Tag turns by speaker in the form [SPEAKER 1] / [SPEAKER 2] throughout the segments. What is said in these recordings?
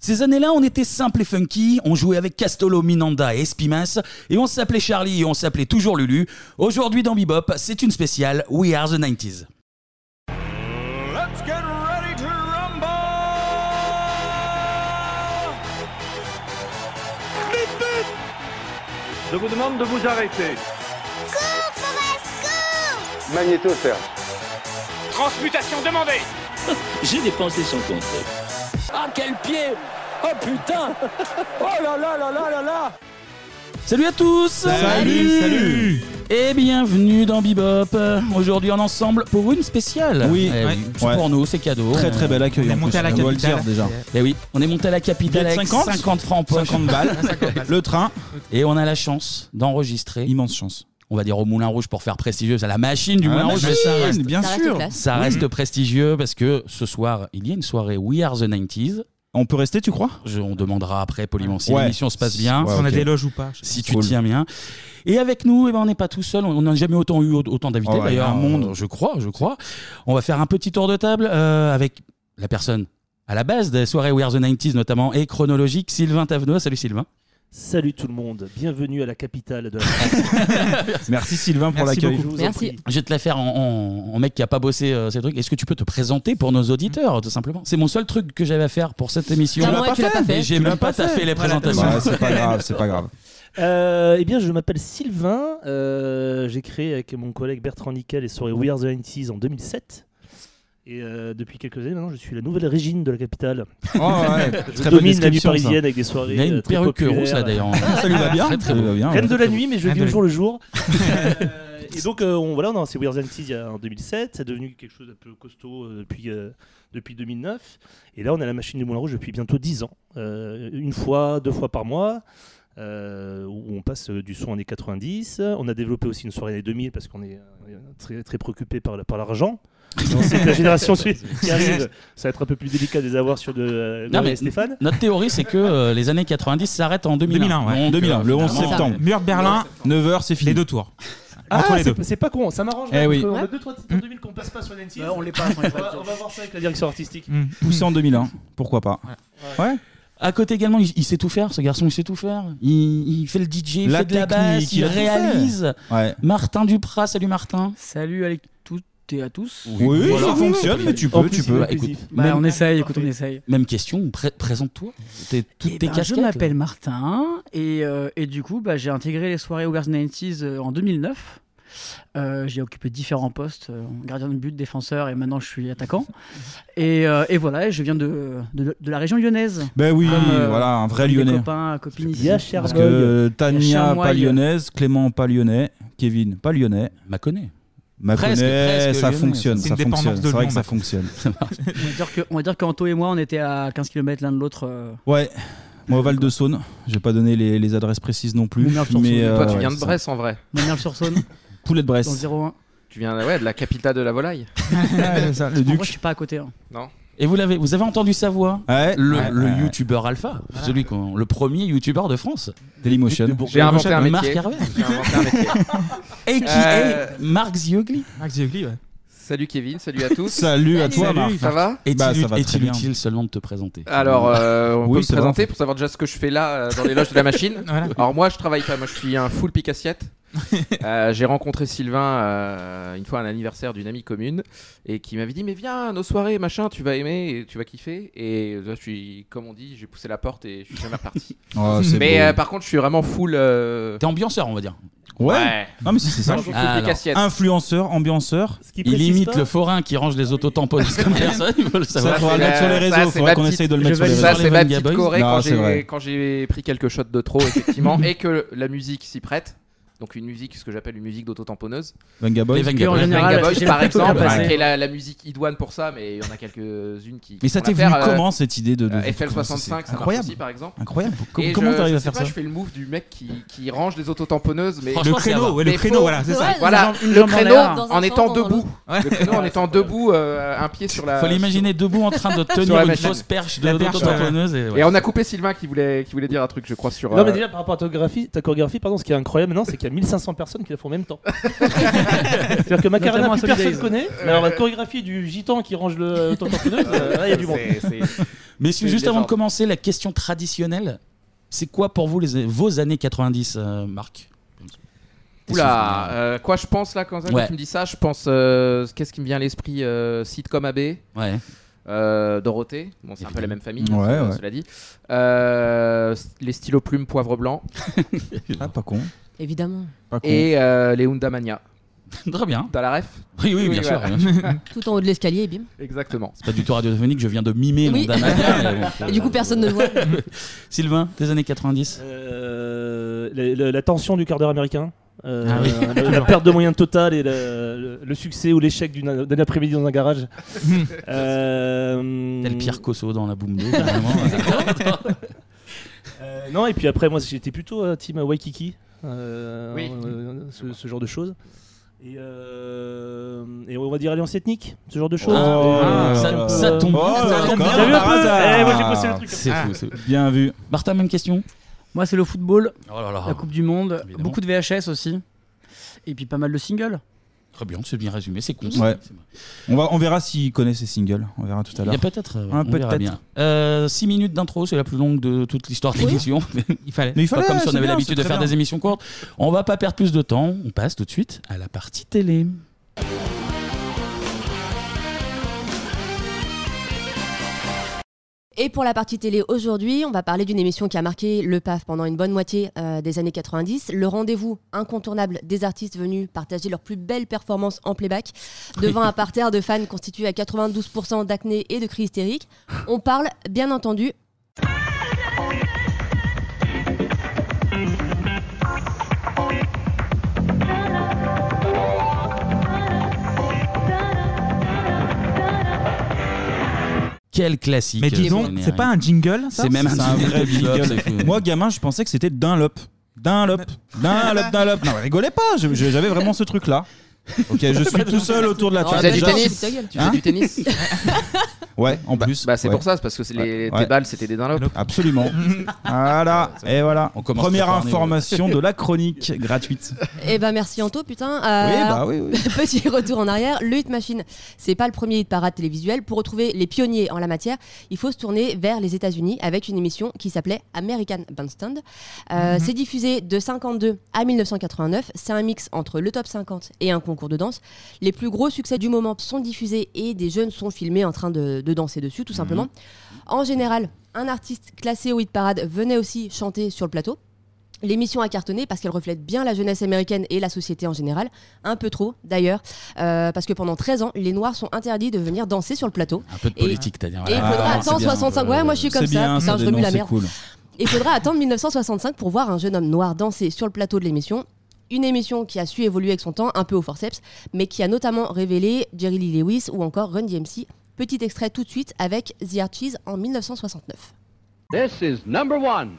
[SPEAKER 1] Ces années-là, on était simple et funky, on jouait avec Castolo, Minanda et Espimas, et on s'appelait Charlie et on s'appelait toujours Lulu. Aujourd'hui dans Bebop, c'est une spéciale We Are the 90s.
[SPEAKER 2] Let's get ready to rumble!
[SPEAKER 3] Je vous demande de vous arrêter.
[SPEAKER 4] Magnéto, Serge.
[SPEAKER 5] Transmutation demandée
[SPEAKER 6] J'ai dépensé sans compte.
[SPEAKER 5] Ah quel pied Oh putain Oh là là là là là là
[SPEAKER 1] Salut à tous
[SPEAKER 7] Salut, salut.
[SPEAKER 1] Et bienvenue dans Bebop. Aujourd'hui en ensemble pour une spéciale.
[SPEAKER 7] Oui,
[SPEAKER 1] Eh
[SPEAKER 7] ouais.
[SPEAKER 1] c'est
[SPEAKER 7] Ouais.
[SPEAKER 1] pour nous, c'est cadeau.
[SPEAKER 7] Très, très bel accueil, On est en monté plus, à la on doit le capitale. dire, déjà.
[SPEAKER 1] Et oui, on est monté à la capitale
[SPEAKER 7] Billet de
[SPEAKER 1] avec 50,
[SPEAKER 7] 50?
[SPEAKER 1] francs poche.
[SPEAKER 7] 50 balles.
[SPEAKER 1] le train. Et on a la chance d'enregistrer. Immense chance. On va dire au Moulin Rouge pour faire prestigieux, c'est la machine du
[SPEAKER 7] Ah, la
[SPEAKER 1] Moulin Rouge, mais ça
[SPEAKER 7] machine,
[SPEAKER 1] reste,
[SPEAKER 7] bien Ça reste sûr. classe.
[SPEAKER 1] ça reste
[SPEAKER 7] Mhm.
[SPEAKER 1] prestigieux parce que ce soir, il y a une soirée We Are the 90s. On peut rester, tu crois On demandera après poliment si
[SPEAKER 7] Ouais.
[SPEAKER 1] l'émission se passe bien.
[SPEAKER 7] Si on a
[SPEAKER 1] ok.
[SPEAKER 7] des loges ou pas, je sais
[SPEAKER 1] Si
[SPEAKER 7] pas.
[SPEAKER 1] tu tiens bien. Et avec nous, eh ben, on n'est pas tout seul. On on n'a jamais autant eu au- autant d'invités.
[SPEAKER 7] Oh ouais, non,
[SPEAKER 1] D'ailleurs, un monde, je crois, je crois. On va faire un petit tour de table euh, avec la personne à la base des soirées We Are the 90s notamment et chronologique, Sylvain Tavenot. Salut Sylvain.
[SPEAKER 8] Salut tout le monde, bienvenue à la capitale de la France.
[SPEAKER 1] Merci Sylvain
[SPEAKER 8] pour Merci l'accueil. beaucoup.
[SPEAKER 1] Je, vous en
[SPEAKER 8] Merci.
[SPEAKER 1] prie. Je vais te la faire en, en- en mec qui a pas bossé euh, ces trucs. Est-ce que tu peux te présenter pour nos auditeurs tout simplement C'est mon seul truc que j'avais à faire pour cette émission.
[SPEAKER 8] Tu l'as Ah ouais, pas tu l'as fait. pas fait.
[SPEAKER 1] Mais J'ai
[SPEAKER 8] Tu
[SPEAKER 1] même
[SPEAKER 8] l'as
[SPEAKER 1] pas
[SPEAKER 8] pas
[SPEAKER 1] taffé
[SPEAKER 8] fait.
[SPEAKER 1] les
[SPEAKER 8] Voilà.
[SPEAKER 1] présentations.
[SPEAKER 8] Bah, c'est pas grave,
[SPEAKER 7] c'est pas grave.
[SPEAKER 8] Euh, eh bien, je m'appelle Sylvain. euh, j'ai créé avec mon collègue Bertrand Nickel les soirées We Are the 90s en 2007. Et euh, depuis quelques années maintenant, je suis la nouvelle régine de la capitale.
[SPEAKER 7] Oh, ouais.
[SPEAKER 8] je
[SPEAKER 7] Très
[SPEAKER 8] domine la
[SPEAKER 7] bonne
[SPEAKER 8] nuit
[SPEAKER 7] description, ça.
[SPEAKER 8] parisienne avec des soirées.
[SPEAKER 7] Il a une
[SPEAKER 8] euh, très
[SPEAKER 7] perruque
[SPEAKER 8] populaires.
[SPEAKER 7] rousse, là, d'ailleurs. Ça lui va bien.
[SPEAKER 8] Très, très
[SPEAKER 7] Ça lui
[SPEAKER 8] beau.
[SPEAKER 7] va bien,
[SPEAKER 8] Reine
[SPEAKER 7] ouais.
[SPEAKER 8] de la nuit, mais je
[SPEAKER 7] Reine
[SPEAKER 8] vis
[SPEAKER 7] de
[SPEAKER 8] au
[SPEAKER 7] la
[SPEAKER 8] jour
[SPEAKER 7] nuit.
[SPEAKER 8] le jour. Euh, Et donc, euh, on, voilà, on a ces We Are the 90s il y a- en 2007. C'est devenu quelque chose d'un peu costaud euh, depuis, euh, depuis 2009. Et là, on a la machine du Moulin Rouge depuis bientôt 10 ans. Euh, une fois, deux fois par mois. euh, où on passe euh, du son années 90. On a développé aussi une soirée années 2000 parce qu'on est euh, très, très préoccupé par, la- par l'argent. Donc, C'est la génération suite qui arrive. Ça va être un peu plus délicat de les avoir sur de, euh,
[SPEAKER 1] Non,
[SPEAKER 8] Marie
[SPEAKER 1] mais
[SPEAKER 8] et Stéphane.
[SPEAKER 1] Notre théorie, c'est que euh, les années 90 s'arrêtent en 2001.
[SPEAKER 7] 2001, ouais.
[SPEAKER 1] Donc, euh,
[SPEAKER 7] 2001, le 11
[SPEAKER 1] finalement,
[SPEAKER 7] septembre. Mur de Berlin, 9h, c'est fini. Les deux tours.
[SPEAKER 8] Ah,
[SPEAKER 7] Entre les
[SPEAKER 8] c'est-
[SPEAKER 7] deux.
[SPEAKER 8] c'est pas con, ça m'arrange.
[SPEAKER 7] Eh
[SPEAKER 8] là,
[SPEAKER 7] oui.
[SPEAKER 8] parce qu'on
[SPEAKER 7] Ouais.
[SPEAKER 8] a deux, trois titres en 2000 qu'on passe pas sur les NT. on les
[SPEAKER 9] passe, on les passe.
[SPEAKER 8] va, on va voir ça avec la direction artistique.
[SPEAKER 7] Poussé en 2001, pourquoi pas Ouais.
[SPEAKER 1] Mm. À côté également, il, il sait tout faire, ce garçon, il sait tout faire. Il, il fait le DJ, il
[SPEAKER 7] La
[SPEAKER 1] fait de la basse,
[SPEAKER 7] technique,
[SPEAKER 1] il
[SPEAKER 7] il a tout fait.
[SPEAKER 1] réalise.
[SPEAKER 7] Ouais.
[SPEAKER 1] Martin Duprat, salut Martin.
[SPEAKER 9] Salut à toutes et à tous.
[SPEAKER 7] Oui, ça fonctionne, mais tu peux, tu peux.
[SPEAKER 9] Bah, on essaye, écoute, on essaye.
[SPEAKER 1] Même question, pré- présente-toi. T'es- Toutes
[SPEAKER 9] Eh
[SPEAKER 1] tes
[SPEAKER 9] ben,
[SPEAKER 1] casquettes.
[SPEAKER 9] je
[SPEAKER 1] là.
[SPEAKER 9] m'appelle Martin et, euh, et du coup, bah, j'ai intégré les soirées Ogres 90s euh, en 2009. Euh, j'ai occupé différents postes, euh, gardien de but, défenseur et maintenant je suis attaquant. Et, euh, et voilà, et je viens de, de, de la région lyonnaise.
[SPEAKER 7] Ben oui,
[SPEAKER 9] Comme,
[SPEAKER 7] voilà, un vrai
[SPEAKER 9] comme des
[SPEAKER 7] Lyonnais.
[SPEAKER 9] Copains, copines ici.
[SPEAKER 8] bien
[SPEAKER 7] Parce
[SPEAKER 8] Chermoil.
[SPEAKER 7] que
[SPEAKER 9] Il y a
[SPEAKER 7] Tania,
[SPEAKER 9] Chermoil.
[SPEAKER 7] pas lyonnaise, Clément, pas lyonnais, Kevin, pas lyonnais.
[SPEAKER 1] Maconais.
[SPEAKER 9] Presque,
[SPEAKER 7] Maconais,
[SPEAKER 9] presque
[SPEAKER 7] ça
[SPEAKER 9] lyonnais,
[SPEAKER 7] fonctionne,
[SPEAKER 9] ça. C'est
[SPEAKER 7] ça
[SPEAKER 9] une dépendance
[SPEAKER 7] fonctionne.
[SPEAKER 9] de
[SPEAKER 7] C'est vrai
[SPEAKER 9] Lyon,
[SPEAKER 7] que ça
[SPEAKER 9] par contre.
[SPEAKER 7] fonctionne.
[SPEAKER 9] On va dire que- on va dire qu'Anto et moi, on était à 15 km l'un de l'autre. euh,
[SPEAKER 7] Ouais. Moi, au Val de Saône, j'ai pas donné les, les adresses précises non plus.
[SPEAKER 9] Ménil-sur-Saône.
[SPEAKER 7] Mais
[SPEAKER 10] Toi, tu
[SPEAKER 7] euh,
[SPEAKER 10] viens de
[SPEAKER 7] ça-
[SPEAKER 10] Bresse en vrai.
[SPEAKER 9] Ménil-sur-Saône.
[SPEAKER 7] Poulet de Bresse.
[SPEAKER 9] Dans 01.
[SPEAKER 10] Tu viens ouais, de la capitale de la volaille.
[SPEAKER 7] Ouais, ça, le
[SPEAKER 9] En
[SPEAKER 7] duc.
[SPEAKER 9] vrai, je suis pas à côté. hein.
[SPEAKER 10] Non.
[SPEAKER 1] Et vous l'avez, vous avez entendu sa voix
[SPEAKER 7] Ouais.
[SPEAKER 1] Le,
[SPEAKER 7] Ouais,
[SPEAKER 1] le
[SPEAKER 7] ouais, ouais.
[SPEAKER 1] youtubeur alpha, celui qu'on, le premier youtubeur de France.
[SPEAKER 7] Dailymotion.
[SPEAKER 1] De- de-
[SPEAKER 7] J'ai inventé un
[SPEAKER 1] Marc
[SPEAKER 7] métier.
[SPEAKER 1] Hervé.
[SPEAKER 10] J'ai inventé un métier.
[SPEAKER 1] Et qui
[SPEAKER 10] Euh,
[SPEAKER 1] est Marc Ziogli.
[SPEAKER 7] Marc Ziogli, ouais.
[SPEAKER 10] Salut Kevin, salut à tous.
[SPEAKER 7] Salut à toi, Salut. Marc.
[SPEAKER 10] Ça va
[SPEAKER 1] Est-il,
[SPEAKER 7] Bah, ça va très
[SPEAKER 1] est-il
[SPEAKER 7] bien.
[SPEAKER 1] utile seulement de te présenter
[SPEAKER 10] Alors, euh, on peut
[SPEAKER 1] Oui,
[SPEAKER 10] me
[SPEAKER 1] c'est vrai.
[SPEAKER 10] présenter pour savoir déjà ce que je fais là euh, dans les loges de la machine. Alors moi, je travaille pas. Moi, je suis un full picassiette. Euh, J'ai rencontré Sylvain euh, une fois à un anniversaire d'une amie commune et qui m'avait dit mais viens à nos soirées machin, tu vas aimer, et tu vas kiffer. Et là, je suis comme on dit, j'ai poussé la porte et je suis jamais reparti.
[SPEAKER 7] Oh, c'est
[SPEAKER 10] mais
[SPEAKER 7] beau.
[SPEAKER 10] euh, par contre, je suis vraiment full. euh,
[SPEAKER 1] T'es ambianceur, on va dire.
[SPEAKER 7] Ouais. Ah, mais si, c'est ça.
[SPEAKER 10] Moi, je suis full
[SPEAKER 1] Alors,
[SPEAKER 10] picassiette.
[SPEAKER 7] Influenceur, ambianceur.
[SPEAKER 1] Il imite le forain qui range les autotampons comme personne, il faut le
[SPEAKER 7] Ça,
[SPEAKER 1] savoir.
[SPEAKER 7] faudra le mettre sur les réseaux. Faudra qu'on essaye de le mettre sur les réseaux.
[SPEAKER 10] Ça, c'est ma petite
[SPEAKER 7] Boys.
[SPEAKER 10] corée
[SPEAKER 7] Non,
[SPEAKER 10] quand
[SPEAKER 7] c'est
[SPEAKER 10] j'ai-
[SPEAKER 7] vrai.
[SPEAKER 10] quand j'ai pris quelques shots de trop, effectivement, et que la musique s'y prête. Donc une musique, ce que j'appelle une musique d'autotamponneuse.
[SPEAKER 7] Venga Boys. Les Venga Boys.
[SPEAKER 10] Venga Boys,
[SPEAKER 7] J'ai
[SPEAKER 10] par
[SPEAKER 7] plutôt bien
[SPEAKER 10] exemple,
[SPEAKER 7] passé.
[SPEAKER 10] qui est la, la musique idoine pour ça, mais il y en a quelques-unes qui. qui
[SPEAKER 7] Mais ça
[SPEAKER 10] font la
[SPEAKER 7] t'est venu
[SPEAKER 10] faire, euh,
[SPEAKER 7] comment, cette idée de- de-
[SPEAKER 10] euh,
[SPEAKER 7] de-
[SPEAKER 10] FL65,
[SPEAKER 7] comment ça, c'est
[SPEAKER 10] ça marche
[SPEAKER 7] incroyable.
[SPEAKER 10] aussi, par exemple.
[SPEAKER 7] Incroyable. Com-
[SPEAKER 10] Et
[SPEAKER 7] comment
[SPEAKER 10] je-
[SPEAKER 7] t'arrives
[SPEAKER 10] je
[SPEAKER 7] à
[SPEAKER 10] sais
[SPEAKER 7] faire
[SPEAKER 10] pas,
[SPEAKER 7] ça
[SPEAKER 10] Je fais le move du mec qui, qui range les autotamponneuses, mais
[SPEAKER 7] Franchement, Le créneau, c'est à voir. ouais, le
[SPEAKER 10] Mais
[SPEAKER 7] créneau,
[SPEAKER 10] faut-
[SPEAKER 7] voilà, c'est ça.
[SPEAKER 10] Voilà,
[SPEAKER 7] Une
[SPEAKER 10] le
[SPEAKER 7] jambe en
[SPEAKER 10] créneau
[SPEAKER 7] l'air. Dans un
[SPEAKER 10] en
[SPEAKER 7] sens,
[SPEAKER 10] étant
[SPEAKER 7] dans l'autre.
[SPEAKER 10] debout. Le créneau en étant debout, euh, un pied sur la.
[SPEAKER 1] Faut l'imaginer debout en train de
[SPEAKER 10] sur
[SPEAKER 1] tenir
[SPEAKER 10] la
[SPEAKER 1] une
[SPEAKER 10] machine.
[SPEAKER 1] fausse perche de d'autotamponneuse. et voilà.
[SPEAKER 10] Et on a coupé Sylvain qui voulait qui voulait dire un truc, je crois sur.
[SPEAKER 8] Non, mais
[SPEAKER 10] euh,
[SPEAKER 8] déjà, par rapport à ta chorégraphie, ta chorégraphie pardon, ce qui est incroyable maintenant, c'est qu'il qu'il y a 1500 personnes qui la font en même temps. C'est-à-dire que Macarena,
[SPEAKER 9] Notamment
[SPEAKER 8] plus
[SPEAKER 9] à
[SPEAKER 8] personne
[SPEAKER 9] Solidays.
[SPEAKER 8] connaît. Mais alors, la chorégraphie du gitan qui range le ton tortonneuse, euh, là, il y a du monde.
[SPEAKER 10] C'est- c'est-
[SPEAKER 1] Messieurs,
[SPEAKER 10] C'est
[SPEAKER 1] juste
[SPEAKER 10] une
[SPEAKER 1] avant de
[SPEAKER 10] légende.
[SPEAKER 1] commencer, la question traditionnelle, c'est quoi pour vous les, vos années 90, euh, Marc Des
[SPEAKER 10] Oula,
[SPEAKER 1] souvenirs.
[SPEAKER 10] euh, quoi je pense là quand, quand
[SPEAKER 1] Ouais.
[SPEAKER 10] tu me dis ça Je pense, euh, qu'est-ce qui me vient à l'esprit euh, Sitcom AB,
[SPEAKER 1] Ouais.
[SPEAKER 10] euh, Dorothée, bon, c'est un peu la même famille,
[SPEAKER 7] Ouais,
[SPEAKER 10] ce-
[SPEAKER 7] ouais.
[SPEAKER 10] cela dit. Euh, les stylos plumes poivre blanc
[SPEAKER 7] Ah, pas con.
[SPEAKER 4] Évidemment.
[SPEAKER 7] Pas con.
[SPEAKER 10] et euh, les Honda Mania.
[SPEAKER 1] Très bien.
[SPEAKER 10] T'as la ref
[SPEAKER 1] Oui, oui,
[SPEAKER 10] Oui,
[SPEAKER 1] bien,
[SPEAKER 10] voilà.
[SPEAKER 1] sûr, bien sûr.
[SPEAKER 4] Tout en haut de l'escalier, bim.
[SPEAKER 10] Exactement.
[SPEAKER 1] C'est pas du tout radiophonique, je viens de mimer
[SPEAKER 4] Oui.
[SPEAKER 1] mon Damania, mais bon.
[SPEAKER 4] Et du coup, personne ne le voit.
[SPEAKER 1] Sylvain, des années 90
[SPEAKER 8] Euh, la, la- la tension du quart d'heure américain. euh,
[SPEAKER 1] Ah oui.
[SPEAKER 8] la, la perte de moyens totale et le, le- le succès ou l'échec d'une- d'un après-midi dans un garage. Euh,
[SPEAKER 1] Tel Pierre Cosso dans la boom d'eau, vraiment. euh,
[SPEAKER 8] euh, non, et puis après, moi j'étais plutôt euh, team Waikiki, euh,
[SPEAKER 10] Oui.
[SPEAKER 8] euh, ce, ce genre de choses. Et, euh, et on va dire alliance ethnique, ce genre de choses. euh,
[SPEAKER 1] Ah,
[SPEAKER 7] Ah,
[SPEAKER 1] ça, ça tombe
[SPEAKER 7] Oh,
[SPEAKER 1] bien. Ah.
[SPEAKER 7] là, comme
[SPEAKER 8] T'as vu un
[SPEAKER 7] par
[SPEAKER 8] peu
[SPEAKER 7] hasard.
[SPEAKER 8] Eh, moi, j'ai bossé le truc.
[SPEAKER 1] C'est fou. c'est-
[SPEAKER 7] Bien vu.
[SPEAKER 1] Martin, même question
[SPEAKER 9] Moi, c'est le football,
[SPEAKER 1] Oh là là.
[SPEAKER 9] la Coupe du Monde,
[SPEAKER 1] évidemment.
[SPEAKER 9] beaucoup de VHS aussi. Et puis pas mal de singles.
[SPEAKER 1] Très bien, c'est bien résumé, c'est con.
[SPEAKER 7] Ouais. On, va, on verra s'il connaît ses singles. On verra tout à
[SPEAKER 1] Il y a
[SPEAKER 7] l'heure.
[SPEAKER 1] peut-être. euh,
[SPEAKER 7] Ah,
[SPEAKER 1] on verra
[SPEAKER 7] peut-être.
[SPEAKER 1] bien. Euh, Six minutes d'intro, c'est la plus longue de toute l'histoire de l'émission. il fallait.
[SPEAKER 7] Mais il
[SPEAKER 1] Pas
[SPEAKER 7] fallait,
[SPEAKER 1] comme si on
[SPEAKER 7] c'est
[SPEAKER 1] avait
[SPEAKER 7] bien,
[SPEAKER 1] l'habitude de
[SPEAKER 7] c'est
[SPEAKER 1] faire
[SPEAKER 7] très
[SPEAKER 1] des émissions courtes. On va pas perdre plus de temps. On passe tout de suite à la partie télé.
[SPEAKER 4] Et pour la partie télé aujourd'hui, on va parler d'une émission qui a marqué le PAF pendant une bonne moitié euh, des années 90, le rendez-vous incontournable des artistes venus partager leurs plus belles performances en playback devant un parterre de fans constitué à 92% d'acné et de cris hystériques. On parle bien entendu
[SPEAKER 1] Quel classique.
[SPEAKER 11] Mais dis
[SPEAKER 1] euh,
[SPEAKER 11] donc,
[SPEAKER 1] générique.
[SPEAKER 11] c'est pas un jingle ça
[SPEAKER 1] C'est même
[SPEAKER 7] C'est un vrai jingle. Moi, gamin, je pensais que c'était Dunlop. Dunlop, Dunlop, Dunlop. Non, mais rigolez pas, je- je- j'avais vraiment ce truc-là. Ok, je suis tout seul autour de la
[SPEAKER 4] Non,
[SPEAKER 10] Tu
[SPEAKER 4] Ah,
[SPEAKER 10] faisais
[SPEAKER 4] bah,
[SPEAKER 10] du
[SPEAKER 4] déjà,
[SPEAKER 10] tennis
[SPEAKER 4] c'est ta gueule.
[SPEAKER 10] Tu faisais
[SPEAKER 7] Hein
[SPEAKER 10] du tennis
[SPEAKER 7] Ouais, en
[SPEAKER 10] Bah,
[SPEAKER 7] plus.
[SPEAKER 10] bah, c'est
[SPEAKER 7] ouais.
[SPEAKER 10] pour ça, c'est parce que c'est les,
[SPEAKER 7] Ouais.
[SPEAKER 10] tes balles c'était des dunlops.
[SPEAKER 7] Absolument. voilà, et voilà.
[SPEAKER 1] On commence
[SPEAKER 7] Première
[SPEAKER 1] par un
[SPEAKER 7] information de la chronique gratuite.
[SPEAKER 4] Eh ben merci Anto, putain.
[SPEAKER 7] Oui,
[SPEAKER 4] Euh,
[SPEAKER 7] bah oui, oui.
[SPEAKER 4] Petit retour en arrière, le Hit Machine, c'est pas le premier hit parade télévisuel. Pour retrouver les pionniers en la matière, il faut se tourner vers les États-Unis avec une émission qui s'appelait American Bandstand. Euh, C'est diffusé de 52 à 1989. C'est un mix entre le top 50 et un concours de danse. Les plus gros succès du moment sont diffusés et des jeunes sont filmés en train de, de danser dessus, tout simplement. En général, un artiste classé au hit parade venait aussi chanter sur le plateau. L'émission a cartonné parce qu'elle reflète bien la jeunesse américaine et la société en général, un peu trop d'ailleurs, euh, parce que pendant 13 ans, les Noirs sont interdits de venir danser sur le plateau.
[SPEAKER 1] Un peu de
[SPEAKER 4] Et-
[SPEAKER 1] politique, t'as dit.
[SPEAKER 4] Et il
[SPEAKER 1] voilà.
[SPEAKER 4] faudra
[SPEAKER 7] Ah, c'est
[SPEAKER 4] attendre
[SPEAKER 7] bien.
[SPEAKER 4] 65, ouais moi je suis
[SPEAKER 7] C'est
[SPEAKER 4] comme ça,
[SPEAKER 7] bien,
[SPEAKER 4] putain je remue
[SPEAKER 7] dénonce,
[SPEAKER 4] la
[SPEAKER 7] c'est
[SPEAKER 4] merde.
[SPEAKER 7] cool.
[SPEAKER 4] Il faudra attendre 1965 pour voir un jeune homme noir danser sur le plateau de l'émission. Une émission qui a su évoluer avec son temps, un peu au forceps, mais qui a notamment révélé Jerry Lee Lewis ou encore Run DMC. Petit extrait tout de suite avec The Archies en 1969.
[SPEAKER 5] This is number one.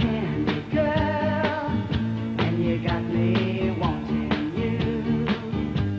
[SPEAKER 12] Oh, Oh,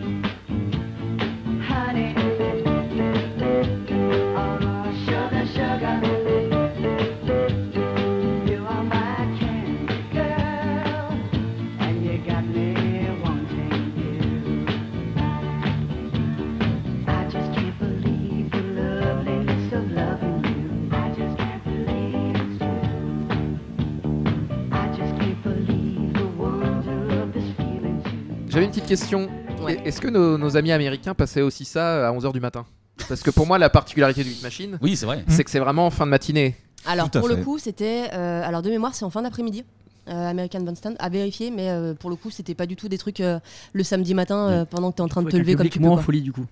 [SPEAKER 10] J'avais une petite question.
[SPEAKER 4] Ouais.
[SPEAKER 10] Est-ce que nos, nos amis américains passaient aussi ça à 11h du matin Parce que pour moi, la particularité du Hit Machine,
[SPEAKER 1] Oui, c'est vrai.
[SPEAKER 10] c'est que c'est vraiment en fin de matinée.
[SPEAKER 4] Alors
[SPEAKER 7] Tout à
[SPEAKER 4] pour
[SPEAKER 7] fait.
[SPEAKER 4] le coup, c'était. euh, alors de mémoire, c'est en fin d'après-midi. euh, American Bandstand à vérifier, mais euh, pour le coup, c'était pas du tout des trucs euh, le samedi matin euh, pendant que t'es en train de
[SPEAKER 9] Avec
[SPEAKER 4] te
[SPEAKER 9] un
[SPEAKER 4] lever comme
[SPEAKER 9] public
[SPEAKER 4] tu peux.
[SPEAKER 9] moins en
[SPEAKER 4] quoi.
[SPEAKER 9] folie du coup.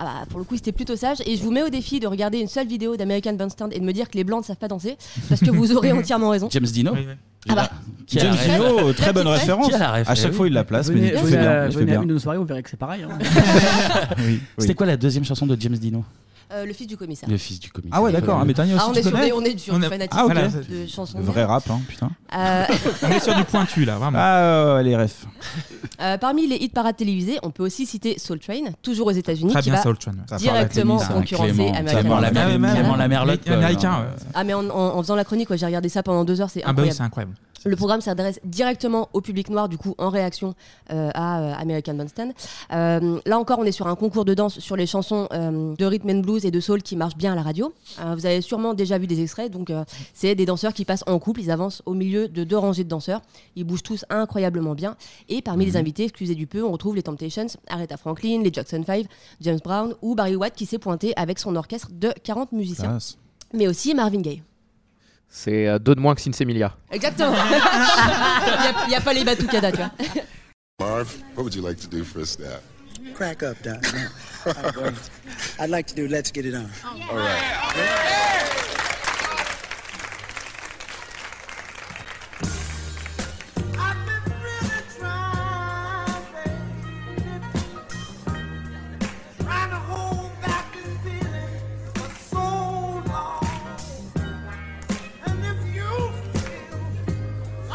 [SPEAKER 4] Ah bah, pour le coup, c'était plutôt sage. Et je vous mets au défi de regarder une seule vidéo d'American Bandstand et de me dire que les blancs ne savent pas danser, parce que vous aurez entièrement raison.
[SPEAKER 1] James Dino.
[SPEAKER 11] Oui, oui.
[SPEAKER 1] Il a-
[SPEAKER 4] Ah bah.
[SPEAKER 1] Qui a
[SPEAKER 7] James
[SPEAKER 1] la ref.
[SPEAKER 7] Dino, très bonne
[SPEAKER 4] petite ref.
[SPEAKER 7] référence.
[SPEAKER 1] Qui a la ref,
[SPEAKER 7] À
[SPEAKER 1] eh
[SPEAKER 7] chaque
[SPEAKER 1] oui.
[SPEAKER 7] fois, il la place, mais
[SPEAKER 9] Venez,
[SPEAKER 7] tu
[SPEAKER 9] venez
[SPEAKER 7] fais
[SPEAKER 9] à-
[SPEAKER 7] bien. tu fais
[SPEAKER 9] venez à
[SPEAKER 7] bien.
[SPEAKER 9] une de nos soirées, on verrait que c'est pareil. hein.
[SPEAKER 7] Oui, oui.
[SPEAKER 1] C'était quoi la deuxième chanson de James Dino
[SPEAKER 4] euh, le fils du commissaire.
[SPEAKER 1] Le fils du commissaire.
[SPEAKER 7] Ah ouais, d'accord. Ah, mais Tania aussi,
[SPEAKER 4] Ah, on
[SPEAKER 7] tu
[SPEAKER 4] est sur
[SPEAKER 7] connais
[SPEAKER 4] des- on est sur
[SPEAKER 7] On
[SPEAKER 4] des
[SPEAKER 7] est-
[SPEAKER 4] fanatiques
[SPEAKER 7] Ah, ok.
[SPEAKER 4] de- de chansons
[SPEAKER 7] Le
[SPEAKER 4] de
[SPEAKER 7] vrai rap, hein, putain.
[SPEAKER 4] Euh,
[SPEAKER 11] On est sur du pointu là, vraiment.
[SPEAKER 7] Ah ouais, les refs.
[SPEAKER 4] Euh, parmi les hits parades télévisées, on peut aussi citer Soul Train, toujours aux États-Unis,
[SPEAKER 11] Très
[SPEAKER 4] qui
[SPEAKER 11] bien,
[SPEAKER 4] va
[SPEAKER 11] Soul Train, ouais. Ça parle à
[SPEAKER 4] directement
[SPEAKER 11] Clément, ça,
[SPEAKER 4] concurrencer
[SPEAKER 11] Clément,
[SPEAKER 4] American
[SPEAKER 11] Clément
[SPEAKER 4] Idol.
[SPEAKER 11] la mer- Ah, mais Clément même, la merlotte,
[SPEAKER 1] euh,
[SPEAKER 11] quoi, américain, genre. ouais.
[SPEAKER 4] Ah, mais en, en- en faisant la chronique, ouais, j'ai regardé ça pendant deux heures, c'est
[SPEAKER 11] Euh, Ah bah oui,
[SPEAKER 4] incroyable.
[SPEAKER 11] c'est incroyable.
[SPEAKER 4] Le programme s'adresse directement au public noir, du coup, en réaction euh, à euh, American Bandstand. Euh, là encore, on est sur un concours de danse sur les chansons euh, de rhythm and blues et de soul qui marchent bien à la radio. Euh, vous avez sûrement déjà vu des extraits, donc euh, c'est des danseurs qui passent en couple, ils avancent au milieu de deux rangées de danseurs, ils bougent tous incroyablement bien. Et parmi
[SPEAKER 11] Mhm.
[SPEAKER 4] les invités, excusez du peu, on retrouve les Temptations, Aretha Franklin, les Jackson 5, James Brown ou Barry White qui s'est pointé avec son orchestre de 40 musiciens.
[SPEAKER 7] Classe.
[SPEAKER 4] Mais aussi Marvin Gaye.
[SPEAKER 10] C'est euh, deux de moins que Sinsemilia.
[SPEAKER 4] Exactement. Il n'y a, pas les batucadas, tu vois.
[SPEAKER 13] Marv, what would you like to do for a snap?
[SPEAKER 12] Crack up, Doc. No. I'd like- I'd like to do Let's Get It On.
[SPEAKER 13] All right.
[SPEAKER 12] Oh,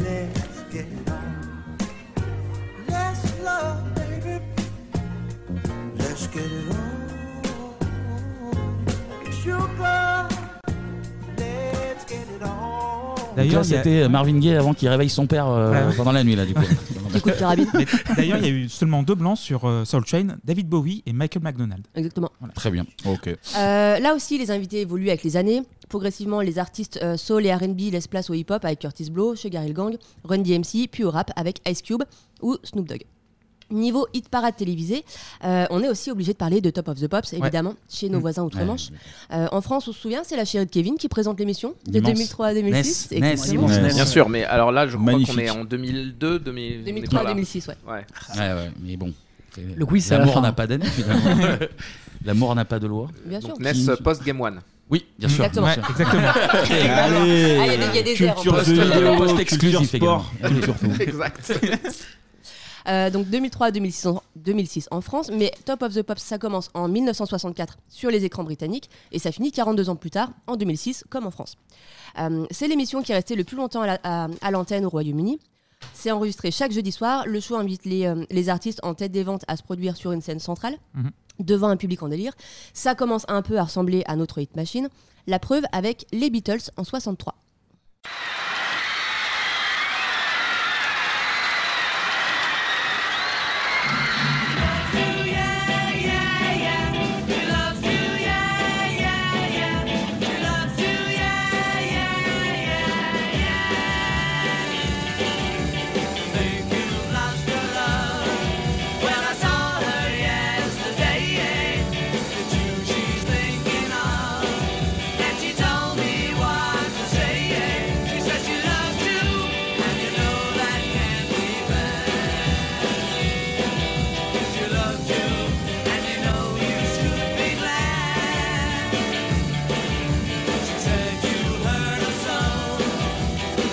[SPEAKER 12] Let's get it on. Let's love, baby. Let's get it on. Sugar. Let's get it on.
[SPEAKER 1] Donc là, c'était Marvin Gaye avant qu'il réveille son père euh,
[SPEAKER 11] Ouais.
[SPEAKER 1] pendant la nuit, là, du coup.
[SPEAKER 11] Mais D'ailleurs, il y a eu seulement deux blancs sur euh, Soul Train, David Bowie et Michael McDonald.
[SPEAKER 4] Exactement.
[SPEAKER 1] Très bien. Ok.
[SPEAKER 4] Euh, là aussi, les invités évoluent avec les années. Progressivement, les artistes euh, soul et R&B laissent place au hip-hop avec Curtis Blow, Sugar Hill Gang, Run DMC, puis au rap avec Ice Cube ou Snoop Dogg. Niveau hit parade télévisée, euh, on est aussi obligé de parler de Top of the Pops, évidemment, chez nos
[SPEAKER 1] Mm.
[SPEAKER 4] voisins outre-Manche.
[SPEAKER 1] Ouais,
[SPEAKER 4] Euh, en France, on se souvient, c'est la chérie de Kevin qui présente l'émission de
[SPEAKER 1] L'immense.
[SPEAKER 4] 2003 à 2006.
[SPEAKER 1] Ness,
[SPEAKER 4] exactement.
[SPEAKER 1] Ness, l'immense Ness.
[SPEAKER 10] Bien sûr, mais alors là, je crois
[SPEAKER 1] Magnifique.
[SPEAKER 10] qu'on est en 2002, 2000, on est
[SPEAKER 4] 2003,
[SPEAKER 10] pas là.
[SPEAKER 4] 2006, ouais.
[SPEAKER 1] Ouais, ouais, mais bon.
[SPEAKER 10] Le quiz, c'est à la
[SPEAKER 1] L'amour
[SPEAKER 10] fin.
[SPEAKER 1] n'a pas d'année, finalement. L'amour n'a pas de loi.
[SPEAKER 4] Bien sûr.
[SPEAKER 10] Donc, Ness post-game one.
[SPEAKER 1] Oui, bien sûr.
[SPEAKER 10] Exactement.
[SPEAKER 1] bien sûr.
[SPEAKER 10] Ouais, exactement.
[SPEAKER 1] Allez,
[SPEAKER 10] Ah, il y a des- il y a des airs, en
[SPEAKER 1] Culture
[SPEAKER 10] plus.
[SPEAKER 1] jeux vidéo,
[SPEAKER 10] Post-
[SPEAKER 1] post exclusif également.
[SPEAKER 7] sport,
[SPEAKER 10] exact.
[SPEAKER 4] Euh, donc 2003-2006 en, 2006 en France, mais Top of the Pops, ça commence en 1964 sur les écrans britanniques et ça finit 42 ans plus tard, en 2006, comme en France. Euh, c'est l'émission qui est restée le plus longtemps à la- à à l'antenne au Royaume-Uni. C'est enregistré chaque jeudi soir. Le show invite les, euh, les artistes en tête des ventes à se produire sur une scène centrale,
[SPEAKER 11] Mhm.
[SPEAKER 7] Mm-hmm.
[SPEAKER 4] devant un public en délire. Ça commence un peu à ressembler à notre hit machine. La preuve avec les Beatles en 63.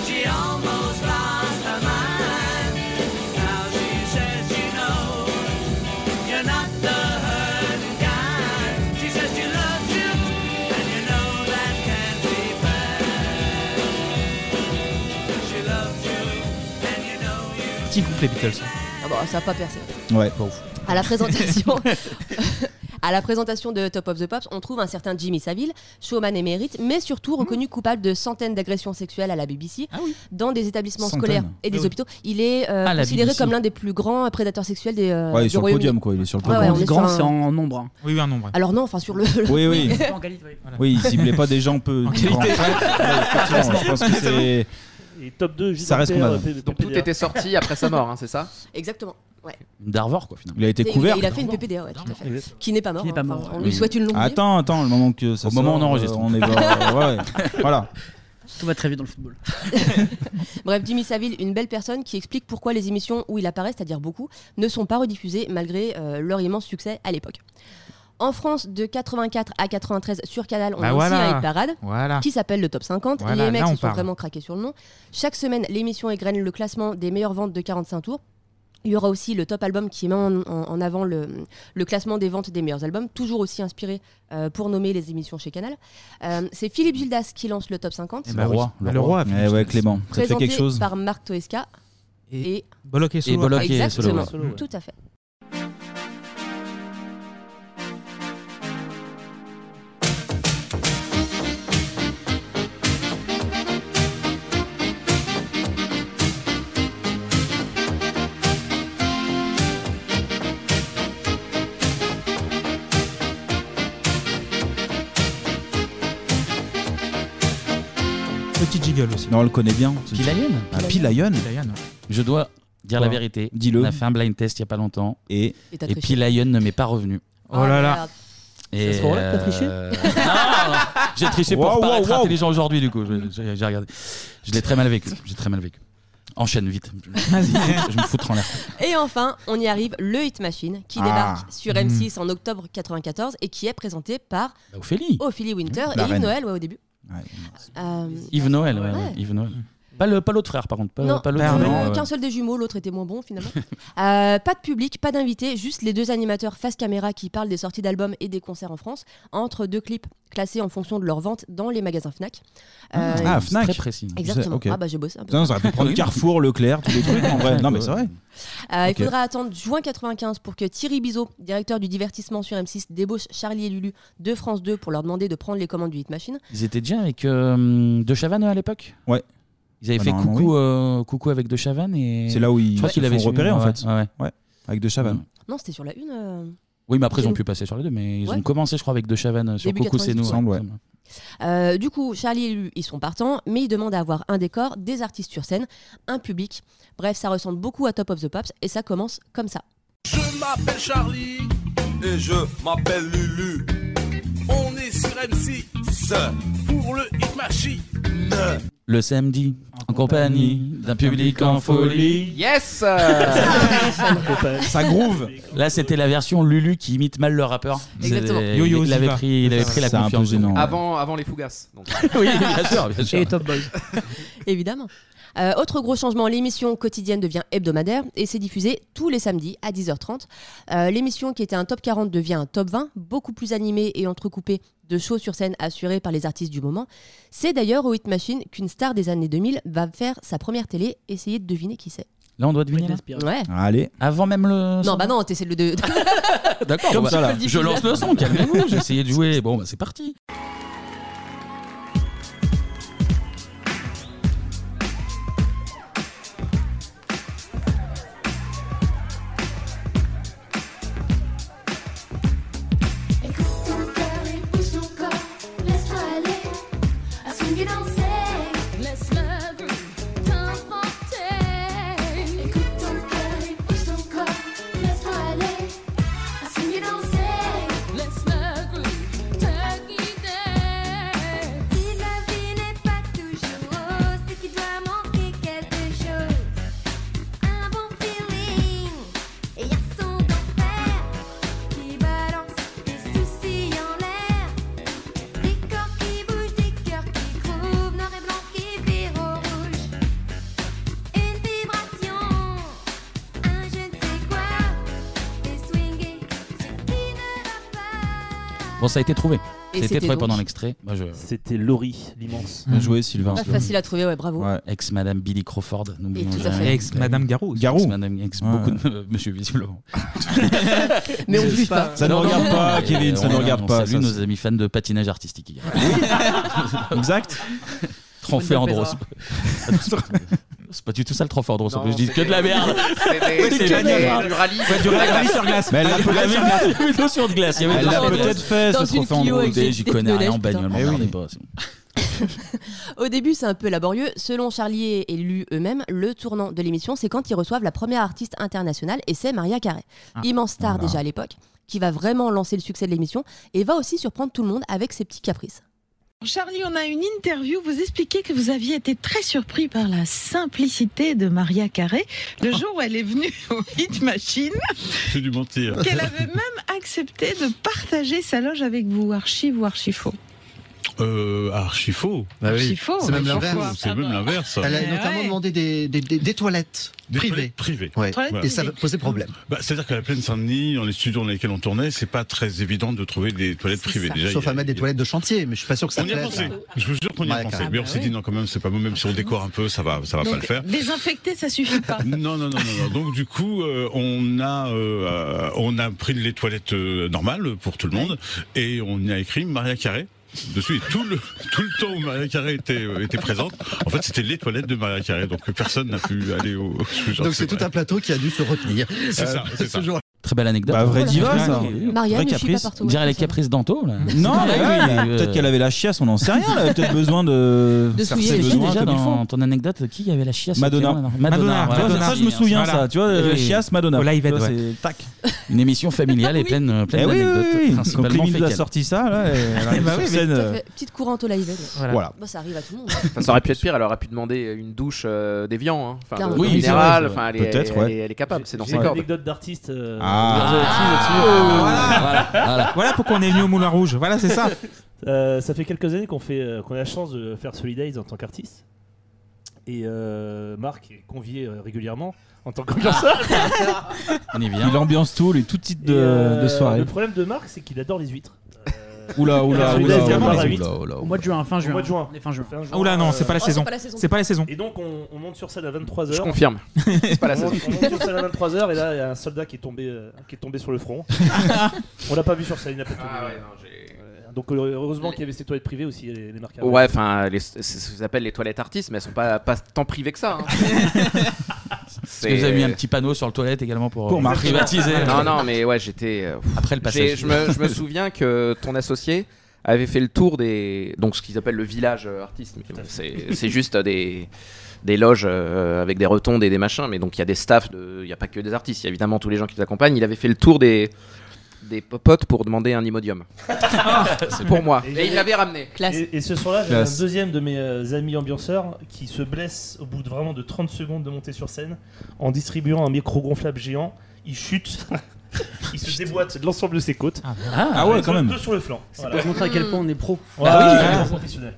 [SPEAKER 12] She almost lost her mind. Now she says she knows you're not the hurting kind. She says she loves you, and you know that can't be bad. She loves you.
[SPEAKER 11] Petit couple les Beatles.
[SPEAKER 4] Ah bon, ça n'a pas percé.
[SPEAKER 7] Ouais, pas ouf.
[SPEAKER 4] À la présentation. À la présentation de Top of the Pops, on trouve un certain Jimmy Savile, showman émérite, mais surtout
[SPEAKER 7] Mmh.
[SPEAKER 4] reconnu coupable de centaines d'agressions sexuelles à la BBC, dans des établissements
[SPEAKER 7] Ah Centaines.
[SPEAKER 4] scolaires et des
[SPEAKER 7] Ah oui.
[SPEAKER 4] hôpitaux. Il est euh,
[SPEAKER 7] À la
[SPEAKER 4] considéré
[SPEAKER 7] BBC.
[SPEAKER 4] comme l'un des plus grands prédateurs sexuels des. euh,
[SPEAKER 7] Ouais, il est
[SPEAKER 4] du
[SPEAKER 7] sur le
[SPEAKER 4] Royaume-Uni.
[SPEAKER 7] podium, quoi, il est sur le
[SPEAKER 4] Ouais,
[SPEAKER 7] podium.
[SPEAKER 4] ouais, on
[SPEAKER 7] Grand,
[SPEAKER 4] est
[SPEAKER 7] grand,
[SPEAKER 4] sur
[SPEAKER 7] c'est
[SPEAKER 4] un-
[SPEAKER 7] en nombre. hein.
[SPEAKER 11] Oui, oui, un nombre.
[SPEAKER 4] Alors non, enfin sur le. le-
[SPEAKER 7] Oui, oui.
[SPEAKER 9] En qualité, oui.
[SPEAKER 7] Oui, il ciblait pas des gens peu.
[SPEAKER 11] En qualité.
[SPEAKER 7] grands. Ouais, effectivement, je pense que c'est.
[SPEAKER 8] Et top 2, juste
[SPEAKER 7] Ça reste
[SPEAKER 8] après,
[SPEAKER 7] condamné.
[SPEAKER 8] euh, P-
[SPEAKER 10] Donc
[SPEAKER 8] PPDA.
[SPEAKER 10] tout était sorti après sa mort, hein, c'est ça
[SPEAKER 4] Exactement. Ouais.
[SPEAKER 1] Darvor, quoi, finalement.
[SPEAKER 7] Il a été
[SPEAKER 4] Et
[SPEAKER 7] couvert.
[SPEAKER 4] Il a fait une PPDA, ouais, tout à fait. Qui n'est pas mort.
[SPEAKER 9] Qui n'est pas
[SPEAKER 4] hein,
[SPEAKER 9] mort,
[SPEAKER 4] enfin,
[SPEAKER 9] ouais.
[SPEAKER 4] on lui souhaite une longue vie.
[SPEAKER 7] Attends, attends, le moment que ça
[SPEAKER 1] Au moment où
[SPEAKER 7] sort,
[SPEAKER 1] on enregistre.
[SPEAKER 7] euh, On est ouais, ouais. Voilà.
[SPEAKER 9] Tout va très vite dans le football.
[SPEAKER 4] Bref, Jimmy Savile, une belle personne qui explique pourquoi les émissions où il apparaît, c'est-à-dire beaucoup, ne sont pas rediffusées malgré euh, leur immense succès à l'époque. En France, de 84 à 93 sur Canal, on
[SPEAKER 14] Bah
[SPEAKER 4] a aussi
[SPEAKER 14] voilà.
[SPEAKER 4] un hit parade
[SPEAKER 14] Voilà.
[SPEAKER 4] qui s'appelle le Top 50.
[SPEAKER 14] Voilà,
[SPEAKER 4] les mecs
[SPEAKER 14] là, on
[SPEAKER 4] se sont
[SPEAKER 14] parle.
[SPEAKER 4] vraiment craqués sur le nom. Chaque semaine, l'émission égrène le classement des meilleures ventes de 45 tours. Il y aura aussi le top album qui met en, en- en avant le, le classement des ventes des meilleurs albums, toujours aussi inspiré euh, pour nommer les émissions chez Canal. Euh, c'est Philippe Gildas qui lance le top 50.
[SPEAKER 7] Eh ben oui. Ah, le roi, Philippe
[SPEAKER 11] Eh ouais,
[SPEAKER 7] Gildas.
[SPEAKER 11] Clément, ça te fait
[SPEAKER 4] présenté
[SPEAKER 11] quelque chose.
[SPEAKER 4] par Marc Toesca et,
[SPEAKER 11] Bollock et Solo.
[SPEAKER 7] Bollock et Solo,
[SPEAKER 4] Exactement,
[SPEAKER 7] ouais. Solo, ouais.
[SPEAKER 4] tout à fait.
[SPEAKER 11] Petit jiggle aussi.
[SPEAKER 7] Non, on le connaît bien.
[SPEAKER 1] Pilayon
[SPEAKER 7] Ah, Pilayon.
[SPEAKER 1] Je dois dire
[SPEAKER 7] Quoi
[SPEAKER 1] la vérité.
[SPEAKER 7] Dis-le.
[SPEAKER 1] On a fait un blind test il n'y a pas longtemps.
[SPEAKER 7] Et,
[SPEAKER 1] et,
[SPEAKER 4] Et t'as triché.
[SPEAKER 1] Pilayon ne m'est pas revenu.
[SPEAKER 11] Oh là là. merde.
[SPEAKER 1] Et
[SPEAKER 11] C'est à ce moment-là que t'as triché
[SPEAKER 1] euh, non, non, J'ai triché pour
[SPEAKER 11] Wow,
[SPEAKER 1] paraître
[SPEAKER 11] wow, wow.
[SPEAKER 1] intelligent aujourd'hui, du coup. Je- J'ai j'ai regardé. Je l'ai très mal vécu. J'ai très mal vécu. Enchaîne vite. Je me foutre- je me foutre en l'air.
[SPEAKER 4] Et enfin, on y arrive, le Hit Machine qui
[SPEAKER 1] Ah.
[SPEAKER 4] débarque sur M6 en octobre 94 et qui est présenté par
[SPEAKER 1] Bah, Ophélie.
[SPEAKER 4] Ophélie Winter
[SPEAKER 1] La
[SPEAKER 4] et Yves
[SPEAKER 1] reine.
[SPEAKER 4] Noël ouais, au début.
[SPEAKER 1] Ouais.
[SPEAKER 4] Euh,
[SPEAKER 1] Yves Noël, ouais,
[SPEAKER 4] Ouais.
[SPEAKER 1] ouais, Yves Noël. Pas le- pas l'autre frère, par contre. Pas,
[SPEAKER 4] non,
[SPEAKER 1] pas l'autre
[SPEAKER 4] euh,
[SPEAKER 1] frère. Ouais, ouais.
[SPEAKER 4] qu'un seul des jumeaux, l'autre était moins bon finalement. Euh, pas de public, pas d'invité, juste les deux animateurs face caméra qui parlent des sorties d'albums et des concerts en France entre deux clips classés en fonction de leur vente dans les magasins Fnac. Euh,
[SPEAKER 7] ah, Fnac.
[SPEAKER 1] Très précis.
[SPEAKER 4] Exactement.
[SPEAKER 7] Ok.
[SPEAKER 4] Ah bah j'ai bossé un peu.
[SPEAKER 7] Putain, ça aurait pu prendre
[SPEAKER 1] Oui.
[SPEAKER 7] Carrefour, Leclerc, tous les trucs en vrai. Non, mais c'est vrai.
[SPEAKER 4] Euh,
[SPEAKER 7] Ok.
[SPEAKER 4] Il faudra attendre juin 95 pour que Thierry Bizot, directeur du divertissement sur M6, débauche Charlie et Lulu de France 2 pour leur demander de prendre les commandes du Hit Machine.
[SPEAKER 1] Ils étaient déjà avec euh, De Chavannes à l'époque
[SPEAKER 7] Ouais.
[SPEAKER 1] Ils avaient
[SPEAKER 7] Bah,
[SPEAKER 1] fait
[SPEAKER 7] normalement,
[SPEAKER 1] coucou, euh, coucou avec De Chavannes et.
[SPEAKER 7] C'est là où ils
[SPEAKER 1] Je crois
[SPEAKER 7] se
[SPEAKER 1] qu'il avait
[SPEAKER 7] font repérer, en
[SPEAKER 1] ouais,
[SPEAKER 7] fait.
[SPEAKER 1] ouais, ouais.
[SPEAKER 7] Ouais, avec De Chavannes.
[SPEAKER 4] Non, c'était sur la une. euh,
[SPEAKER 1] Oui, mais après, ils ont
[SPEAKER 4] Chez
[SPEAKER 1] pu passer sur les deux, mais ils
[SPEAKER 4] Ouais.
[SPEAKER 1] ont commencé, je crois, avec De Chavannes sur
[SPEAKER 4] Début
[SPEAKER 1] Coucou, c'est nous. hein.
[SPEAKER 4] 90,
[SPEAKER 1] ouais.
[SPEAKER 4] Euh, du coup, Charlie et Lulu, ils sont partants, mais ils demandent à avoir un décor, des artistes sur scène, un public. Bref, ça ressemble beaucoup à Top of the Pops et ça commence comme ça.
[SPEAKER 15] Je m'appelle Charlie et je m'appelle Lulu. On est sur M6 pour le Hit Machine.
[SPEAKER 1] Le samedi, en compagnie d'un public en folie.
[SPEAKER 10] Yes
[SPEAKER 1] Ça groove Là, c'était la version Lulu qui imite mal le rappeur.
[SPEAKER 10] Exactement.
[SPEAKER 1] C'est-
[SPEAKER 10] Yo-yo
[SPEAKER 1] il avait
[SPEAKER 10] Ziva.
[SPEAKER 1] pris, il avait pris la
[SPEAKER 7] C'est un peu
[SPEAKER 1] confiance.
[SPEAKER 7] gênant,
[SPEAKER 1] donc.
[SPEAKER 10] Avant, avant les fougasses. donc.
[SPEAKER 1] Oui, bien sûr, bien sûr. Et Top
[SPEAKER 4] Boy. Évidemment. Euh, autre gros changement, l'émission quotidienne devient hebdomadaire et c'est diffusée tous les samedis à 10h30. Euh, l'émission qui était un top 40 devient un top 20, beaucoup plus animée et entrecoupée de shows sur scène assurés par les artistes du moment. C'est d'ailleurs au Hit Machine qu'une star des années 2000 va faire sa première télé, essayer de deviner qui c'est.
[SPEAKER 1] Là, on doit deviner. là
[SPEAKER 4] Ouais.
[SPEAKER 7] Allez.
[SPEAKER 1] Avant même le.
[SPEAKER 4] Non, bah non, t'essaies de le... de-
[SPEAKER 1] D'accord,
[SPEAKER 4] Comme
[SPEAKER 1] bon,
[SPEAKER 4] ça,
[SPEAKER 1] bah,
[SPEAKER 4] là.
[SPEAKER 1] je lance le son, calmez-vous, j'ai essayé de jouer. Bon, bah, c'est parti.
[SPEAKER 12] Ton cœur et bouge ton corps, laisse-le aller, à swing et danser, laisse le groove t'emporter. Écoute ton cœur et bouge ton corps, laisse-le aller, à swing et danser, laisse le groove te guider. Si la vie n'est pas toujours rose, c'est qu'il doit manquer quelque chose. Un bon feeling et un son d'enfer qui balance des soucis en l'air, des corps qui bougent, des cœurs qui grouvent, noir et blanc qui vire au rouge. Une vibration, un je ne sais quoi, des swinging, c'est qui ne va
[SPEAKER 1] Bon, ça a été trouvé.
[SPEAKER 4] Et
[SPEAKER 1] ça a été
[SPEAKER 4] c'était
[SPEAKER 1] trouvé
[SPEAKER 4] donc-
[SPEAKER 1] pendant l'extrait. Moi, je- Mmh.
[SPEAKER 8] C'était Laurie, l'immense.
[SPEAKER 7] Mmh.
[SPEAKER 1] Bien joué, Sylvain.
[SPEAKER 4] Pas facile à trouver, ouais, bravo.
[SPEAKER 1] Ex-madame Billy Crawford. n'oublions
[SPEAKER 4] tout à
[SPEAKER 1] jamais.
[SPEAKER 4] fait.
[SPEAKER 11] Ex-madame Garou aussi.
[SPEAKER 1] Garou. Ex-madame, ex
[SPEAKER 11] Ouais.
[SPEAKER 1] beaucoup de euh, monsieur, visiblement.
[SPEAKER 4] Mais on ne juge pas.
[SPEAKER 7] Ça ne
[SPEAKER 1] Non,
[SPEAKER 7] regarde
[SPEAKER 1] non,
[SPEAKER 7] pas,
[SPEAKER 1] non, mais
[SPEAKER 7] Kevin,
[SPEAKER 1] on-
[SPEAKER 7] ça ne
[SPEAKER 1] on-
[SPEAKER 7] regarde
[SPEAKER 1] on
[SPEAKER 7] pas,
[SPEAKER 1] salue
[SPEAKER 7] ça,
[SPEAKER 1] nos
[SPEAKER 7] c'est-
[SPEAKER 1] amis fans de patinage artistique hier.
[SPEAKER 7] exact.
[SPEAKER 1] Trophée
[SPEAKER 7] Bonne
[SPEAKER 1] Andros. C'est pas du tout ça le trophée Andros. en plus. Je dis que de la merde.
[SPEAKER 10] C'est des-
[SPEAKER 1] Ouais,
[SPEAKER 10] c'est
[SPEAKER 1] que de la
[SPEAKER 10] des-
[SPEAKER 1] merde.
[SPEAKER 10] du rallye.
[SPEAKER 1] Ouais, du rallye sur glace.
[SPEAKER 7] Mais elle l'a
[SPEAKER 1] Du
[SPEAKER 7] peut-être
[SPEAKER 1] rallye
[SPEAKER 7] fait.
[SPEAKER 1] sur glace. Oui, non, sur de glace. Il y avait
[SPEAKER 7] Elle
[SPEAKER 1] de
[SPEAKER 7] l'a
[SPEAKER 1] la glace.
[SPEAKER 7] peut-être fait, ce Dans une trophée Clio Andros. avec des
[SPEAKER 1] J'y
[SPEAKER 7] petites
[SPEAKER 1] connais
[SPEAKER 7] pneus
[SPEAKER 1] rien en
[SPEAKER 7] neige,
[SPEAKER 1] bagnole,
[SPEAKER 7] putain.
[SPEAKER 1] m'emmerdez
[SPEAKER 7] Eh oui.
[SPEAKER 1] pas. c'est bon.
[SPEAKER 4] Au début, c'est un peu laborieux. Selon Charlier et Lu eux-mêmes, le tournant de l'émission, c'est quand ils reçoivent la première artiste internationale, et c'est Maria Carré,
[SPEAKER 14] Ah,
[SPEAKER 4] immense star
[SPEAKER 14] voilà.
[SPEAKER 4] déjà à l'époque, qui va vraiment lancer le succès de l'émission et va aussi surprendre tout le monde avec ses petits caprices.
[SPEAKER 14] Charlie, on a une interview. Vous expliquez que vous aviez été très surpris par la simplicité de Maria Carré le
[SPEAKER 16] Ah.
[SPEAKER 14] jour où elle est venue au Hit Machine,
[SPEAKER 16] C'est du mentir.
[SPEAKER 14] qu'elle avait même accepté de partager sa loge avec vous. Archive ou archifaux
[SPEAKER 16] Euh, archi faux.
[SPEAKER 17] Ah
[SPEAKER 14] Bah oui. Archi faux, Ah
[SPEAKER 16] C'est même
[SPEAKER 14] archi
[SPEAKER 16] l'inverse.
[SPEAKER 14] faux.
[SPEAKER 16] C'est même l'inverse.
[SPEAKER 17] Elle a notamment demandé des, des- des- des toilettes
[SPEAKER 16] Des
[SPEAKER 17] privées.
[SPEAKER 16] Privées.
[SPEAKER 17] Ouais.
[SPEAKER 16] Voilà.
[SPEAKER 17] Et ça va poser problème.
[SPEAKER 16] Bah, C'est-à-dire qu'à la plaine Saint-Denis, dans les studios dans lesquels on tournait, c'est pas très évident de trouver des toilettes privées. Déjà, il
[SPEAKER 17] Sauf
[SPEAKER 16] y a-
[SPEAKER 17] à mettre des toilettes de chantier, mais je suis pas sûr que ça
[SPEAKER 16] on y a
[SPEAKER 17] plaise.
[SPEAKER 16] pensé. Je vous jure qu'on y a
[SPEAKER 17] Maria
[SPEAKER 16] pensé.
[SPEAKER 17] Carré.
[SPEAKER 16] Mais on s'est dit non, quand même, c'est pas bon. Même si on décore un peu, ça va, ça va pas
[SPEAKER 14] Ah bah Donc,
[SPEAKER 16] le faire.
[SPEAKER 14] Désinfecter, ça suffit pas.
[SPEAKER 16] Non, non, non, non, non. Donc du coup, euh, on a euh, euh, on a pris les toilettes euh, normales pour tout le monde et on y a écrit Maria Carré dessus et tout le tout le temps où Maria Carré était euh, était présente. En fait, c'était les toilettes de Maria Carré, donc personne n'a pu aller au.
[SPEAKER 17] Donc c'est tout un plateau qui a dû se retenir.
[SPEAKER 16] C'est
[SPEAKER 17] Euh,
[SPEAKER 16] ça, c'est ça.
[SPEAKER 17] ce jour-là.
[SPEAKER 1] Très belle anecdote.
[SPEAKER 7] Bah, vrai diva, ça.
[SPEAKER 4] Marianne
[SPEAKER 7] Vrai
[SPEAKER 4] ne chie pas
[SPEAKER 7] caprice.
[SPEAKER 4] partout.
[SPEAKER 1] On dirait les caprices d'Anto, là.
[SPEAKER 7] Non,
[SPEAKER 1] Ah,
[SPEAKER 7] mais
[SPEAKER 1] oui,
[SPEAKER 7] ouais,
[SPEAKER 1] mais, euh,
[SPEAKER 7] peut-être qu'elle avait la chiasse, on n'en sait rien. Elle avait peut-être besoin de,
[SPEAKER 1] De
[SPEAKER 7] faire
[SPEAKER 1] souiller
[SPEAKER 7] ses
[SPEAKER 1] les
[SPEAKER 7] besoins
[SPEAKER 1] filles, déjà,
[SPEAKER 7] comme il
[SPEAKER 1] dans
[SPEAKER 7] faut.
[SPEAKER 1] ton anecdote, qui avait la chiasse
[SPEAKER 7] Madonna.
[SPEAKER 1] Madonna,
[SPEAKER 7] Madonna,
[SPEAKER 1] voilà.
[SPEAKER 7] tu vois, ça, je me souviens, ça, tu vois,
[SPEAKER 1] Oui,
[SPEAKER 7] la
[SPEAKER 1] oui.
[SPEAKER 7] chiasse, Madonna.
[SPEAKER 1] Au live
[SPEAKER 7] Tu vois,
[SPEAKER 1] Aid, ouais.
[SPEAKER 7] c'est- tac.
[SPEAKER 1] Une émission familiale et pleine, euh, pleine
[SPEAKER 7] Eh oui,
[SPEAKER 1] d'anecdotes.
[SPEAKER 7] oui, oui.
[SPEAKER 1] principalement
[SPEAKER 7] Quand Clémy nous a
[SPEAKER 1] fécales.
[SPEAKER 7] sorti ça, là, et elle
[SPEAKER 1] Eh
[SPEAKER 7] arrive
[SPEAKER 1] bah
[SPEAKER 7] sur
[SPEAKER 1] oui, mais-
[SPEAKER 7] scène,
[SPEAKER 4] Tout à
[SPEAKER 7] euh,
[SPEAKER 4] fait. Petite courante au live.
[SPEAKER 10] Voilà.
[SPEAKER 4] Bon, Bah, ça arrive à tout le monde.
[SPEAKER 10] Enfin, ça aurait pu être pire, elle aurait pu demander une douche euh, d'évian. Hein. Enfin,
[SPEAKER 4] Clairement.
[SPEAKER 10] de-
[SPEAKER 4] Oui,
[SPEAKER 10] de
[SPEAKER 4] c'est
[SPEAKER 10] minéral,
[SPEAKER 4] vrai, c'est vrai.
[SPEAKER 10] enfin, elle, est-
[SPEAKER 7] Peut-être,
[SPEAKER 10] elle
[SPEAKER 7] ouais.
[SPEAKER 10] est- elle est capable, c'est dans
[SPEAKER 8] J'ai
[SPEAKER 10] ses
[SPEAKER 8] une
[SPEAKER 10] cordes.
[SPEAKER 8] anecdote d'artiste. euh,
[SPEAKER 7] Ah.
[SPEAKER 8] Versailles là-dessus.
[SPEAKER 7] Voilà. Voilà. Voilà pourquoi on est venu au Moulin Rouge. Voilà, c'est ça.
[SPEAKER 8] Euh, ça fait quelques années qu'on fait, euh, qu'on a la chance de faire Solidays en tant qu'artiste. Et euh, Marc est convié euh, régulièrement en tant qu'ambianceur.
[SPEAKER 1] On est bien.
[SPEAKER 7] Il ambiance tout, les tout type de,
[SPEAKER 8] Et, euh,
[SPEAKER 7] de soirée.
[SPEAKER 8] Le problème de Marc, c'est qu'il adore les huîtres. Euh,
[SPEAKER 7] Oula, oula,
[SPEAKER 8] Solidays,
[SPEAKER 7] oula,
[SPEAKER 8] il adore
[SPEAKER 7] oula,
[SPEAKER 8] la
[SPEAKER 7] oula,
[SPEAKER 8] huître.
[SPEAKER 7] oula, oula.
[SPEAKER 9] Au mois de juin, fin
[SPEAKER 8] Au
[SPEAKER 9] juin.
[SPEAKER 8] mois de juin. Euh,
[SPEAKER 9] Les fins juin.
[SPEAKER 7] Ah, oula, non, c'est pas la saison. C'est pas la saison.
[SPEAKER 8] Et donc, on, on monte sur scène à 23h.
[SPEAKER 10] Je confirme. C'est pas la
[SPEAKER 8] on, monte-
[SPEAKER 10] saison.
[SPEAKER 8] on monte sur scène à 23h et là, il y a un soldat qui est tombé, euh, qui est tombé sur le front. on l'a pas vu sur scène, il n'a pas
[SPEAKER 7] Ah
[SPEAKER 8] tombé. Ouais, donc, euh, heureusement qu'il y avait ces toilettes privées aussi, les, les marques. à-
[SPEAKER 10] Ouais, enfin, les- c'est ce qu'ils appellent les toilettes artistes, mais elles sont pas, pas tant privées que ça. hein.
[SPEAKER 1] Est-ce que vous avez mis un petit panneau sur le toilette également pour, euh, privatiser
[SPEAKER 10] Non, non, mais ouais, j'étais. euh, pff,
[SPEAKER 1] Après le passage.
[SPEAKER 10] j'ai- Je me, je me souviens que ton associé avait fait le tour des. Donc, ce qu'ils appellent le village euh, artiste. Mais bon, c'est c'est juste euh, des. Des loges euh, avec des rotondes et des machins, mais donc il y a des staffs, de- il n'y a pas que des artistes, il y a évidemment tous les gens qui t'accompagnent. Il avait fait le tour des, des popotes pour demander un imodium.
[SPEAKER 5] Ah,
[SPEAKER 17] Ah.
[SPEAKER 10] pour moi. Et il l'avait ramené.
[SPEAKER 8] Et, et ce soir-là, j'avais
[SPEAKER 10] Classe.
[SPEAKER 8] un deuxième de mes euh, amis ambianceurs qui se blesse au bout de vraiment de 30 secondes de montée sur scène en distribuant un micro gonflable géant. Il chute, il se déboîte de l'ensemble de ses côtes.
[SPEAKER 7] ah, ah ouais,
[SPEAKER 8] Sur-
[SPEAKER 7] quand même.
[SPEAKER 8] Deux sur le flanc.
[SPEAKER 9] C'est pour montrer à quel point on est pro.
[SPEAKER 8] Ouais,
[SPEAKER 9] Bah oui.
[SPEAKER 8] ouais,
[SPEAKER 9] Ah.
[SPEAKER 8] ouais, professionnel.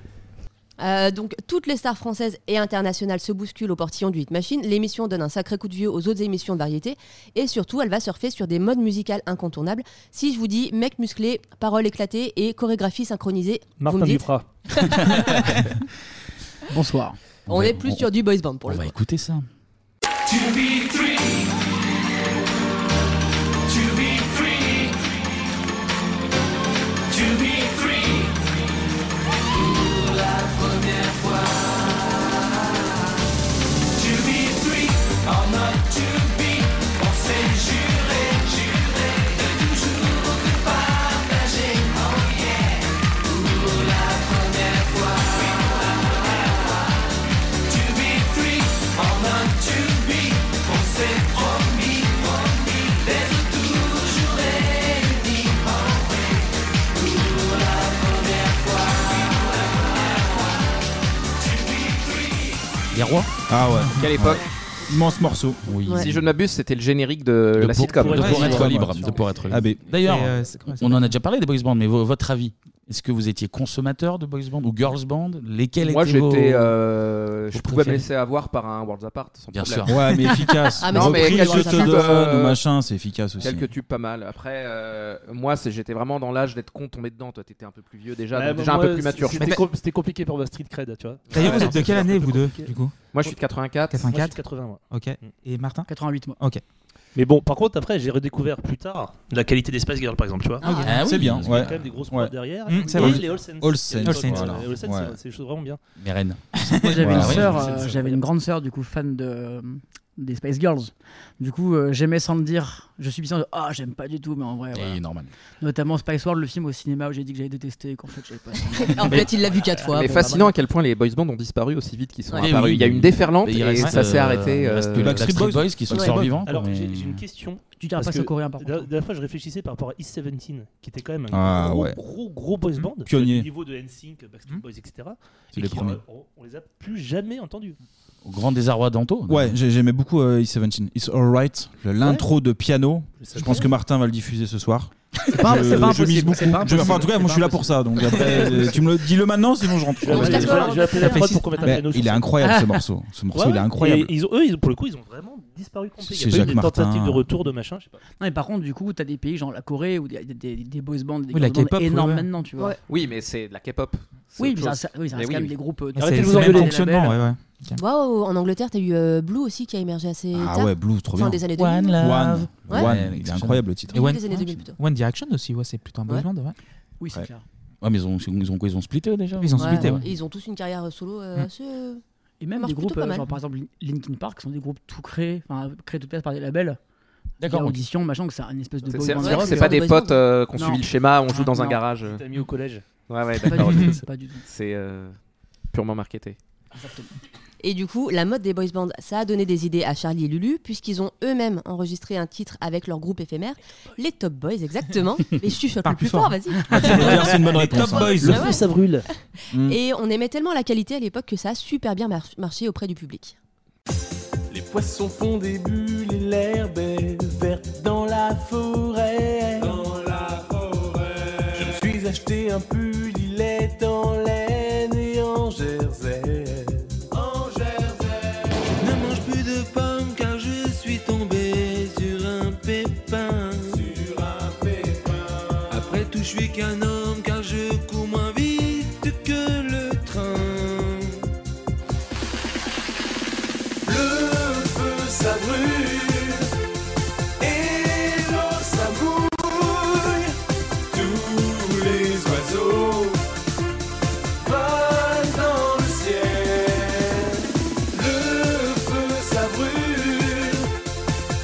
[SPEAKER 4] Euh, donc toutes les stars françaises et internationales se bousculent au portillon du Hit Machine. L'émission donne un sacré coup de vieux aux autres émissions de variété et surtout elle va surfer sur des modes musicales incontournables. Si je vous dis mec musclé, paroles éclatées et chorégraphie synchronisée, vous
[SPEAKER 8] Martin
[SPEAKER 4] me dites
[SPEAKER 8] Duprat.
[SPEAKER 9] Bonsoir.
[SPEAKER 4] on est plus sur du boys band pour
[SPEAKER 1] On
[SPEAKER 4] le
[SPEAKER 1] va
[SPEAKER 4] coup.
[SPEAKER 1] écouter ça.
[SPEAKER 12] To be free. To be free. To be free. Pour la première fois. To be free or not to be. On s'est juré, juré de toujours te partager. Oh yeah. Pour la première fois. Oui, pour la première fois. To be free or not to be. On s'est promis, promis d'être toujours réunis. Oh yeah. Pour la première fois. Oui, pour la première fois. To be free.
[SPEAKER 1] Les rois
[SPEAKER 7] Ah ouais.
[SPEAKER 10] Quelle époque
[SPEAKER 7] Immense morceau.
[SPEAKER 4] Ouais.
[SPEAKER 10] Si je ne m'abuse, c'était le générique de, la sitcom.
[SPEAKER 1] Pour, pour être libre. De pour être libre.
[SPEAKER 7] Ah, ben.
[SPEAKER 1] D'ailleurs,
[SPEAKER 7] Et, euh, c'est- comment ça
[SPEAKER 1] on en a déjà parlé des boys bands, mais vo- votre avis Est-ce que vous étiez consommateur de boys band ou girls band Lesquels
[SPEAKER 10] Moi,
[SPEAKER 1] étaient vos-
[SPEAKER 10] j'étais. euh, je
[SPEAKER 1] vos
[SPEAKER 10] pouvais me
[SPEAKER 1] préférés
[SPEAKER 10] laisser avoir par un Worlds Apart. Sans
[SPEAKER 1] Bien
[SPEAKER 10] problème.
[SPEAKER 1] sûr.
[SPEAKER 7] Ouais, mais efficace.
[SPEAKER 1] Ah, mais
[SPEAKER 7] non,
[SPEAKER 1] c'est
[SPEAKER 7] mais
[SPEAKER 1] horrible,
[SPEAKER 7] je
[SPEAKER 1] ça.
[SPEAKER 7] te
[SPEAKER 1] Type,
[SPEAKER 7] donne,
[SPEAKER 1] euh,
[SPEAKER 7] ou machin, c'est efficace aussi.
[SPEAKER 10] Quelques tubes pas mal. Après, euh, moi, c'est- j'étais vraiment dans l'âge d'être con tombé dedans. Toi, t'étais un peu plus vieux déjà,
[SPEAKER 8] Ouais,
[SPEAKER 10] donc
[SPEAKER 8] bah,
[SPEAKER 10] déjà un
[SPEAKER 8] moi,
[SPEAKER 10] peu plus mature.
[SPEAKER 8] C'était com- c'était compliqué pour ma Street Cred, tu vois. Ah,
[SPEAKER 7] D'ailleurs, vous êtes de quelle année, vous deux,
[SPEAKER 8] compliqué.
[SPEAKER 7] du coup
[SPEAKER 10] Moi, je suis de Mmh. 84.
[SPEAKER 7] 84.
[SPEAKER 8] Moi, je suis de 80, moi.
[SPEAKER 7] Ok. Et Martin
[SPEAKER 9] 88 mois.
[SPEAKER 7] Ok.
[SPEAKER 8] Mais bon, par contre, après, j'ai redécouvert plus tard la qualité des Spice Girls, par exemple, tu vois.
[SPEAKER 7] Ah, ok. Ah oui,
[SPEAKER 1] C'est bien,
[SPEAKER 8] Parce qu'il y a
[SPEAKER 1] ouais.
[SPEAKER 8] quand même des grosses
[SPEAKER 1] Ouais.
[SPEAKER 8] prods derrière.
[SPEAKER 1] Mm, c'est
[SPEAKER 8] et
[SPEAKER 1] vrai.
[SPEAKER 8] les Olsen.
[SPEAKER 1] Olsen,
[SPEAKER 8] Olsen,
[SPEAKER 1] voilà.
[SPEAKER 8] les Olsen,
[SPEAKER 1] Ouais.
[SPEAKER 8] c'est- c'est des choses vraiment bien.
[SPEAKER 1] Mes reines.
[SPEAKER 9] Moi, j'avais
[SPEAKER 1] Voilà.
[SPEAKER 9] une sœur,
[SPEAKER 1] Ouais.
[SPEAKER 9] euh, j'avais une grande sœur du coup fan de des Space Girls. Du coup, euh, j'aimais sans le dire. Je suis bien de ah, j'aime pas du tout, mais en vrai. voilà.
[SPEAKER 1] normal.
[SPEAKER 9] Notamment Spice World, le film au cinéma où j'ai dit que j'avais détesté, qu'en fait, j'avais pas.
[SPEAKER 4] En fait, il l'a vu quatre fois.
[SPEAKER 10] Mais
[SPEAKER 4] Bon, bah,
[SPEAKER 10] fascinant
[SPEAKER 4] voilà.
[SPEAKER 10] à quel point les boys bands ont disparu aussi vite qu'ils sont
[SPEAKER 1] Eh
[SPEAKER 10] apparus.
[SPEAKER 1] oui.
[SPEAKER 10] Il y a une déferlante
[SPEAKER 1] Et il
[SPEAKER 10] et,
[SPEAKER 1] reste,
[SPEAKER 10] ça s'est
[SPEAKER 1] euh,
[SPEAKER 10] arrêté.
[SPEAKER 1] il reste les Backstreet Boys qui sont encore vivants, quoi,
[SPEAKER 8] Alors,
[SPEAKER 1] mais-
[SPEAKER 8] j'ai j'ai une question.
[SPEAKER 9] Tu diras
[SPEAKER 8] Parce
[SPEAKER 9] pas ça
[SPEAKER 8] que
[SPEAKER 9] coréen, par
[SPEAKER 8] la- La dernière fois, je réfléchissais par rapport à East 17, qui était quand même un
[SPEAKER 7] Ah,
[SPEAKER 8] gros,
[SPEAKER 7] ouais.
[SPEAKER 8] gros, gros boys band.
[SPEAKER 7] Pionnier.
[SPEAKER 8] Au niveau de NSYNC, Backstreet Boys, etc.
[SPEAKER 7] C'est
[SPEAKER 8] et
[SPEAKER 7] les
[SPEAKER 8] qui,
[SPEAKER 7] premiers.
[SPEAKER 8] on, on les a plus jamais entendus.
[SPEAKER 1] Au grand désarroi d'Anto.
[SPEAKER 7] Ouais, j'ai- j'aimais beaucoup euh, It's 17. It's Alright, le- l'intro de piano.
[SPEAKER 8] Je
[SPEAKER 7] pense que Martin va le diffuser ce soir.
[SPEAKER 9] C'est pas-
[SPEAKER 7] Je-
[SPEAKER 9] c'est pas
[SPEAKER 7] je mise
[SPEAKER 9] impossible,
[SPEAKER 7] beaucoup.
[SPEAKER 9] c'est pas
[SPEAKER 7] Je- enfin, en tout
[SPEAKER 9] impossible,
[SPEAKER 7] cas, moi
[SPEAKER 9] c'est
[SPEAKER 7] je suis là
[SPEAKER 9] pas
[SPEAKER 7] pour ça. Donc après, euh, tu me le dis le maintenant, sinon je rentre.
[SPEAKER 8] Je vais appeler- je vais- je vais appeler la prod pour qu'on mette un
[SPEAKER 7] Mais
[SPEAKER 8] piano sur
[SPEAKER 7] Il est
[SPEAKER 8] scène.
[SPEAKER 7] incroyable ce morceau. Ce morceau,
[SPEAKER 8] Ouais,
[SPEAKER 7] il est
[SPEAKER 8] ouais.
[SPEAKER 7] incroyable.
[SPEAKER 8] Et ils ont- eux, ils ont- pour le coup, ils ont vraiment disparu complètement.
[SPEAKER 7] Chez
[SPEAKER 8] Il y a pas eu
[SPEAKER 7] Jacques
[SPEAKER 8] de tentative
[SPEAKER 7] Martin.
[SPEAKER 8] de retour de machin. je sais pas.
[SPEAKER 9] Non, mais par contre, du coup, t'as des pays genre la Corée où il y a des, des- des boys bands, des
[SPEAKER 10] Oui, la
[SPEAKER 9] girl bands
[SPEAKER 10] K-pop, ouais,
[SPEAKER 9] énormes
[SPEAKER 10] ouais.
[SPEAKER 9] maintenant, tu vois.
[SPEAKER 10] Ouais. Oui, mais c'est de la K-pop. C'est
[SPEAKER 9] Oui,
[SPEAKER 10] autre
[SPEAKER 9] mais ça,
[SPEAKER 10] chose.
[SPEAKER 9] ça- oui, ça
[SPEAKER 10] Mais
[SPEAKER 9] reste
[SPEAKER 10] oui,
[SPEAKER 9] quand même
[SPEAKER 10] oui.
[SPEAKER 9] des groupes. euh,
[SPEAKER 10] C'est-
[SPEAKER 9] arrêtez de
[SPEAKER 10] c'est
[SPEAKER 9] vous
[SPEAKER 10] le même
[SPEAKER 9] engueuler, les
[SPEAKER 10] fonctionnement,
[SPEAKER 9] labels.
[SPEAKER 10] ouais, ouais.
[SPEAKER 4] Waouh, en Angleterre, t'as eu euh, Blue aussi qui a émergé assez
[SPEAKER 7] Ah
[SPEAKER 4] tard.
[SPEAKER 7] ouais, Blue, trop
[SPEAKER 4] Fin
[SPEAKER 7] bien.
[SPEAKER 4] des années 2000.
[SPEAKER 7] One
[SPEAKER 4] non
[SPEAKER 7] Love.
[SPEAKER 4] Ouais.
[SPEAKER 7] One, il est incroyable, le titre.
[SPEAKER 4] Début des années 2000 plutôt.
[SPEAKER 11] One Direction aussi, ouais, c'est plutôt un boys
[SPEAKER 4] Ouais.
[SPEAKER 11] band, ouais.
[SPEAKER 9] Oui, c'est
[SPEAKER 1] Ouais.
[SPEAKER 9] clair.
[SPEAKER 1] Ouais, mais ils ont, ils ont quoi Ils ont splitté déjà
[SPEAKER 11] Ils ont
[SPEAKER 4] Ouais,
[SPEAKER 11] splitté, ouais.
[SPEAKER 4] Ils ont tous une carrière euh, solo euh,
[SPEAKER 11] Mm.
[SPEAKER 4] assez, euh,
[SPEAKER 9] Et même
[SPEAKER 4] marche
[SPEAKER 9] des groupes,
[SPEAKER 4] plutôt pas
[SPEAKER 9] euh,
[SPEAKER 4] mal.
[SPEAKER 9] genre par exemple Lin- Linkin Park, sont des groupes tout créés, enfin créés toutes pièces par des labels.
[SPEAKER 10] D'accord,
[SPEAKER 9] Via
[SPEAKER 10] ok.
[SPEAKER 9] Audition, machin, que c'est un espèce de
[SPEAKER 10] C'est-
[SPEAKER 9] boy
[SPEAKER 10] c'est-
[SPEAKER 9] band
[SPEAKER 10] c'est-
[SPEAKER 9] rock,
[SPEAKER 10] c'est
[SPEAKER 9] euh,
[SPEAKER 10] pas des
[SPEAKER 9] boys band.
[SPEAKER 10] potes, euh, qu'on
[SPEAKER 9] Non.
[SPEAKER 10] suit le schéma, on joue
[SPEAKER 9] Non,
[SPEAKER 10] dans un
[SPEAKER 9] non.
[SPEAKER 10] garage.
[SPEAKER 8] T'as mis au collège.
[SPEAKER 10] Ouais, ouais,
[SPEAKER 9] Pas
[SPEAKER 10] d'accord.
[SPEAKER 9] du
[SPEAKER 10] ok.
[SPEAKER 9] tout, pas du tout.
[SPEAKER 10] C'est euh, purement marketé.
[SPEAKER 4] Et du coup, la mode des boys bands, ça a donné des idées à Charlie et Lulu, puisqu'ils ont eux-mêmes enregistré un titre avec leur groupe éphémère, les Top Boys, exactement. Mais je suis le plus fort, vas-y.
[SPEAKER 7] c'est une bonne
[SPEAKER 8] Les
[SPEAKER 7] réponse,
[SPEAKER 8] Top
[SPEAKER 7] hein.
[SPEAKER 8] Boys.
[SPEAKER 7] Le
[SPEAKER 8] Le
[SPEAKER 7] feu,
[SPEAKER 8] feu, ça brûle.
[SPEAKER 4] Et on aimait tellement la qualité à l'époque que ça a super bien mar- marché auprès du public.
[SPEAKER 5] Les poissons font des bulles et l'herbe est verte dans la forêt. Dans la forêt. Je me suis acheté un pull, il est en laine et en jersey. En jersey. Ne mange plus de pommes car je suis tombé sur un pépin. Sur un pépin. Après tout, je suis qu'un homme car je cours moins vite que le train. Le feu ça brûle et l'eau ça mouille. Tous les oiseaux volent dans le ciel. Le feu ça brûle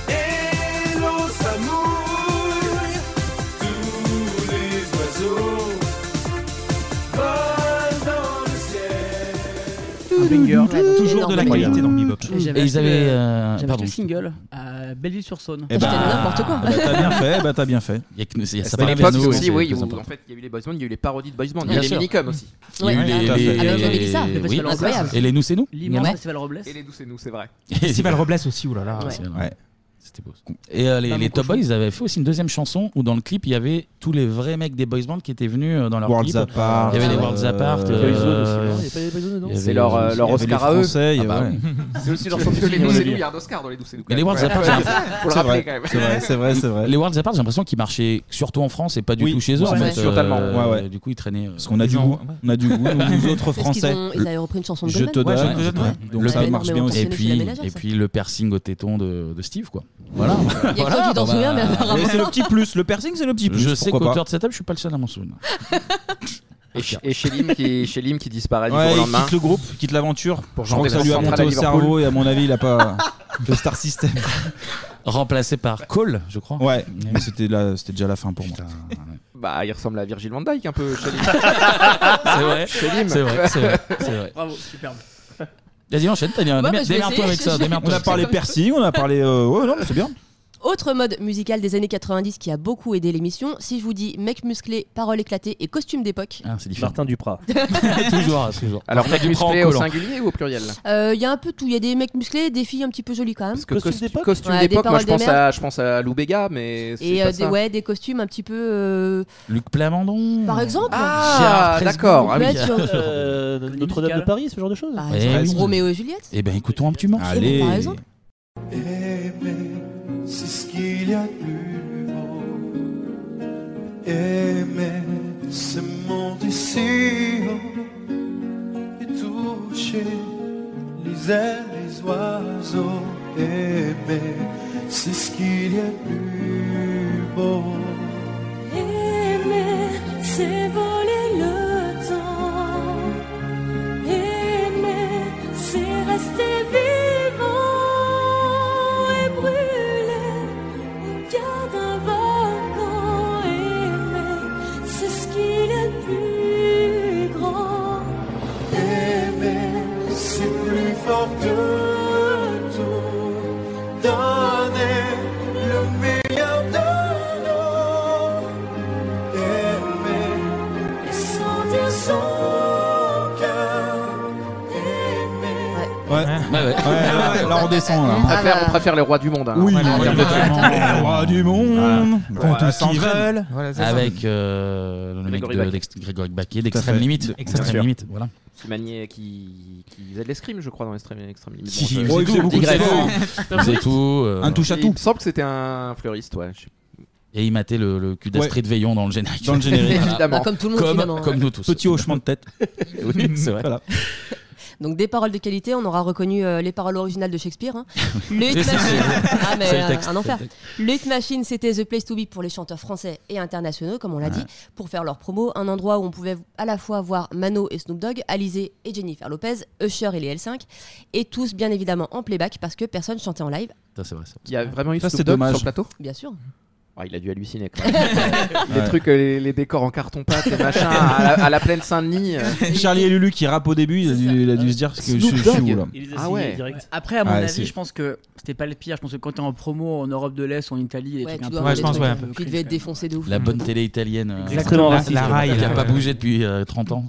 [SPEAKER 5] et l'eau ça mouille. Tous les oiseaux volent dans le ciel.
[SPEAKER 11] Toujours de la qualité dans Bebop.
[SPEAKER 9] Mmh. j'avais
[SPEAKER 1] Et ils
[SPEAKER 9] acheté
[SPEAKER 1] avaient,
[SPEAKER 9] le-
[SPEAKER 1] euh,
[SPEAKER 9] J'avais
[SPEAKER 1] pardon.
[SPEAKER 9] acheté le single à Belleville-sur-Saône.
[SPEAKER 1] Eh ben, T'as eh acheté n'importe quoi.
[SPEAKER 7] bah, t'as bien fait, bah, t'as bien fait.
[SPEAKER 1] Il y a que- il y a
[SPEAKER 7] C'était
[SPEAKER 1] ça pas
[SPEAKER 7] l'époque
[SPEAKER 1] Verneau
[SPEAKER 7] aussi,
[SPEAKER 1] c'est
[SPEAKER 10] oui,
[SPEAKER 1] très
[SPEAKER 10] où,
[SPEAKER 1] sympa.
[SPEAKER 10] en fait, il y a eu les boys bands, il y a eu les parodies de boys bands, il y
[SPEAKER 1] Bien
[SPEAKER 10] a eu les
[SPEAKER 1] sûr.
[SPEAKER 10] minicoms aussi.
[SPEAKER 1] Il y a eu les-
[SPEAKER 9] Ah,
[SPEAKER 1] les-
[SPEAKER 11] Avec
[SPEAKER 1] les-
[SPEAKER 11] Mélissa,
[SPEAKER 1] oui.
[SPEAKER 11] le festival
[SPEAKER 1] Incroyable.
[SPEAKER 11] Robles.
[SPEAKER 1] Et les nous c'est nous. il y en
[SPEAKER 9] L'immense
[SPEAKER 1] a
[SPEAKER 9] festival Robles.
[SPEAKER 10] Et les douces et nous, c'est vrai.
[SPEAKER 11] Festival Robles aussi, oulala.
[SPEAKER 1] Ouais.
[SPEAKER 11] Ouais.
[SPEAKER 1] C'était beau. Ah, Et euh, les,
[SPEAKER 11] Pas
[SPEAKER 1] les
[SPEAKER 11] beaucoup
[SPEAKER 1] Top Boys
[SPEAKER 11] chaud.
[SPEAKER 1] ils avaient fait aussi une deuxième chanson où dans le clip il y avait tous les vrais mecs des boys bands qui étaient venus euh, dans leur
[SPEAKER 7] Worlds
[SPEAKER 1] clip.
[SPEAKER 7] Apart,
[SPEAKER 1] Il y avait les
[SPEAKER 7] euh,
[SPEAKER 1] Worlds Apart.
[SPEAKER 7] Il y avait les Zones aussi,
[SPEAKER 1] euh,
[SPEAKER 7] non
[SPEAKER 8] Il y a pas les Zones dedans
[SPEAKER 1] il y
[SPEAKER 10] C'est
[SPEAKER 1] avait
[SPEAKER 10] leur, euh,
[SPEAKER 1] les-
[SPEAKER 10] leur
[SPEAKER 1] il y avait
[SPEAKER 10] Oscar
[SPEAKER 1] les
[SPEAKER 10] à eux.
[SPEAKER 1] Français,
[SPEAKER 10] Ah
[SPEAKER 1] il y
[SPEAKER 10] bah
[SPEAKER 1] avait-
[SPEAKER 10] oui.
[SPEAKER 1] ouais.
[SPEAKER 10] C'est aussi leur champion les
[SPEAKER 1] On
[SPEAKER 10] douces
[SPEAKER 1] l'a
[SPEAKER 10] et nous,
[SPEAKER 1] dit.
[SPEAKER 10] il y a un Oscar dans les douces et nous.
[SPEAKER 1] Mais les Worlds
[SPEAKER 10] Ouais.
[SPEAKER 1] Apart,
[SPEAKER 10] Ouais. Faut le
[SPEAKER 1] c'est
[SPEAKER 10] rappeler
[SPEAKER 1] vrai.
[SPEAKER 10] quand même.
[SPEAKER 1] C'est vrai, c'est vrai, Les Worlds Apart, j'ai l'impression qu'ils marchaient surtout en France et pas du
[SPEAKER 7] Oui,
[SPEAKER 1] tout chez eux.
[SPEAKER 7] ouais,
[SPEAKER 1] en fait,
[SPEAKER 7] ouais. Totalement.
[SPEAKER 1] euh,
[SPEAKER 7] Ouais, ouais.
[SPEAKER 1] Du coup, ils traînaient. Parce
[SPEAKER 7] qu'on a du goût, on a du goût, nous, nous autres
[SPEAKER 4] Parce qu'ils ont- ils avaient repris une chanson de
[SPEAKER 7] Je te
[SPEAKER 4] Goldman.
[SPEAKER 7] donne,
[SPEAKER 4] Ouais,
[SPEAKER 7] je te donne,
[SPEAKER 4] ouais.
[SPEAKER 7] donc
[SPEAKER 4] Ouais,
[SPEAKER 7] ça
[SPEAKER 4] ouais,
[SPEAKER 7] marche
[SPEAKER 4] mais
[SPEAKER 7] bien
[SPEAKER 4] on
[SPEAKER 7] aussi.
[SPEAKER 1] Et
[SPEAKER 4] Chez les
[SPEAKER 1] puis,
[SPEAKER 4] ménagères,
[SPEAKER 1] et
[SPEAKER 4] ça.
[SPEAKER 1] puis le piercing au téton de, de Steve, quoi. Voilà. bah,
[SPEAKER 4] toi qui t'en souviens, mais apparemment-
[SPEAKER 7] Mais c'est le petit plus, le piercing c'est le petit plus.
[SPEAKER 1] Je sais
[SPEAKER 7] pourquoi pas.
[SPEAKER 1] qu'auteur de cette table, je suis pas le seul à m'en souvenir.
[SPEAKER 10] Et ch- Et chez Lim qui- chez Lim qui disparaît du jour
[SPEAKER 7] Ouais,
[SPEAKER 10] au
[SPEAKER 7] il
[SPEAKER 10] lendemain.
[SPEAKER 7] quitte le groupe, quitte l'aventure. Je crois
[SPEAKER 10] chanter
[SPEAKER 7] que ça
[SPEAKER 10] la
[SPEAKER 7] lui a
[SPEAKER 10] centrale
[SPEAKER 7] monté
[SPEAKER 10] à
[SPEAKER 7] au
[SPEAKER 10] Liverpool.
[SPEAKER 7] cerveau et à mon avis, il a pas le star system.
[SPEAKER 1] Remplacé par Cole, je crois.
[SPEAKER 7] Ouais, mais c'était là, c'était déjà la fin pour moi.
[SPEAKER 10] Bah, il ressemble à Virgil Van Dyke un peu, chez Lim. Ah,
[SPEAKER 1] C'est vrai,
[SPEAKER 10] Chez Lim.
[SPEAKER 1] c'est vrai, c'est vrai, c'est vrai.
[SPEAKER 9] Bravo, superbe.
[SPEAKER 1] Vas-y, enchaîne, Tania.
[SPEAKER 4] Bon, bah,
[SPEAKER 1] Démer-
[SPEAKER 4] je vais
[SPEAKER 1] Démerde-toi
[SPEAKER 4] essayer.
[SPEAKER 1] avec ça.
[SPEAKER 7] On a parlé piercing, on a parlé. euh, Ouais, non, mais c'est bien.
[SPEAKER 4] Autre mode musical des années 90 qui a beaucoup aidé l'émission, si je vous dis mec musclé, paroles éclatées et costume d'époque,
[SPEAKER 8] Ah,
[SPEAKER 1] c'est différent.
[SPEAKER 8] Martin Duprat.
[SPEAKER 1] toujours, toujours.
[SPEAKER 10] Alors,
[SPEAKER 1] Martin
[SPEAKER 10] t'as du
[SPEAKER 1] Duprat en
[SPEAKER 10] musclé au
[SPEAKER 1] collant.
[SPEAKER 10] singulier ou au pluriel là
[SPEAKER 4] il Euh, y a un peu tout, il y a des mecs musclés, des filles un petit peu jolies quand même.
[SPEAKER 10] Parce que costume d'époque,
[SPEAKER 4] Ouais, des
[SPEAKER 10] moi
[SPEAKER 4] paroles
[SPEAKER 10] je pense,
[SPEAKER 4] d'émerge.
[SPEAKER 10] à, je pense à Lou Béga, mais c'est
[SPEAKER 4] Et
[SPEAKER 10] pas
[SPEAKER 4] euh, des,
[SPEAKER 10] ça.
[SPEAKER 4] ouais, des costumes un petit peu. euh,
[SPEAKER 1] Luc Plamondon.
[SPEAKER 4] Par exemple
[SPEAKER 10] Hmm. Ah, d'accord. Ah oui.
[SPEAKER 4] Ouais, tu vois.
[SPEAKER 8] Euh, Notre-Dame de Paris, ce genre de choses. Ah
[SPEAKER 4] Par
[SPEAKER 1] Eh
[SPEAKER 4] exemple,
[SPEAKER 1] oui.
[SPEAKER 4] Roméo et Juliette
[SPEAKER 1] Eh ben, écoutons un petit morceau.
[SPEAKER 4] Allez. Par exemple.
[SPEAKER 12] Aimer, c'est ce qu'il y a de plus beau. Aimer, c'est mon désir. Et toucher les ailes des oiseaux. Aimer, c'est ce qu'il y a de plus beau.
[SPEAKER 18] Aimer, c'est voler le temps. Aimer, c'est rester vivant.
[SPEAKER 12] fort de tout, donner le meilleur de nous, aimer et sentir son cœur, aimer.
[SPEAKER 7] Ouais. Ouais, Là, on descend. Là.
[SPEAKER 10] On préfère, on préfère les rois du monde. hein.
[SPEAKER 7] Oui,
[SPEAKER 10] Ouais, les rois du monde.
[SPEAKER 7] les rois du monde.
[SPEAKER 10] Voilà.
[SPEAKER 7] Font
[SPEAKER 10] Voilà,
[SPEAKER 7] tout ce qu'ils
[SPEAKER 10] s'entraînent.
[SPEAKER 7] veulent.
[SPEAKER 10] Voilà, c'est ça.
[SPEAKER 1] Avec euh, le mec
[SPEAKER 10] Grégory
[SPEAKER 1] de
[SPEAKER 10] Bac.
[SPEAKER 1] d'Ex- Grégory Baquier
[SPEAKER 10] Tout à
[SPEAKER 1] d'Extrême
[SPEAKER 10] fait.
[SPEAKER 1] Limite.
[SPEAKER 10] Bien
[SPEAKER 1] Extrême
[SPEAKER 10] sûr.
[SPEAKER 1] Limite, voilà.
[SPEAKER 10] Qui maniait, qui, qui faisait de l'escrime, je crois, dans l'extrême extrême limite.
[SPEAKER 1] Si, si,
[SPEAKER 10] je-
[SPEAKER 1] il faisait tout, beaucoup de
[SPEAKER 10] digresse.
[SPEAKER 1] choses. Il faisait tout, euh, Un touche à
[SPEAKER 10] Il
[SPEAKER 1] tout.
[SPEAKER 10] me semble que c'était un fleuriste, ouais. je sais
[SPEAKER 1] Et il matait le, le cul d'Astrid
[SPEAKER 10] Ouais.
[SPEAKER 1] Veillon dans le générique.
[SPEAKER 10] Dans le générique. Évidemment. Bah, comme tout le monde,
[SPEAKER 1] Comme,
[SPEAKER 10] finalement,
[SPEAKER 1] comme
[SPEAKER 10] ouais.
[SPEAKER 1] nous tous.
[SPEAKER 7] Petit hochement de tête.
[SPEAKER 1] oui, c'est vrai.
[SPEAKER 4] Donc des paroles de qualité, on aura reconnu euh, les paroles originales de Shakespeare. hein. Le Hit
[SPEAKER 1] C'est ça,
[SPEAKER 4] Machine,
[SPEAKER 1] c'est-
[SPEAKER 4] ah, mais,
[SPEAKER 1] c'est le
[SPEAKER 4] euh,
[SPEAKER 1] texte,
[SPEAKER 4] un
[SPEAKER 1] c'est
[SPEAKER 4] enfer.
[SPEAKER 1] le texte.
[SPEAKER 4] Le Hit Machine, c'était The Place to Be pour les chanteurs français et internationaux, comme on l'a
[SPEAKER 1] Ouais.
[SPEAKER 4] dit, pour faire leur promo, un endroit où on pouvait à la fois voir Mano et Snoop Dogg, Alizé et Jennifer Lopez, Usher et les L5, et tous bien évidemment en playback parce que personne chantait en live.
[SPEAKER 1] Ça, c'est vrai. ça.
[SPEAKER 10] Il y a vraiment eu
[SPEAKER 1] Ça,
[SPEAKER 10] Snoop
[SPEAKER 1] c'est
[SPEAKER 10] Dogg
[SPEAKER 1] dommage.
[SPEAKER 10] sur le plateau
[SPEAKER 4] Bien sûr.
[SPEAKER 10] Ah, il a dû halluciner quand même. les
[SPEAKER 7] Ouais.
[SPEAKER 10] trucs, euh, les, les décors en carton-pâte et machin à la, à la plaine Saint-Denis. euh.
[SPEAKER 7] Charlie et Lulu qui rappent au début, il a dû, il a dû se dire que je, je suis où là.
[SPEAKER 10] Ah ouais. direct.
[SPEAKER 9] Après, à mon
[SPEAKER 7] Ouais,
[SPEAKER 9] avis,
[SPEAKER 7] c'est-
[SPEAKER 9] je pense que c'était pas le pire. Je pense que quand t'es en promo en Europe de l'Est, en Italie, les
[SPEAKER 4] Ouais,
[SPEAKER 9] trucs
[SPEAKER 4] tu
[SPEAKER 9] un
[SPEAKER 4] dois
[SPEAKER 9] peu-
[SPEAKER 4] avoir
[SPEAKER 9] des
[SPEAKER 4] des
[SPEAKER 9] trucs
[SPEAKER 4] trucs
[SPEAKER 9] un
[SPEAKER 4] un
[SPEAKER 9] peu
[SPEAKER 4] peu- tu
[SPEAKER 9] cringe,
[SPEAKER 4] devais être
[SPEAKER 9] quand même.
[SPEAKER 4] défoncé de ouf.
[SPEAKER 1] La bonne télé italienne. euh,
[SPEAKER 9] Exactement,
[SPEAKER 1] qui a-
[SPEAKER 9] raciste,
[SPEAKER 1] Qui
[SPEAKER 9] ouais.
[SPEAKER 1] n'a
[SPEAKER 9] Ouais.
[SPEAKER 1] pas bougé depuis euh, 30 ans.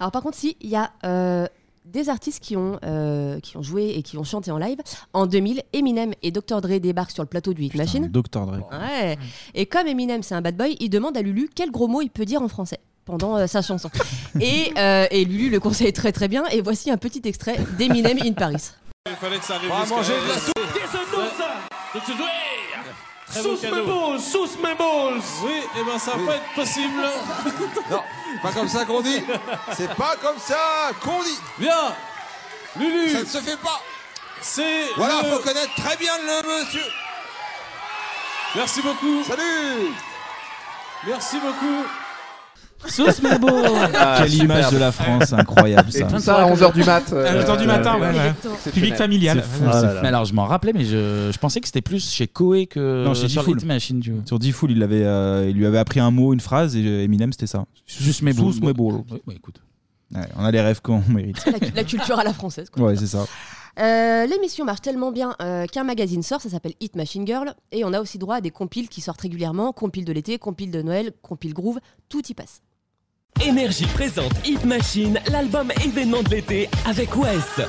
[SPEAKER 4] Alors par contre, si, il y a euh, des artistes qui ont, euh, qui ont joué et qui ont chanté en live. En 2000, Eminem et Dr. Dre débarquent sur le plateau du Hit Machine.
[SPEAKER 7] Docteur Dre.
[SPEAKER 4] Ouais. Et comme Eminem, c'est un bad boy, il demande à Lulu quel gros mot il peut dire en français pendant euh, sa chanson. et, euh, et Lulu le conseille très très bien. Et voici un petit extrait d'Eminem in Paris.
[SPEAKER 15] Il fallait que ça arrive.
[SPEAKER 12] On va
[SPEAKER 15] jusqu'à-
[SPEAKER 12] manger de la soupe.
[SPEAKER 15] Très
[SPEAKER 12] Sous
[SPEAKER 15] bon cadeau.
[SPEAKER 12] mes balls, sous mes balls.
[SPEAKER 15] Oui, et ben ça va
[SPEAKER 12] Oui.
[SPEAKER 15] pas être possible.
[SPEAKER 12] Non,
[SPEAKER 15] pas comme ça qu'on dit. C'est pas comme ça qu'on dit. Bien, Ah, Lulu. Ça ne se fait pas. C'est.
[SPEAKER 12] Voilà,
[SPEAKER 15] le-
[SPEAKER 12] faut connaître très bien le monsieur.
[SPEAKER 15] Merci beaucoup. Salut. Merci beaucoup.
[SPEAKER 1] Sauce mes
[SPEAKER 7] Ah, Quelle
[SPEAKER 15] superbe.
[SPEAKER 7] image de la France, incroyable ça.
[SPEAKER 10] Et tout ça à 11h du mat. euh,
[SPEAKER 1] À 11 heures du matin,
[SPEAKER 10] euh,
[SPEAKER 1] ouais, ouais.
[SPEAKER 10] exceptionnel.
[SPEAKER 1] Public familial.
[SPEAKER 7] C'est
[SPEAKER 11] Ah
[SPEAKER 7] fou, c'est fou.
[SPEAKER 1] Mais alors, je m'en rappelais, mais je, je pensais que c'était plus chez Koé que
[SPEAKER 7] Non, chez
[SPEAKER 1] euh, sur
[SPEAKER 7] Diffoul.
[SPEAKER 1] Hit Machine. Tu vois.
[SPEAKER 7] Sur Diffoul, il, avait, euh, il lui avait appris un mot, une phrase, et euh, Eminem, c'était ça.
[SPEAKER 1] Sus mes boules.
[SPEAKER 7] Sus mes boules.
[SPEAKER 1] Ouais, bah, écoute.
[SPEAKER 7] Ouais, on a les rêves qu'on mérite.
[SPEAKER 4] La, cu- la culture à la française. quoi.
[SPEAKER 7] Ouais, c'est ça.
[SPEAKER 4] Euh, L'émission marche tellement bien euh, qu'un magazine sort, ça s'appelle Hit Machine Girl, et on a aussi droit à des compiles qui sortent régulièrement, compiles de l'été, compiles de Noël, compiles groove, tout y passe.
[SPEAKER 19] Énergie présente Hit Machine, l'album événement de l'été avec Wes.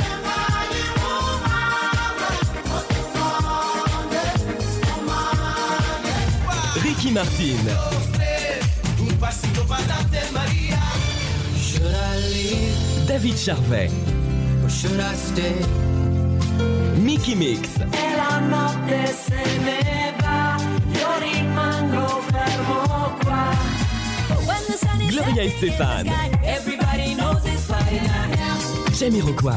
[SPEAKER 19] Ricky Martin. David Charvet. Mickey Mix.
[SPEAKER 12] E la notte se ne va, io rimango fermo qua.
[SPEAKER 19] Gloria Estefan.
[SPEAKER 12] Everybody knows it's Friday night.
[SPEAKER 19] Jamie Rockway.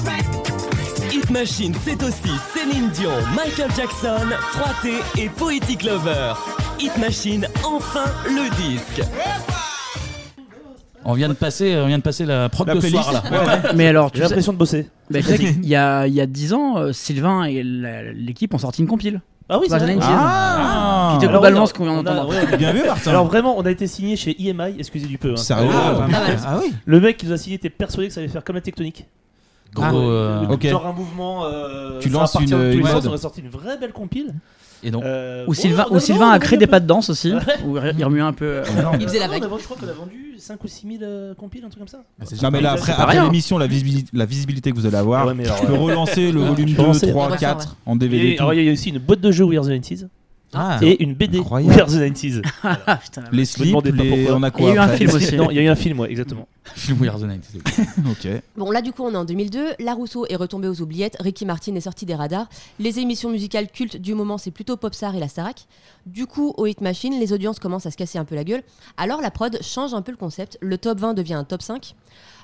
[SPEAKER 12] Alright.
[SPEAKER 19] Hit Machine, c'est aussi Céline Dion, Michael Jackson, 3T et Poetic Lover. Hit Machine, enfin le disque.
[SPEAKER 1] On vient de passer, on vient de passer la prod
[SPEAKER 8] La
[SPEAKER 1] de
[SPEAKER 8] playlist.
[SPEAKER 1] soir là.
[SPEAKER 8] Ouais.
[SPEAKER 9] Mais alors,
[SPEAKER 8] J'ai l'impression de bosser.
[SPEAKER 9] Mais tu sais qu'il y a, il y a 10 ans, euh, Sylvain et la- l'équipe ont sorti une compile.
[SPEAKER 8] Ah oui,
[SPEAKER 9] Pour
[SPEAKER 8] c'est
[SPEAKER 9] la
[SPEAKER 8] vrai.
[SPEAKER 9] Gen Z.
[SPEAKER 8] Ah.
[SPEAKER 9] Qui était
[SPEAKER 8] Alors,
[SPEAKER 9] globalement
[SPEAKER 8] oui,
[SPEAKER 9] ce qu'on vient
[SPEAKER 8] on a-
[SPEAKER 9] d'entendre.
[SPEAKER 8] ouais. Alors vraiment, on a été signé chez EMI, excusez du peu. hein.
[SPEAKER 7] Sérieux Ah, pas mal. Ah oui.
[SPEAKER 8] Le mec qui nous a signé était persuadé que ça allait faire comme la tectonique. Ah.
[SPEAKER 1] Gros,
[SPEAKER 8] Ouais,
[SPEAKER 1] euh,
[SPEAKER 8] le-
[SPEAKER 1] ok.
[SPEAKER 8] Genre un mouvement. euh,
[SPEAKER 1] Tu
[SPEAKER 8] ça
[SPEAKER 1] lances
[SPEAKER 8] va partir
[SPEAKER 1] une-
[SPEAKER 8] dans tous
[SPEAKER 1] une
[SPEAKER 8] les sens,
[SPEAKER 1] mode.
[SPEAKER 8] On a sorti une vraie belle compile.
[SPEAKER 1] Et non.
[SPEAKER 8] Euh,
[SPEAKER 9] Ou
[SPEAKER 8] ouais,
[SPEAKER 9] Sylvain,
[SPEAKER 8] on
[SPEAKER 9] ou
[SPEAKER 8] a-
[SPEAKER 9] Sylvain
[SPEAKER 8] on
[SPEAKER 9] a
[SPEAKER 8] a
[SPEAKER 9] créé
[SPEAKER 8] vendu
[SPEAKER 9] des
[SPEAKER 8] un peu.
[SPEAKER 9] pas de danse aussi.
[SPEAKER 8] Ouais.
[SPEAKER 9] Où il remuait un peu. euh,
[SPEAKER 8] Il
[SPEAKER 4] faisait la
[SPEAKER 8] on a
[SPEAKER 4] vague.
[SPEAKER 8] vendu- Je crois qu'on a vendu 5 ou 6 000 euh, compiles, un truc comme ça.
[SPEAKER 7] Ah, Non, mais là, après, après l'émission, la visibilité, la visibilité que vous allez avoir, je
[SPEAKER 8] euh,
[SPEAKER 7] peux relancer le volume 2, 3, 4 en DVD.
[SPEAKER 8] Et
[SPEAKER 7] et tout.
[SPEAKER 8] alors, il y a aussi une boîte de jeux We Are the 90s.
[SPEAKER 7] Ah.
[SPEAKER 8] et une BD
[SPEAKER 7] Incroyable.
[SPEAKER 8] We Are the 90s. Voilà.
[SPEAKER 9] Putain, la
[SPEAKER 7] Les
[SPEAKER 8] Vous me
[SPEAKER 7] slips,
[SPEAKER 8] demandez pas
[SPEAKER 7] les-
[SPEAKER 8] pourquoi.
[SPEAKER 7] on a quoi Il y a eu un après film aussi.
[SPEAKER 8] Non, il y a eu un film, ouais, exactement.
[SPEAKER 1] Film We Are the 90s.
[SPEAKER 7] Ok.
[SPEAKER 4] Bon, là, du coup, on est en 2002. La Rousseau est retombée aux oubliettes. Ricky Martin est sorti des radars. Les émissions musicales cultes du moment, c'est plutôt Popstar et la Starac. Du coup, au Hit Machine, les audiences commencent à se casser un peu la gueule. Alors, la prod change un peu le concept. Le top 20 devient un top 5.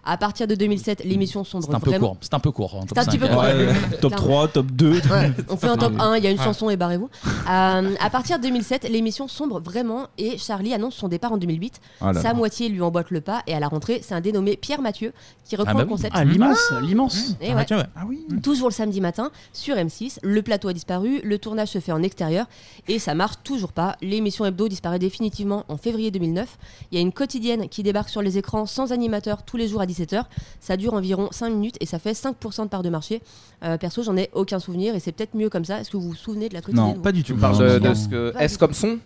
[SPEAKER 4] À partir de 2007, l'émission sombre
[SPEAKER 1] C'est un peu
[SPEAKER 4] vraiment.
[SPEAKER 1] court. C'est un peu court. en top
[SPEAKER 4] C'est un petit
[SPEAKER 1] 5.
[SPEAKER 4] peu court. Ouais, ouais.
[SPEAKER 7] Top 3, top 2.
[SPEAKER 4] Ouais, on fait un top 1, il y a une
[SPEAKER 7] Ouais.
[SPEAKER 4] chanson et barrez-vous. Euh, à partir de 2007, l'émission sombre vraiment et Charlie annonce son départ en 2008.
[SPEAKER 9] Ah là
[SPEAKER 4] Sa
[SPEAKER 9] là.
[SPEAKER 4] moitié lui emboîte le pas et à la rentrée, c'est un dénommé Pierre Mathieu qui reprend
[SPEAKER 9] bah
[SPEAKER 4] le
[SPEAKER 9] oui.
[SPEAKER 4] concept.
[SPEAKER 9] Ah, l'immense, l'immense.
[SPEAKER 4] Et
[SPEAKER 9] Pierre
[SPEAKER 4] ouais.
[SPEAKER 9] Mathieu, ouais. Ah
[SPEAKER 4] Toujours le samedi matin sur M6, le plateau a disparu, le tournage se fait en extérieur et ça marche toujours pas. L'émission hebdo disparaît définitivement en février 2009. Il y a une quotidienne qui débarque sur les écrans sans animateur tous les jours à 17h. 17h. Ça dure environ 5 minutes et ça fait 5% de part de marché. Euh, perso, j'en ai aucun souvenir et c'est peut-être mieux comme ça. Est-ce que vous vous souvenez de la truite
[SPEAKER 10] Non,
[SPEAKER 4] idée,
[SPEAKER 10] pas
[SPEAKER 4] vous
[SPEAKER 10] du tout. Tu parles de-
[SPEAKER 4] Non.
[SPEAKER 10] de ce que-
[SPEAKER 4] Pas
[SPEAKER 10] S
[SPEAKER 4] du
[SPEAKER 10] comme
[SPEAKER 4] tout.
[SPEAKER 10] son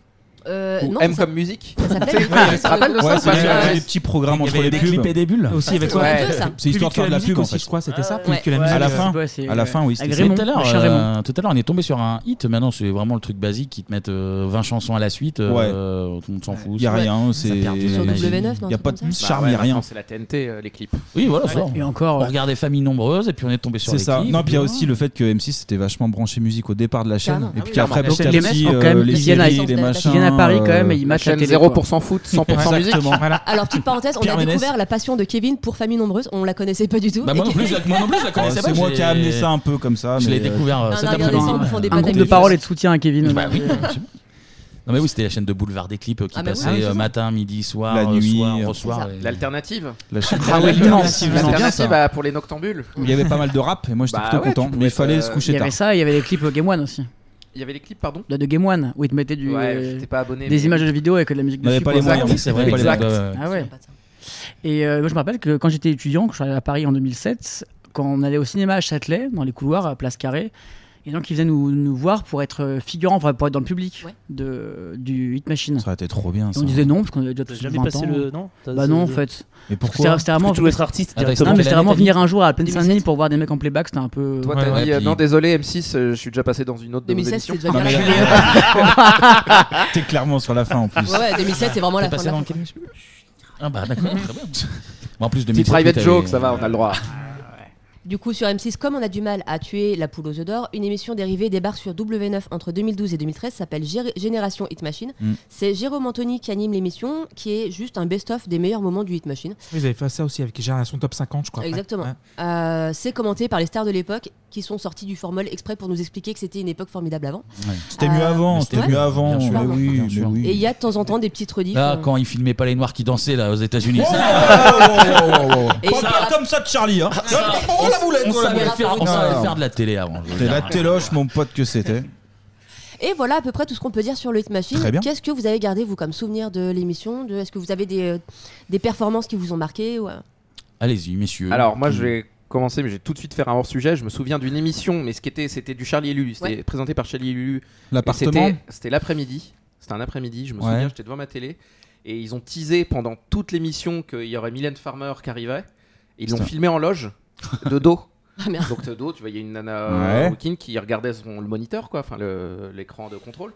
[SPEAKER 4] Euh,
[SPEAKER 10] Ou
[SPEAKER 4] non,
[SPEAKER 10] M
[SPEAKER 4] ça-
[SPEAKER 10] comme musique
[SPEAKER 4] Ça s'appelle
[SPEAKER 10] Tu sais,
[SPEAKER 4] Pas du
[SPEAKER 10] je
[SPEAKER 4] tout.
[SPEAKER 10] me rappelle de
[SPEAKER 7] Ouais,
[SPEAKER 10] ça
[SPEAKER 7] c'est bien,
[SPEAKER 10] Ouais.
[SPEAKER 7] il y a des petits programmes
[SPEAKER 10] Il y
[SPEAKER 7] entre
[SPEAKER 10] avait
[SPEAKER 7] les
[SPEAKER 10] des
[SPEAKER 7] pubs.
[SPEAKER 10] clips et des bulles.
[SPEAKER 7] Aussi avec
[SPEAKER 10] Ah,
[SPEAKER 7] ouais.
[SPEAKER 10] c'est ça.
[SPEAKER 7] C'est histoire de faire de la pub en fait.
[SPEAKER 1] je crois, c'était ça.
[SPEAKER 7] Plus que la musique. À la fin, à la fin, oui. c'était ça.
[SPEAKER 1] tout à l'heure,
[SPEAKER 7] Ouais.
[SPEAKER 1] euh, tout à l'heure, on est tombé sur un hit. Maintenant, c'est vraiment le truc basique qui te mettent euh, 20 chansons à la suite. euh, Tout le monde s'en fout.
[SPEAKER 7] Y a
[SPEAKER 1] Ça-
[SPEAKER 7] rien,
[SPEAKER 1] ça
[SPEAKER 7] c'est-
[SPEAKER 1] perd tout son
[SPEAKER 7] Y a
[SPEAKER 1] magie.
[SPEAKER 7] pas de
[SPEAKER 1] comme ça. Bah
[SPEAKER 7] plus charme, y a rien.
[SPEAKER 10] C'est la TNT, euh, les clips.
[SPEAKER 1] Oui, voilà, ça.
[SPEAKER 10] Et
[SPEAKER 1] on regardait Famille Nombreuse et puis on est tombé sur
[SPEAKER 7] C'est
[SPEAKER 1] les
[SPEAKER 7] ça.
[SPEAKER 1] clips,
[SPEAKER 7] Non, puis il y a
[SPEAKER 1] puis
[SPEAKER 7] aussi le fait que M6 c'était vachement branché musique au départ de la chaîne.
[SPEAKER 1] Carrément.
[SPEAKER 7] Et
[SPEAKER 1] Ah
[SPEAKER 7] puis
[SPEAKER 1] oui,
[SPEAKER 7] qu'après,
[SPEAKER 1] carrément.
[SPEAKER 7] petit à
[SPEAKER 1] Les
[SPEAKER 7] petit,
[SPEAKER 1] mecs sont quand même-
[SPEAKER 7] euh, les
[SPEAKER 1] ils viennent à-
[SPEAKER 7] séries, les
[SPEAKER 1] ils
[SPEAKER 7] machins.
[SPEAKER 1] viennent à Paris
[SPEAKER 10] quand même et ils
[SPEAKER 7] euh,
[SPEAKER 10] matchent la Chaîne télé, 0% quoi. foot, 100% musique.
[SPEAKER 7] Exactement.
[SPEAKER 10] Voilà.
[SPEAKER 4] Alors, petite parenthèse, on
[SPEAKER 7] Pierre
[SPEAKER 4] a
[SPEAKER 7] Ménès.
[SPEAKER 4] découvert la passion de Kevin pour Famille Nombreuse. On la connaissait pas du tout.
[SPEAKER 1] Bah, moi
[SPEAKER 4] Et
[SPEAKER 1] non plus, je la- moi non plus, je la connaissais
[SPEAKER 7] Euh,
[SPEAKER 1] pas.
[SPEAKER 7] C'est moi
[SPEAKER 1] j'ai-
[SPEAKER 7] qui ai amené ça un peu comme ça.
[SPEAKER 1] Je
[SPEAKER 7] mais,
[SPEAKER 1] l'ai découvert, euh,
[SPEAKER 7] euh,
[SPEAKER 1] cet après-midi.
[SPEAKER 9] Un groupe de paroles et de soutien à Kevin.
[SPEAKER 1] Bah oui, Non, mais oui, c'était la chaîne de boulevard des clips euh, qui
[SPEAKER 10] Ah bah oui,
[SPEAKER 1] passait
[SPEAKER 10] oui, c'est
[SPEAKER 1] euh,
[SPEAKER 10] ça.
[SPEAKER 1] matin, midi, soir,
[SPEAKER 7] La
[SPEAKER 1] euh,
[SPEAKER 7] nuit,
[SPEAKER 1] soir,
[SPEAKER 7] euh,
[SPEAKER 1] au soir. et-
[SPEAKER 10] L'alternative
[SPEAKER 7] La chaîne-
[SPEAKER 1] Ah ouais,
[SPEAKER 7] l'alternative, c'est bien,
[SPEAKER 10] L'alternative
[SPEAKER 7] ça.
[SPEAKER 10] à- pour les noctambules.
[SPEAKER 7] Il y avait pas mal de rap et moi j'étais
[SPEAKER 10] Bah
[SPEAKER 7] plutôt
[SPEAKER 10] ouais,
[SPEAKER 7] content.
[SPEAKER 10] tu
[SPEAKER 7] Mais il
[SPEAKER 10] pouvais
[SPEAKER 7] fallait
[SPEAKER 10] te-
[SPEAKER 7] se
[SPEAKER 9] Il
[SPEAKER 7] coucher
[SPEAKER 9] y avait
[SPEAKER 7] tard.
[SPEAKER 9] ça, il y avait les clips Game One aussi.
[SPEAKER 10] Il y avait les clips, pardon
[SPEAKER 9] Là, de Game One, où ils te mettaient du,
[SPEAKER 10] Ouais,
[SPEAKER 9] euh,
[SPEAKER 10] j'étais pas abonné,
[SPEAKER 9] des
[SPEAKER 10] mais-
[SPEAKER 9] images de vidéo avec de la musique
[SPEAKER 7] On avait
[SPEAKER 9] dessus,
[SPEAKER 7] pas
[SPEAKER 9] quoi.
[SPEAKER 7] les moyens, oui, c'est vrai, on avait pas les
[SPEAKER 9] Exact.
[SPEAKER 7] moyens.
[SPEAKER 9] Ah ouais. Et euh, moi, je me rappelle que quand j'étais étudiant, quand je suis allé à Paris en 2007, quand on allait au cinéma à Châtelet, dans les couloirs à Place Carrée, et donc ils venaient nous, nous voir pour être euh, figurants, enfin, pour être dans le public de, du Hit Machine.
[SPEAKER 7] Ça aurait été trop bien.
[SPEAKER 9] Et
[SPEAKER 7] ça.
[SPEAKER 9] on disait non, parce qu'on avait déjà
[SPEAKER 8] T'as
[SPEAKER 9] tous
[SPEAKER 8] jamais
[SPEAKER 9] 20
[SPEAKER 8] passé
[SPEAKER 9] ans.
[SPEAKER 8] le- non T'as-
[SPEAKER 9] Bah non, en
[SPEAKER 8] c'est-
[SPEAKER 9] fait.
[SPEAKER 8] Mais
[SPEAKER 9] Parce que
[SPEAKER 8] pourquoi
[SPEAKER 9] c'était- C'était vraiment,
[SPEAKER 8] Parce que tu veux être artiste
[SPEAKER 9] Non,
[SPEAKER 8] directement.
[SPEAKER 9] mais
[SPEAKER 8] Quelle
[SPEAKER 9] c'était
[SPEAKER 8] année
[SPEAKER 9] vraiment
[SPEAKER 8] t'as dit
[SPEAKER 9] venir un jour à Plaine Saint-Denis pour voir des mecs en playback, c'était un peu.
[SPEAKER 10] Toi, t'as
[SPEAKER 9] Ouais,
[SPEAKER 10] dit
[SPEAKER 9] ouais,
[SPEAKER 10] euh,
[SPEAKER 9] puis-
[SPEAKER 10] non, désolé, M6, euh, je suis déjà passé dans une autre de vos
[SPEAKER 4] 2016,
[SPEAKER 10] émissions.
[SPEAKER 4] c'est déjà Non, bien mais-
[SPEAKER 7] T'es clairement sur la fin en plus.
[SPEAKER 4] Ouais, ouais, 2007, c'est vraiment la
[SPEAKER 1] T'es
[SPEAKER 4] fin de
[SPEAKER 1] passé
[SPEAKER 4] la
[SPEAKER 1] dans
[SPEAKER 4] fin.
[SPEAKER 1] quel monsieur Ah bah d'accord, très bien. Bon, en plus de
[SPEAKER 10] Petit private joke, ça va, on a le droit.
[SPEAKER 4] Du coup, sur M6, comme on a du mal à tuer la poule aux œufs d'or, une émission dérivée débarque sur W9 entre 2012 et 2013, s'appelle Gé- Génération Hit Machine.
[SPEAKER 11] Mm.
[SPEAKER 4] C'est Jérôme Anthony qui anime l'émission, qui est juste un best-of des meilleurs moments du Hit Machine.
[SPEAKER 11] Ils avaient fait ça aussi avec les générations top 50, je crois. après.
[SPEAKER 4] Exactement.
[SPEAKER 11] Ouais.
[SPEAKER 4] Euh, c'est commenté par les stars de l'époque qui sont sortis du formol exprès pour nous expliquer que c'était une époque formidable avant. Euh,
[SPEAKER 7] C'était mieux
[SPEAKER 10] Ah,
[SPEAKER 7] avant, c'était mieux avant.
[SPEAKER 1] Bien sûr.
[SPEAKER 7] Mais oui,
[SPEAKER 1] Bien
[SPEAKER 7] mais
[SPEAKER 1] sûr.
[SPEAKER 7] oui. Ah,
[SPEAKER 4] Et il y a de temps en temps des petites rediffs.
[SPEAKER 1] Là,
[SPEAKER 4] euh,
[SPEAKER 1] quand ils filmaient pas les noirs qui dansaient là aux États-Unis.
[SPEAKER 7] Oh,
[SPEAKER 1] ça-
[SPEAKER 7] oh, oh, oh, oh.
[SPEAKER 1] Et
[SPEAKER 7] Pas
[SPEAKER 1] ça-
[SPEAKER 7] parle comme ça de Charlie. Hein.
[SPEAKER 1] Ah, on,
[SPEAKER 7] la boulette,
[SPEAKER 1] on
[SPEAKER 7] on la
[SPEAKER 1] savait
[SPEAKER 7] boulette.
[SPEAKER 1] faire, on
[SPEAKER 7] Non,
[SPEAKER 1] savait
[SPEAKER 7] non.
[SPEAKER 1] faire de la télé avant. je veux
[SPEAKER 7] C'était
[SPEAKER 1] dire.
[SPEAKER 7] la téloche, mon pote, que c'était.
[SPEAKER 4] Et voilà à peu près tout ce qu'on peut dire sur le Hit Machine.
[SPEAKER 7] Très bien.
[SPEAKER 4] Qu'est-ce que vous avez gardé vous comme souvenir de l'émission De- Est-ce que vous avez des, euh, des performances qui vous ont marqué ou, euh,
[SPEAKER 1] Allez-y, messieurs.
[SPEAKER 10] Alors moi
[SPEAKER 1] Qui-
[SPEAKER 10] je vais commencer, mais je vais tout de suite faire un hors sujet. Je me souviens d'une émission, mais ce qui était, c'était du Charlie et Lulu. C'était
[SPEAKER 1] Ouais.
[SPEAKER 10] présenté par Charlie et Lulu.
[SPEAKER 7] L'appartement.
[SPEAKER 10] Et c'était- C'était l'après-midi. C'était un après-midi. Je me
[SPEAKER 7] Ouais.
[SPEAKER 10] souviens, j'étais devant ma télé et ils ont teasé pendant toute l'émission qu'il y aurait Mylène Farmer qui arrivait. Et ils l'ont
[SPEAKER 7] Putain.
[SPEAKER 10] filmé en loge de dos.
[SPEAKER 4] Ah, merde.
[SPEAKER 10] Donc de dos, tu voyais une nana
[SPEAKER 7] Ouais.
[SPEAKER 10] walking qui regardait son, le moniteur, quoi, enfin le- l'écran de contrôle.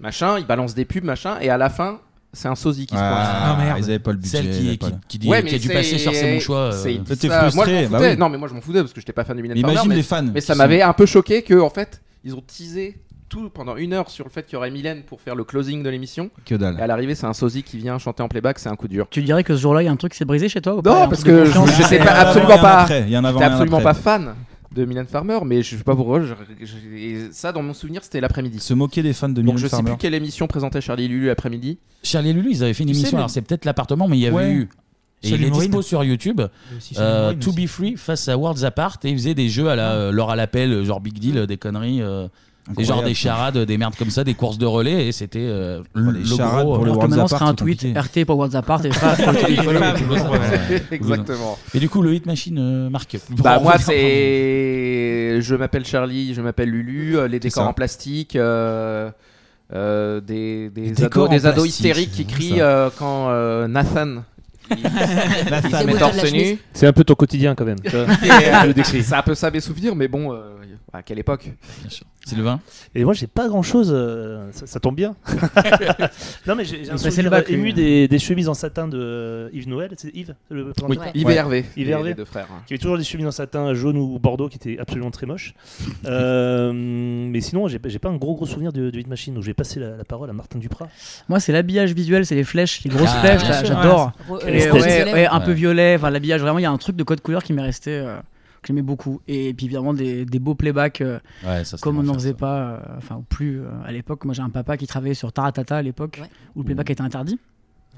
[SPEAKER 10] Machin, il balance des pubs, machin, et à la fin, c'est un sosie qui se pointe.
[SPEAKER 7] Ah, merde. Ils avaient pas le budget.
[SPEAKER 1] Celle qui-
[SPEAKER 7] ils avaient pas
[SPEAKER 1] qui-
[SPEAKER 7] le-
[SPEAKER 1] qui dit- Ouais, qui a dû passer sur C'est mon choix, euh.
[SPEAKER 10] c'est- il dit
[SPEAKER 7] T'étais
[SPEAKER 10] ça. Moi, je
[SPEAKER 7] frustré,
[SPEAKER 10] m'en
[SPEAKER 7] bah
[SPEAKER 10] foutais.
[SPEAKER 7] oui.
[SPEAKER 10] Non, mais moi je m'en foutais parce que j'étais pas fan de Mylène
[SPEAKER 7] Mais
[SPEAKER 10] Farmer,
[SPEAKER 7] imagine
[SPEAKER 10] mais-
[SPEAKER 7] les fans
[SPEAKER 10] Mais
[SPEAKER 7] qui
[SPEAKER 10] ça
[SPEAKER 7] sont-
[SPEAKER 10] m'avait un peu choqué que en fait ils ont teasé tout pendant une heure sur le fait qu'il y aurait Mylène pour faire le closing de l'émission.
[SPEAKER 7] Que dalle.
[SPEAKER 10] Et à l'arrivée, c'est un sosie qui vient chanter en playback, c'est un coup dur.
[SPEAKER 9] Tu dirais que ce jour-là, il y a un truc qui s'est brisé chez toi ou
[SPEAKER 7] Ah,
[SPEAKER 9] pas
[SPEAKER 10] Non,
[SPEAKER 9] Un
[SPEAKER 10] parce
[SPEAKER 9] truc de
[SPEAKER 10] que
[SPEAKER 9] confiance
[SPEAKER 10] je sais
[SPEAKER 9] Ah,
[SPEAKER 10] pas
[SPEAKER 9] ouais.
[SPEAKER 10] absolument pas.
[SPEAKER 7] après, il y en a avant,
[SPEAKER 10] j'étais
[SPEAKER 7] il y en a
[SPEAKER 10] absolument
[SPEAKER 7] après.
[SPEAKER 10] pas fan de Mylène Farmer, mais je sais pas pourquoi. je- je- et ça, dans mon souvenir, c'était l'après-midi.
[SPEAKER 7] Se moquer des fans de
[SPEAKER 10] Donc
[SPEAKER 7] Mylène
[SPEAKER 10] je sais
[SPEAKER 7] Farmer.
[SPEAKER 10] plus quelle émission présentait Charlie Lulu l'après-midi.
[SPEAKER 1] Charlie et Lulu, ils avaient fait une
[SPEAKER 10] Tu sais,
[SPEAKER 1] émission.
[SPEAKER 10] mais-
[SPEAKER 1] Alors c'est peut-être l'appartement, mais il y avait
[SPEAKER 10] Ouais.
[SPEAKER 1] eu. Et il
[SPEAKER 10] Charlie
[SPEAKER 1] est
[SPEAKER 10] Maureen.
[SPEAKER 1] dispo sur YouTube.
[SPEAKER 10] Il y a aussi Charlie
[SPEAKER 1] euh,
[SPEAKER 10] Maureen
[SPEAKER 1] to be free face à Worlds Apart et ils faisaient des jeux à la euh, l'or à l'appel, euh, genre Big Deal, euh, des conneries, euh, des
[SPEAKER 7] Incroyable.
[SPEAKER 1] genre des charades, euh, des merdes comme ça, des courses de relais et c'était euh, le,
[SPEAKER 7] les
[SPEAKER 1] le
[SPEAKER 7] charades
[SPEAKER 1] gros.
[SPEAKER 7] pour le
[SPEAKER 1] euh,
[SPEAKER 9] Alors que maintenant, ce sera un tweet RT pour WhatsApp et ça pour le téléphone.
[SPEAKER 10] Exactement.
[SPEAKER 1] Et du coup le hit machine euh, marque.
[SPEAKER 10] Bah
[SPEAKER 1] On
[SPEAKER 10] moi
[SPEAKER 1] revient.
[SPEAKER 10] c'est je m'appelle Charlie, je m'appelle Lulu, euh, les décors
[SPEAKER 1] ça.
[SPEAKER 10] en plastique, euh, euh, des, des
[SPEAKER 1] décors
[SPEAKER 10] ados,
[SPEAKER 1] en
[SPEAKER 10] des ados
[SPEAKER 1] plastique,
[SPEAKER 10] hystériques qui
[SPEAKER 1] c'est
[SPEAKER 10] crient
[SPEAKER 1] ça.
[SPEAKER 10] euh, quand euh, Nathan il- il se met torse nu.
[SPEAKER 8] C'est un peu ton quotidien quand même. tu vois.
[SPEAKER 10] Et, euh,
[SPEAKER 8] Je le décris.
[SPEAKER 10] C'est un peu ça mes souvenirs, mais bon, euh, à quelle époque
[SPEAKER 1] Sylvain
[SPEAKER 8] Et moi, j'ai pas grand chose. ça, ça tombe bien. non, mais j'ai j'ai un
[SPEAKER 9] Il se passait
[SPEAKER 8] souvenir
[SPEAKER 9] le bac,
[SPEAKER 8] ému
[SPEAKER 9] lui.
[SPEAKER 8] des, des chemises en satin de euh, Yves Noël. C'est Yves le présentateur
[SPEAKER 10] Ouais. Yves et Hervé,
[SPEAKER 8] Yves
[SPEAKER 10] les-
[SPEAKER 8] et Hervé.
[SPEAKER 10] les deux frères. hein.
[SPEAKER 8] Qui avait toujours des chemises en satin jaune ou bordeaux qui étaient absolument très moches. Euh, mais sinon, j'ai j'ai pas un gros gros souvenir de, de Hit Machine. Donc, je vais passer la, la parole à Martin Duprat.
[SPEAKER 9] Moi, c'est l'habillage visuel, c'est les flèches, les grosses
[SPEAKER 8] Ah,
[SPEAKER 9] flèches,
[SPEAKER 8] bien
[SPEAKER 9] là,
[SPEAKER 8] sûr.
[SPEAKER 9] j'adore.
[SPEAKER 8] Ouais,
[SPEAKER 9] Et,
[SPEAKER 8] c'est-
[SPEAKER 9] ouais,
[SPEAKER 8] c'est-
[SPEAKER 9] ouais, un peu
[SPEAKER 8] Ouais.
[SPEAKER 9] violet, enfin l'habillage, vraiment, il y a un truc de code couleur qui m'est resté, euh, que j'aimais beaucoup. Et puis évidemment, des, des beaux playbacks, euh,
[SPEAKER 1] Ouais, ça, c'était
[SPEAKER 9] comme on
[SPEAKER 1] moins
[SPEAKER 9] n'en
[SPEAKER 1] cher,
[SPEAKER 9] faisait pas, euh, enfin, ou plus euh, à l'époque. Moi, j'ai un papa qui travaillait sur Taratata à l'époque, où le playback était interdit.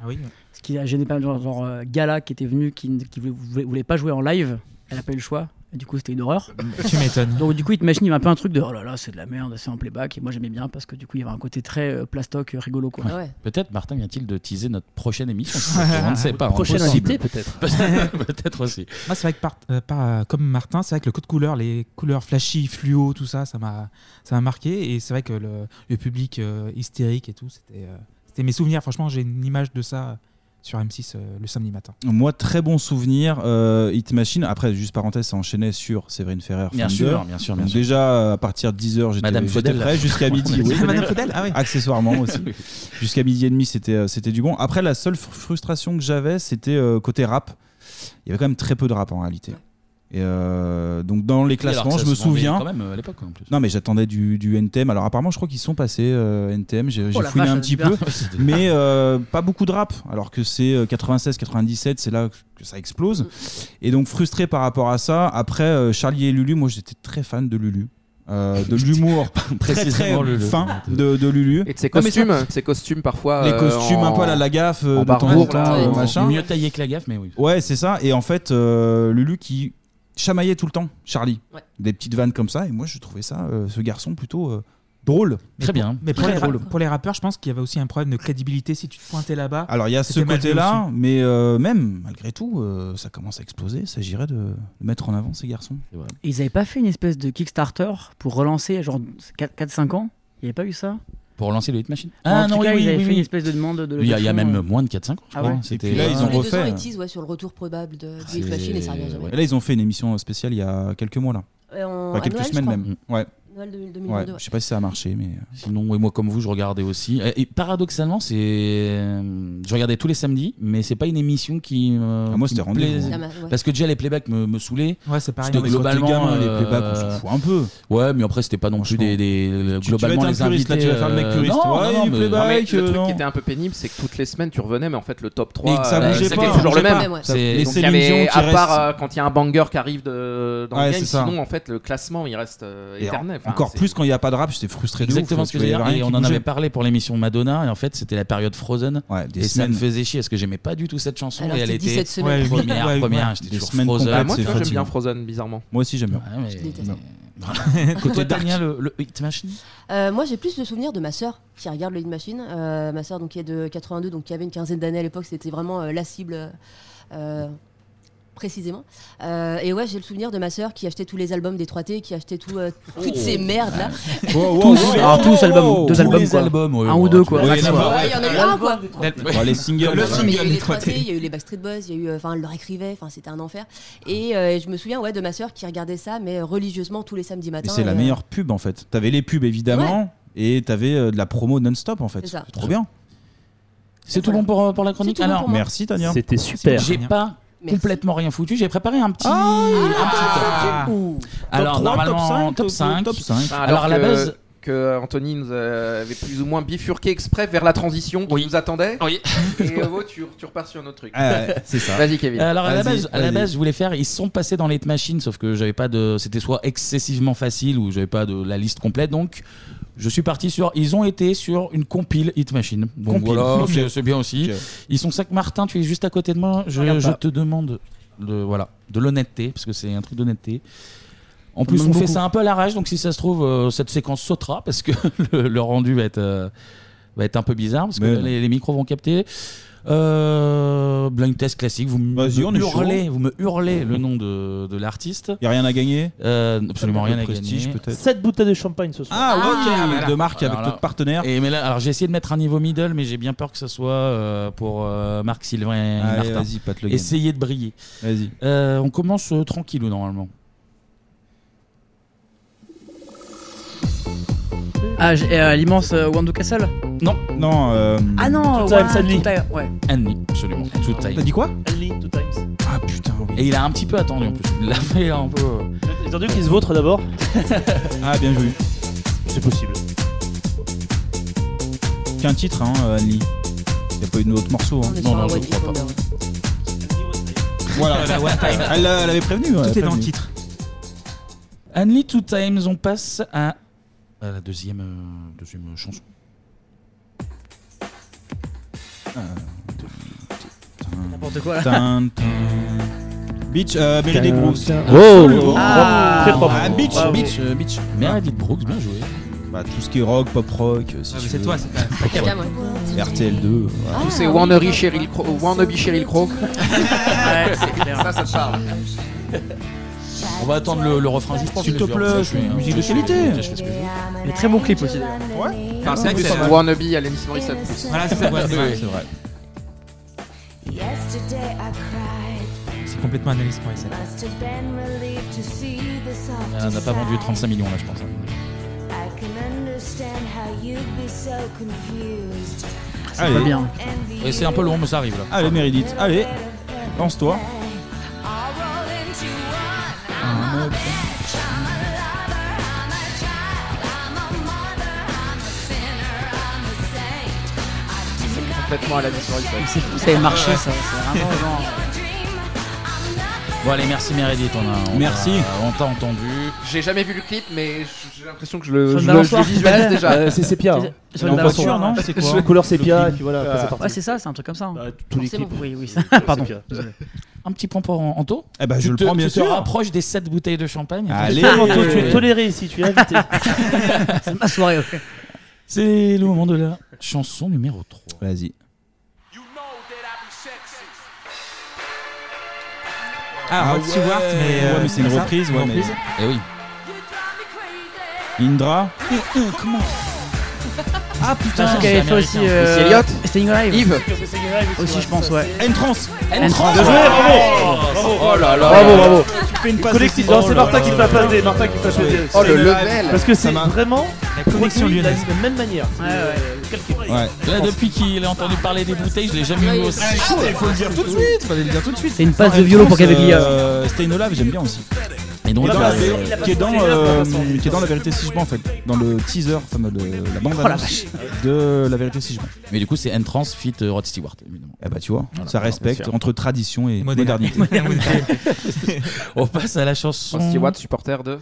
[SPEAKER 11] Ah oui.
[SPEAKER 9] Ce qui a gêné pas mal, genre, genre, euh, Gala qui était venu, qui ne qui voulait, voulait- voulait pas jouer en live, elle n'a pas eu le choix. Du coup, c'était une horreur.
[SPEAKER 11] Tu m'étonnes.
[SPEAKER 9] Donc, du coup, Hit Machine, il y avait un peu un truc de oh là là, c'est de la merde, c'est en playback. Et moi, j'aimais bien parce que du coup, il y avait un côté très euh, plastoc euh, rigolo. Quoi.
[SPEAKER 1] Ah Peut-être Martin vient-il de teaser notre prochaine émission.
[SPEAKER 9] Ouais.
[SPEAKER 1] on ne sait pas.
[SPEAKER 9] Votre prochaine
[SPEAKER 1] impossible.
[SPEAKER 9] invitée, peut-être.
[SPEAKER 1] peut-être aussi.
[SPEAKER 11] Moi, c'est vrai que par- euh, par- euh, comme Martin, c'est vrai que le code couleur, les couleurs flashy, fluo, tout ça, ça m'a ça m'a marqué. Et c'est vrai que le, le public euh, hystérique et tout, c'était euh, c'était mes souvenirs. Franchement, j'ai une image de ça sur M6 euh, le samedi matin.
[SPEAKER 7] Moi, très bon souvenir. euh, Hit Machine, après, juste parenthèse, ça enchaînait sur Séverine Ferrer.
[SPEAKER 1] Bien
[SPEAKER 7] Fender.
[SPEAKER 1] sûr, bien sûr, bien sûr.
[SPEAKER 7] Déjà, à partir de 10h,
[SPEAKER 1] Madame
[SPEAKER 7] j'étais j'étais
[SPEAKER 1] Faudel.
[SPEAKER 7] prêt jusqu'à midi. oui.
[SPEAKER 11] Madame Faudel, ah oui.
[SPEAKER 7] Accessoirement aussi. jusqu'à midi et demi, c'était euh, c'était du bon. Après, la seule fr- frustration que j'avais, c'était euh, côté rap. Il y avait quand même très peu de rap en réalité. Et euh, donc dans les
[SPEAKER 1] Oui, alors que
[SPEAKER 7] classements,
[SPEAKER 1] ça
[SPEAKER 7] je me
[SPEAKER 1] se vendait
[SPEAKER 7] souviens.
[SPEAKER 1] quand même, euh, à l'époque, en plus.
[SPEAKER 7] Non mais j'attendais du, du NTM. Alors apparemment je crois qu'ils sont passés euh, NTM. J'ai j'ai
[SPEAKER 1] Oh la
[SPEAKER 7] fouiné
[SPEAKER 1] vache,
[SPEAKER 7] un petit
[SPEAKER 1] bien.
[SPEAKER 7] peu, mais euh, pas beaucoup de rap. Alors que c'est 96-97, c'est là que ça explose. Et donc frustré par rapport à ça. Après euh, Charlie et Lulu, moi j'étais très fan de Lulu. Euh, de l'humour très très
[SPEAKER 10] Précisément, Lulu.
[SPEAKER 7] fin de, de Lulu
[SPEAKER 10] Et de ses
[SPEAKER 7] Non, mais ça-
[SPEAKER 10] costumes, ses costumes parfois.
[SPEAKER 7] les
[SPEAKER 10] euh,
[SPEAKER 7] costumes un
[SPEAKER 10] en-
[SPEAKER 7] peu à la Lagaffe euh,
[SPEAKER 10] en
[SPEAKER 7] de
[SPEAKER 10] barbour,
[SPEAKER 7] tambour, là,
[SPEAKER 10] là,
[SPEAKER 7] euh,
[SPEAKER 10] en-
[SPEAKER 7] machin.
[SPEAKER 1] Mieux taillé que la gaffe, mais oui.
[SPEAKER 7] Ouais, c'est ça. Et en fait, euh, Lulu qui chamaillait tout le temps Charlie. Des petites vannes comme ça. Et moi, je trouvais ça, euh, ce garçon, plutôt euh, drôle.
[SPEAKER 11] Mais pour- Mais pour les, ra- pour les rappeurs, je pense qu'il y avait aussi un problème de crédibilité si tu te pointais là-bas.
[SPEAKER 7] Alors, il y a ce
[SPEAKER 11] c'était mal vu
[SPEAKER 7] côté-là,
[SPEAKER 11] aussi.
[SPEAKER 7] mais euh, même, malgré tout, euh, ça commence à exploser. Il s'agirait de, de mettre en avant ces garçons.
[SPEAKER 9] Et ils n'avaient pas fait une espèce de Kickstarter pour relancer, genre 4-5 ans Il n'y avait pas eu ça
[SPEAKER 1] Pour relancer le Hit Machine.
[SPEAKER 9] En tout cas, ils avaient fait une espèce de demande de
[SPEAKER 1] Il y a, il y a
[SPEAKER 9] location,
[SPEAKER 1] même
[SPEAKER 9] euh.
[SPEAKER 1] moins de 4-5 ans, je
[SPEAKER 9] Ah
[SPEAKER 1] crois.
[SPEAKER 9] ouais.
[SPEAKER 1] C'était-
[SPEAKER 7] Et puis là, ils ont
[SPEAKER 4] les deux ans,
[SPEAKER 7] refait.
[SPEAKER 4] ils teasent, ouais, sur le retour probable de de Hit Machine et ça revient jamais.
[SPEAKER 7] Et là, ils ont fait une émission spéciale il y a quelques mois, là.
[SPEAKER 4] Euh, en-
[SPEAKER 7] Enfin,
[SPEAKER 4] à
[SPEAKER 7] quelques
[SPEAKER 4] Noël, je
[SPEAKER 7] semaines
[SPEAKER 4] crois.
[SPEAKER 7] même. Ouais.
[SPEAKER 4] Noël 2022,
[SPEAKER 7] Ouais,
[SPEAKER 4] ouais.
[SPEAKER 7] Je sais pas si ça a marché, mais.
[SPEAKER 1] euh, Sinon, et moi comme vous, je regardais aussi. Et, et paradoxalement, c'est, euh, je regardais tous les samedis, mais c'est pas une émission qui. me-
[SPEAKER 7] Ah, moi,
[SPEAKER 1] qui
[SPEAKER 7] c'était
[SPEAKER 1] me plaît.
[SPEAKER 7] rendez-vous. Ah bah, ouais.
[SPEAKER 1] Parce que déjà les playbacks me, me saoulaient.
[SPEAKER 11] Ouais, c'est pareil.
[SPEAKER 1] C'était
[SPEAKER 11] Non, mais quand t'es
[SPEAKER 1] globalement
[SPEAKER 11] gamin, les playbacks, on s'en
[SPEAKER 1] euh,
[SPEAKER 11] fout un peu.
[SPEAKER 1] Ouais, mais après c'était pas non plus des, des-
[SPEAKER 7] vas
[SPEAKER 1] globalement
[SPEAKER 7] être un
[SPEAKER 1] les
[SPEAKER 7] puriste, là,
[SPEAKER 1] invités.
[SPEAKER 7] tu vas faire le mec
[SPEAKER 1] euh,
[SPEAKER 7] puriste.
[SPEAKER 1] non,
[SPEAKER 7] Ouais,
[SPEAKER 1] non, non,
[SPEAKER 7] il
[SPEAKER 1] mais-
[SPEAKER 7] plaît
[SPEAKER 10] Non, mais
[SPEAKER 7] euh,
[SPEAKER 10] le truc
[SPEAKER 7] non.
[SPEAKER 10] qui était un peu pénible, c'est que toutes les semaines tu revenais, mais en fait le top 3
[SPEAKER 7] Et que ça
[SPEAKER 10] euh,
[SPEAKER 7] bougeait
[SPEAKER 10] c'était
[SPEAKER 7] pas.
[SPEAKER 10] toujours le
[SPEAKER 7] Ça
[SPEAKER 10] même.
[SPEAKER 7] bougeait
[SPEAKER 10] Donc,
[SPEAKER 7] pas. Les
[SPEAKER 10] il y
[SPEAKER 7] Céline
[SPEAKER 10] avait-
[SPEAKER 7] Dion qui
[SPEAKER 10] à part
[SPEAKER 7] reste-
[SPEAKER 10] euh, quand il y a un banger qui arrive de- dans
[SPEAKER 7] Ouais,
[SPEAKER 10] le
[SPEAKER 7] c'est
[SPEAKER 10] game,
[SPEAKER 7] ça.
[SPEAKER 10] sinon en fait le classement il reste euh,
[SPEAKER 7] Et en-
[SPEAKER 10] éternel. Enfin,
[SPEAKER 7] encore
[SPEAKER 10] c'est-
[SPEAKER 7] plus quand il n'y a pas de rap, j'étais frustré de
[SPEAKER 1] Exactement
[SPEAKER 7] ouf,
[SPEAKER 1] ce que
[SPEAKER 7] tu vois, il
[SPEAKER 1] j'allais
[SPEAKER 7] y
[SPEAKER 1] dire.
[SPEAKER 7] avait
[SPEAKER 1] Et
[SPEAKER 7] rien
[SPEAKER 1] on
[SPEAKER 7] qui
[SPEAKER 1] en avait
[SPEAKER 7] bougeait.
[SPEAKER 1] parlé pour l'émission Madonna. Et en fait, c'était la période Frozen. et
[SPEAKER 7] semaines.
[SPEAKER 1] ça me faisait chier parce que j'aimais pas du tout cette chanson.
[SPEAKER 10] Alors,
[SPEAKER 1] et elle
[SPEAKER 10] c'était
[SPEAKER 1] était
[SPEAKER 10] 17 semaines. Ouais,
[SPEAKER 1] première,
[SPEAKER 10] ouais, ouais.
[SPEAKER 1] première.
[SPEAKER 10] Des
[SPEAKER 1] J'étais toujours
[SPEAKER 10] semaines
[SPEAKER 1] Frozen.
[SPEAKER 10] complètes, Ah, moi, c'est tu vois, j'aime fatigant. bien Frozen, bizarrement.
[SPEAKER 7] Moi aussi, j'aime bien.
[SPEAKER 1] Ouais, mais-
[SPEAKER 4] déteste.
[SPEAKER 1] Non. Côté Daniel, le, le Hit Machine.
[SPEAKER 4] Euh, moi, j'ai plus de souvenirs de ma sœur qui regarde le Hit Machine. Euh, ma sœur, donc, qui est de 82, donc qui avait une quinzaine d'années à l'époque, c'était vraiment euh, la cible. euh, précisément Euh, et ouais j'ai le souvenir de ma sœur qui achetait tous les albums des 3T qui achetait tout, euh,
[SPEAKER 7] Oh.
[SPEAKER 4] toutes ces merdes là
[SPEAKER 9] Tous, alors tous albums, deux
[SPEAKER 1] Tous
[SPEAKER 9] albums
[SPEAKER 1] les
[SPEAKER 9] quoi.
[SPEAKER 1] albums, ouais,
[SPEAKER 9] un
[SPEAKER 1] ouais,
[SPEAKER 9] ou deux
[SPEAKER 1] tu
[SPEAKER 9] quoi.
[SPEAKER 1] vois.
[SPEAKER 9] maximum.
[SPEAKER 1] Ouais,
[SPEAKER 4] Ouais, il y en a eu un quoi
[SPEAKER 7] Bon, les singles,
[SPEAKER 4] Non, mais il y a eu les 3T,
[SPEAKER 7] traité
[SPEAKER 4] il y a eu les Backstreet Boys, il y a eu, euh, enfin, elle leur écrivait, enfin, c'était un enfer. Et euh, je me souviens, ouais, de ma sœur qui regardait ça, mais euh, religieusement tous les samedis
[SPEAKER 7] Mais
[SPEAKER 4] matins.
[SPEAKER 7] c'est la
[SPEAKER 4] et, euh,
[SPEAKER 7] meilleure pub en fait. T'avais les pubs évidemment et t'avais euh, de la promo non-stop en fait.
[SPEAKER 4] C'est ça.
[SPEAKER 7] C'est trop bien.
[SPEAKER 1] C'est tout bon pour, pour la chronique
[SPEAKER 7] tout bon
[SPEAKER 1] Alors,
[SPEAKER 7] pour moi. Merci, Tania. C'était super.
[SPEAKER 1] J'ai
[SPEAKER 7] Tania.
[SPEAKER 1] pas complètement rien foutu. J'ai préparé un petit. un petit
[SPEAKER 7] Ah.
[SPEAKER 1] top.
[SPEAKER 7] Top
[SPEAKER 1] Alors,
[SPEAKER 7] trois,
[SPEAKER 1] normalement,
[SPEAKER 7] top cinq, top-
[SPEAKER 1] top 5.
[SPEAKER 7] top cinq.
[SPEAKER 10] Enfin,
[SPEAKER 1] Alors, à la
[SPEAKER 10] que-
[SPEAKER 1] base.
[SPEAKER 10] que Anthony nous euh, avait plus ou moins bifurqué exprès vers la transition qui nous attendait. Et euh, Evo, tu, tu repars sur un autre truc.
[SPEAKER 1] Ah,
[SPEAKER 7] Ah
[SPEAKER 10] Vas-y Kevin.
[SPEAKER 1] Euh, Alors à la base, à la base, je voulais faire. Ils sont passés dans les hit machines, sauf que j'avais pas de. C'était soit excessivement facile ou j'avais pas de la liste complète. Donc je suis parti sur. Ils ont été sur une compile hit machine. Donc
[SPEAKER 7] Compile.
[SPEAKER 1] voilà,
[SPEAKER 7] Ok.
[SPEAKER 1] c'est- c'est bien aussi. Ils sont cinq. Martin, tu es juste à côté de moi. Je,
[SPEAKER 7] Regarde
[SPEAKER 1] je
[SPEAKER 7] pas.
[SPEAKER 1] te demande de voilà de l'honnêteté parce que c'est un truc d'honnêteté. En
[SPEAKER 7] Ça
[SPEAKER 1] plus, on
[SPEAKER 7] demande
[SPEAKER 1] fait
[SPEAKER 7] beaucoup.
[SPEAKER 1] ça un peu à l'arrache, donc si ça se trouve, euh, cette séquence sautera parce que le, le rendu va être, euh, va être un peu bizarre parce que
[SPEAKER 7] Mais
[SPEAKER 1] là,
[SPEAKER 7] non.
[SPEAKER 1] les, les micros vont capter. Euh, blind test classique, vous me
[SPEAKER 7] Vas-y, on est
[SPEAKER 1] hurlez,
[SPEAKER 7] chaud.
[SPEAKER 1] vous me hurlez le nom de, de l'artiste.
[SPEAKER 7] Y a rien à gagner
[SPEAKER 1] Euh, absolument
[SPEAKER 7] Le
[SPEAKER 1] rien à
[SPEAKER 7] prestige,
[SPEAKER 1] gagner.
[SPEAKER 7] peut-être.
[SPEAKER 8] 7 bouteilles de champagne ce soir.
[SPEAKER 7] Ah, ok,
[SPEAKER 1] voilà.
[SPEAKER 7] de marque
[SPEAKER 1] Alors
[SPEAKER 7] avec
[SPEAKER 1] là-
[SPEAKER 7] notre partenaire.
[SPEAKER 1] Et mais là, alors j'ai essayé de mettre un niveau middle, mais j'ai bien peur que ce soit euh, pour euh, Marc Sylvain et
[SPEAKER 7] Allez,
[SPEAKER 1] Martin.
[SPEAKER 7] vas-y, Pat Le Guen.
[SPEAKER 1] Essayez de briller.
[SPEAKER 7] Vas-y.
[SPEAKER 1] Euh, on commence euh, tranquille normalement.
[SPEAKER 9] Ah, j'ai- euh, l'immense euh, Wando Castle
[SPEAKER 1] Non.
[SPEAKER 7] Non. euh,
[SPEAKER 9] Ah non,
[SPEAKER 1] Two Times
[SPEAKER 9] One,
[SPEAKER 1] Only.
[SPEAKER 9] Two Times, ouais.
[SPEAKER 1] Annie, absolument. Two times.
[SPEAKER 7] T'as dit quoi
[SPEAKER 8] Only two times.
[SPEAKER 7] Ah putain.
[SPEAKER 1] Et il a un petit peu attendu en plus. Il l'a fait un peu.
[SPEAKER 8] J'ai entendu qu'il se vautre d'abord.
[SPEAKER 7] Ah bien joué.
[SPEAKER 8] C'est possible.
[SPEAKER 7] Qu'un titre, hein, euh, Annie. Y a pas eu de autre morceau. Hein.
[SPEAKER 1] est sur un One Hit Wonder.
[SPEAKER 7] Voilà.
[SPEAKER 1] La One Time.
[SPEAKER 7] Elle l'a- elle avait prévenu. elle
[SPEAKER 1] Ah, bah, Tout
[SPEAKER 7] a
[SPEAKER 1] est dans
[SPEAKER 7] prévenu.
[SPEAKER 1] le titre. Only Two Times, on passe à, à la deuxième, euh, deuxième chanson.
[SPEAKER 7] Euh,
[SPEAKER 9] N'importe quoi.
[SPEAKER 7] Tin, tin. Beach, euh, Meredith Brooks.
[SPEAKER 1] Oh.
[SPEAKER 7] Absolument.
[SPEAKER 1] Ah. Très propre.
[SPEAKER 7] Ah, Beach,
[SPEAKER 1] Bravo.
[SPEAKER 7] Beach, euh, Beach.
[SPEAKER 1] Meredith Brooks, bien joué.
[SPEAKER 7] Bah, tout ce qui est rock, pop rock, euh, si
[SPEAKER 11] Ah,
[SPEAKER 7] tu
[SPEAKER 11] mais c'est
[SPEAKER 7] veux.
[SPEAKER 11] toi, c'est pas-
[SPEAKER 7] Pop rock.
[SPEAKER 11] Bien, ouais.
[SPEAKER 7] RTL2. euh, voilà.
[SPEAKER 10] Tous ces Warnery Cheryl Crow. Wannabe Cheryl Crow. ça, ça te parle.
[SPEAKER 1] On va attendre le, le refrain juste pour
[SPEAKER 7] S'il
[SPEAKER 1] que
[SPEAKER 7] te
[SPEAKER 1] je
[SPEAKER 7] plaît,
[SPEAKER 1] puisse jouer, hein.
[SPEAKER 7] musique de qualité.
[SPEAKER 1] Je fais ce que je veux.
[SPEAKER 9] Et très bon clip aussi d'ailleurs.
[SPEAKER 10] Enfin, c'est vrai que
[SPEAKER 7] Oui,
[SPEAKER 10] c'est
[SPEAKER 7] pas mal.
[SPEAKER 10] Wannabe à Alanis Morissette.
[SPEAKER 11] Voilà, c'est ça, ouais, c'est vrai.
[SPEAKER 18] Yesterday I cried.
[SPEAKER 11] C'est complètement analyse pour essayer.
[SPEAKER 18] Must have been relieved to see the soft
[SPEAKER 1] Ah, On n'a pas vendu 35 millions là, je pense. hein.
[SPEAKER 18] I can understand how you'd be so confused.
[SPEAKER 1] C'est
[SPEAKER 7] Allez. pas bien. Ah.
[SPEAKER 1] Et c'est un peu long, mais ça arrive là.
[SPEAKER 7] Allez, Meredith, allez, lance-toi.
[SPEAKER 10] Complètement à la Morissette.
[SPEAKER 9] C'est fou, ça a marché ça. C'est vraiment genre.
[SPEAKER 1] Bon, allez, merci Meredith. On a, on
[SPEAKER 7] Merci.
[SPEAKER 1] a- on t'a entendu.
[SPEAKER 10] J'ai jamais vu le clip, mais j'ai l'impression que je
[SPEAKER 1] Sur
[SPEAKER 10] le,
[SPEAKER 1] le
[SPEAKER 10] je le- je le
[SPEAKER 1] balançoire.
[SPEAKER 10] visualise déjà.
[SPEAKER 8] Euh, c'est sépia. hein.
[SPEAKER 9] Sur
[SPEAKER 8] Non,
[SPEAKER 9] une
[SPEAKER 8] pas sûr,
[SPEAKER 9] voiture,
[SPEAKER 8] non,
[SPEAKER 9] ouais.
[SPEAKER 8] c'est quoi Couleur sépia, et puis voilà, après, c'est parti. Bah,
[SPEAKER 9] Ouais, c'est ça, c'est un truc comme ça. hein.
[SPEAKER 8] tous les
[SPEAKER 9] Forcément.
[SPEAKER 8] clips.
[SPEAKER 9] Oui, oui.
[SPEAKER 8] Euh,
[SPEAKER 9] Pardon.
[SPEAKER 8] sépia.
[SPEAKER 9] Désolé.
[SPEAKER 1] Un petit point pour Anto.
[SPEAKER 7] Eh ben,
[SPEAKER 1] tu
[SPEAKER 7] je le
[SPEAKER 1] te,
[SPEAKER 7] prends, bien
[SPEAKER 1] tu
[SPEAKER 7] sûr.
[SPEAKER 1] te rapproches des 7 bouteilles de champagne.
[SPEAKER 7] Allez. Anto, tu es
[SPEAKER 8] toléré ici, tu es invité.
[SPEAKER 9] C'est ma soirée.
[SPEAKER 1] C'est le moment de la chanson numéro 3.
[SPEAKER 7] Vas-y.
[SPEAKER 11] Ah, Rod
[SPEAKER 7] ouais.
[SPEAKER 11] Stewart, mais.
[SPEAKER 7] Ouais,
[SPEAKER 11] euh,
[SPEAKER 7] mais c'est une
[SPEAKER 11] pas ça,
[SPEAKER 7] reprise, ouais, mais-
[SPEAKER 1] Eh oui.
[SPEAKER 7] Indra.
[SPEAKER 11] Eh,
[SPEAKER 9] Comment Ah
[SPEAKER 7] Ah,
[SPEAKER 9] putain, c'est ce
[SPEAKER 7] c'est
[SPEAKER 9] qu'avait fait aussi.
[SPEAKER 7] américain.
[SPEAKER 9] euh,
[SPEAKER 7] Aussi Elliott
[SPEAKER 9] Sting Live.
[SPEAKER 7] Yves.
[SPEAKER 9] Aussi, je pense, ouais.
[SPEAKER 7] Entrance.
[SPEAKER 9] Entrance.
[SPEAKER 8] Bien joué, bravo.
[SPEAKER 9] Bravo.
[SPEAKER 8] Bravo.
[SPEAKER 9] Oh là là.
[SPEAKER 8] Bravo, bravo.
[SPEAKER 9] Tu fais une passe
[SPEAKER 8] Collective.
[SPEAKER 9] aussi.
[SPEAKER 8] Non, c'est
[SPEAKER 9] Oh là
[SPEAKER 8] Martha
[SPEAKER 9] là
[SPEAKER 8] qui me l'a
[SPEAKER 9] là
[SPEAKER 8] passé.
[SPEAKER 9] là.
[SPEAKER 8] Martha qui me l'a
[SPEAKER 9] Oh,
[SPEAKER 8] passé.
[SPEAKER 9] le
[SPEAKER 8] C'est-
[SPEAKER 9] level.
[SPEAKER 8] Parce que
[SPEAKER 9] Ça
[SPEAKER 8] c'est
[SPEAKER 9] m'a-
[SPEAKER 8] vraiment
[SPEAKER 9] La connexion
[SPEAKER 8] produit de
[SPEAKER 9] lyonnaise.
[SPEAKER 8] la même manière.
[SPEAKER 1] Là, depuis qu'il a entendu parler des bouteilles, je l'ai jamais vu aussi. chaud.
[SPEAKER 7] Il faut le dire tout de suite. Fallait le dire tout de suite.
[SPEAKER 9] C'est une passe
[SPEAKER 7] Non,
[SPEAKER 9] de violon pour hein.
[SPEAKER 7] Entrance,
[SPEAKER 9] Cavaglia.
[SPEAKER 7] euh, Stay in Alive, j'aime bien aussi.
[SPEAKER 1] Et
[SPEAKER 9] donc,
[SPEAKER 7] qui est dans,
[SPEAKER 9] là,
[SPEAKER 7] la,
[SPEAKER 9] c'est- il a pas
[SPEAKER 7] qui est dans,
[SPEAKER 9] passé les notes,
[SPEAKER 7] bah, euh,
[SPEAKER 9] de toute façon.
[SPEAKER 7] qui est dans la vérité si je mens en fait, dans le teaser, enfin de la bande
[SPEAKER 1] Oh la
[SPEAKER 7] annonce de la vérité si je mens.
[SPEAKER 1] Mais du coup, c'est Entrance fit euh, Rod Stewart, évidemment.
[SPEAKER 7] Eh bah tu vois,
[SPEAKER 1] Voilà,
[SPEAKER 7] ça
[SPEAKER 1] bien
[SPEAKER 7] respecte
[SPEAKER 1] sûr.
[SPEAKER 7] entre tradition et modernité.
[SPEAKER 1] Modernité. Modernité. On passe à la chanson.
[SPEAKER 10] Rod Stewart, supporter de.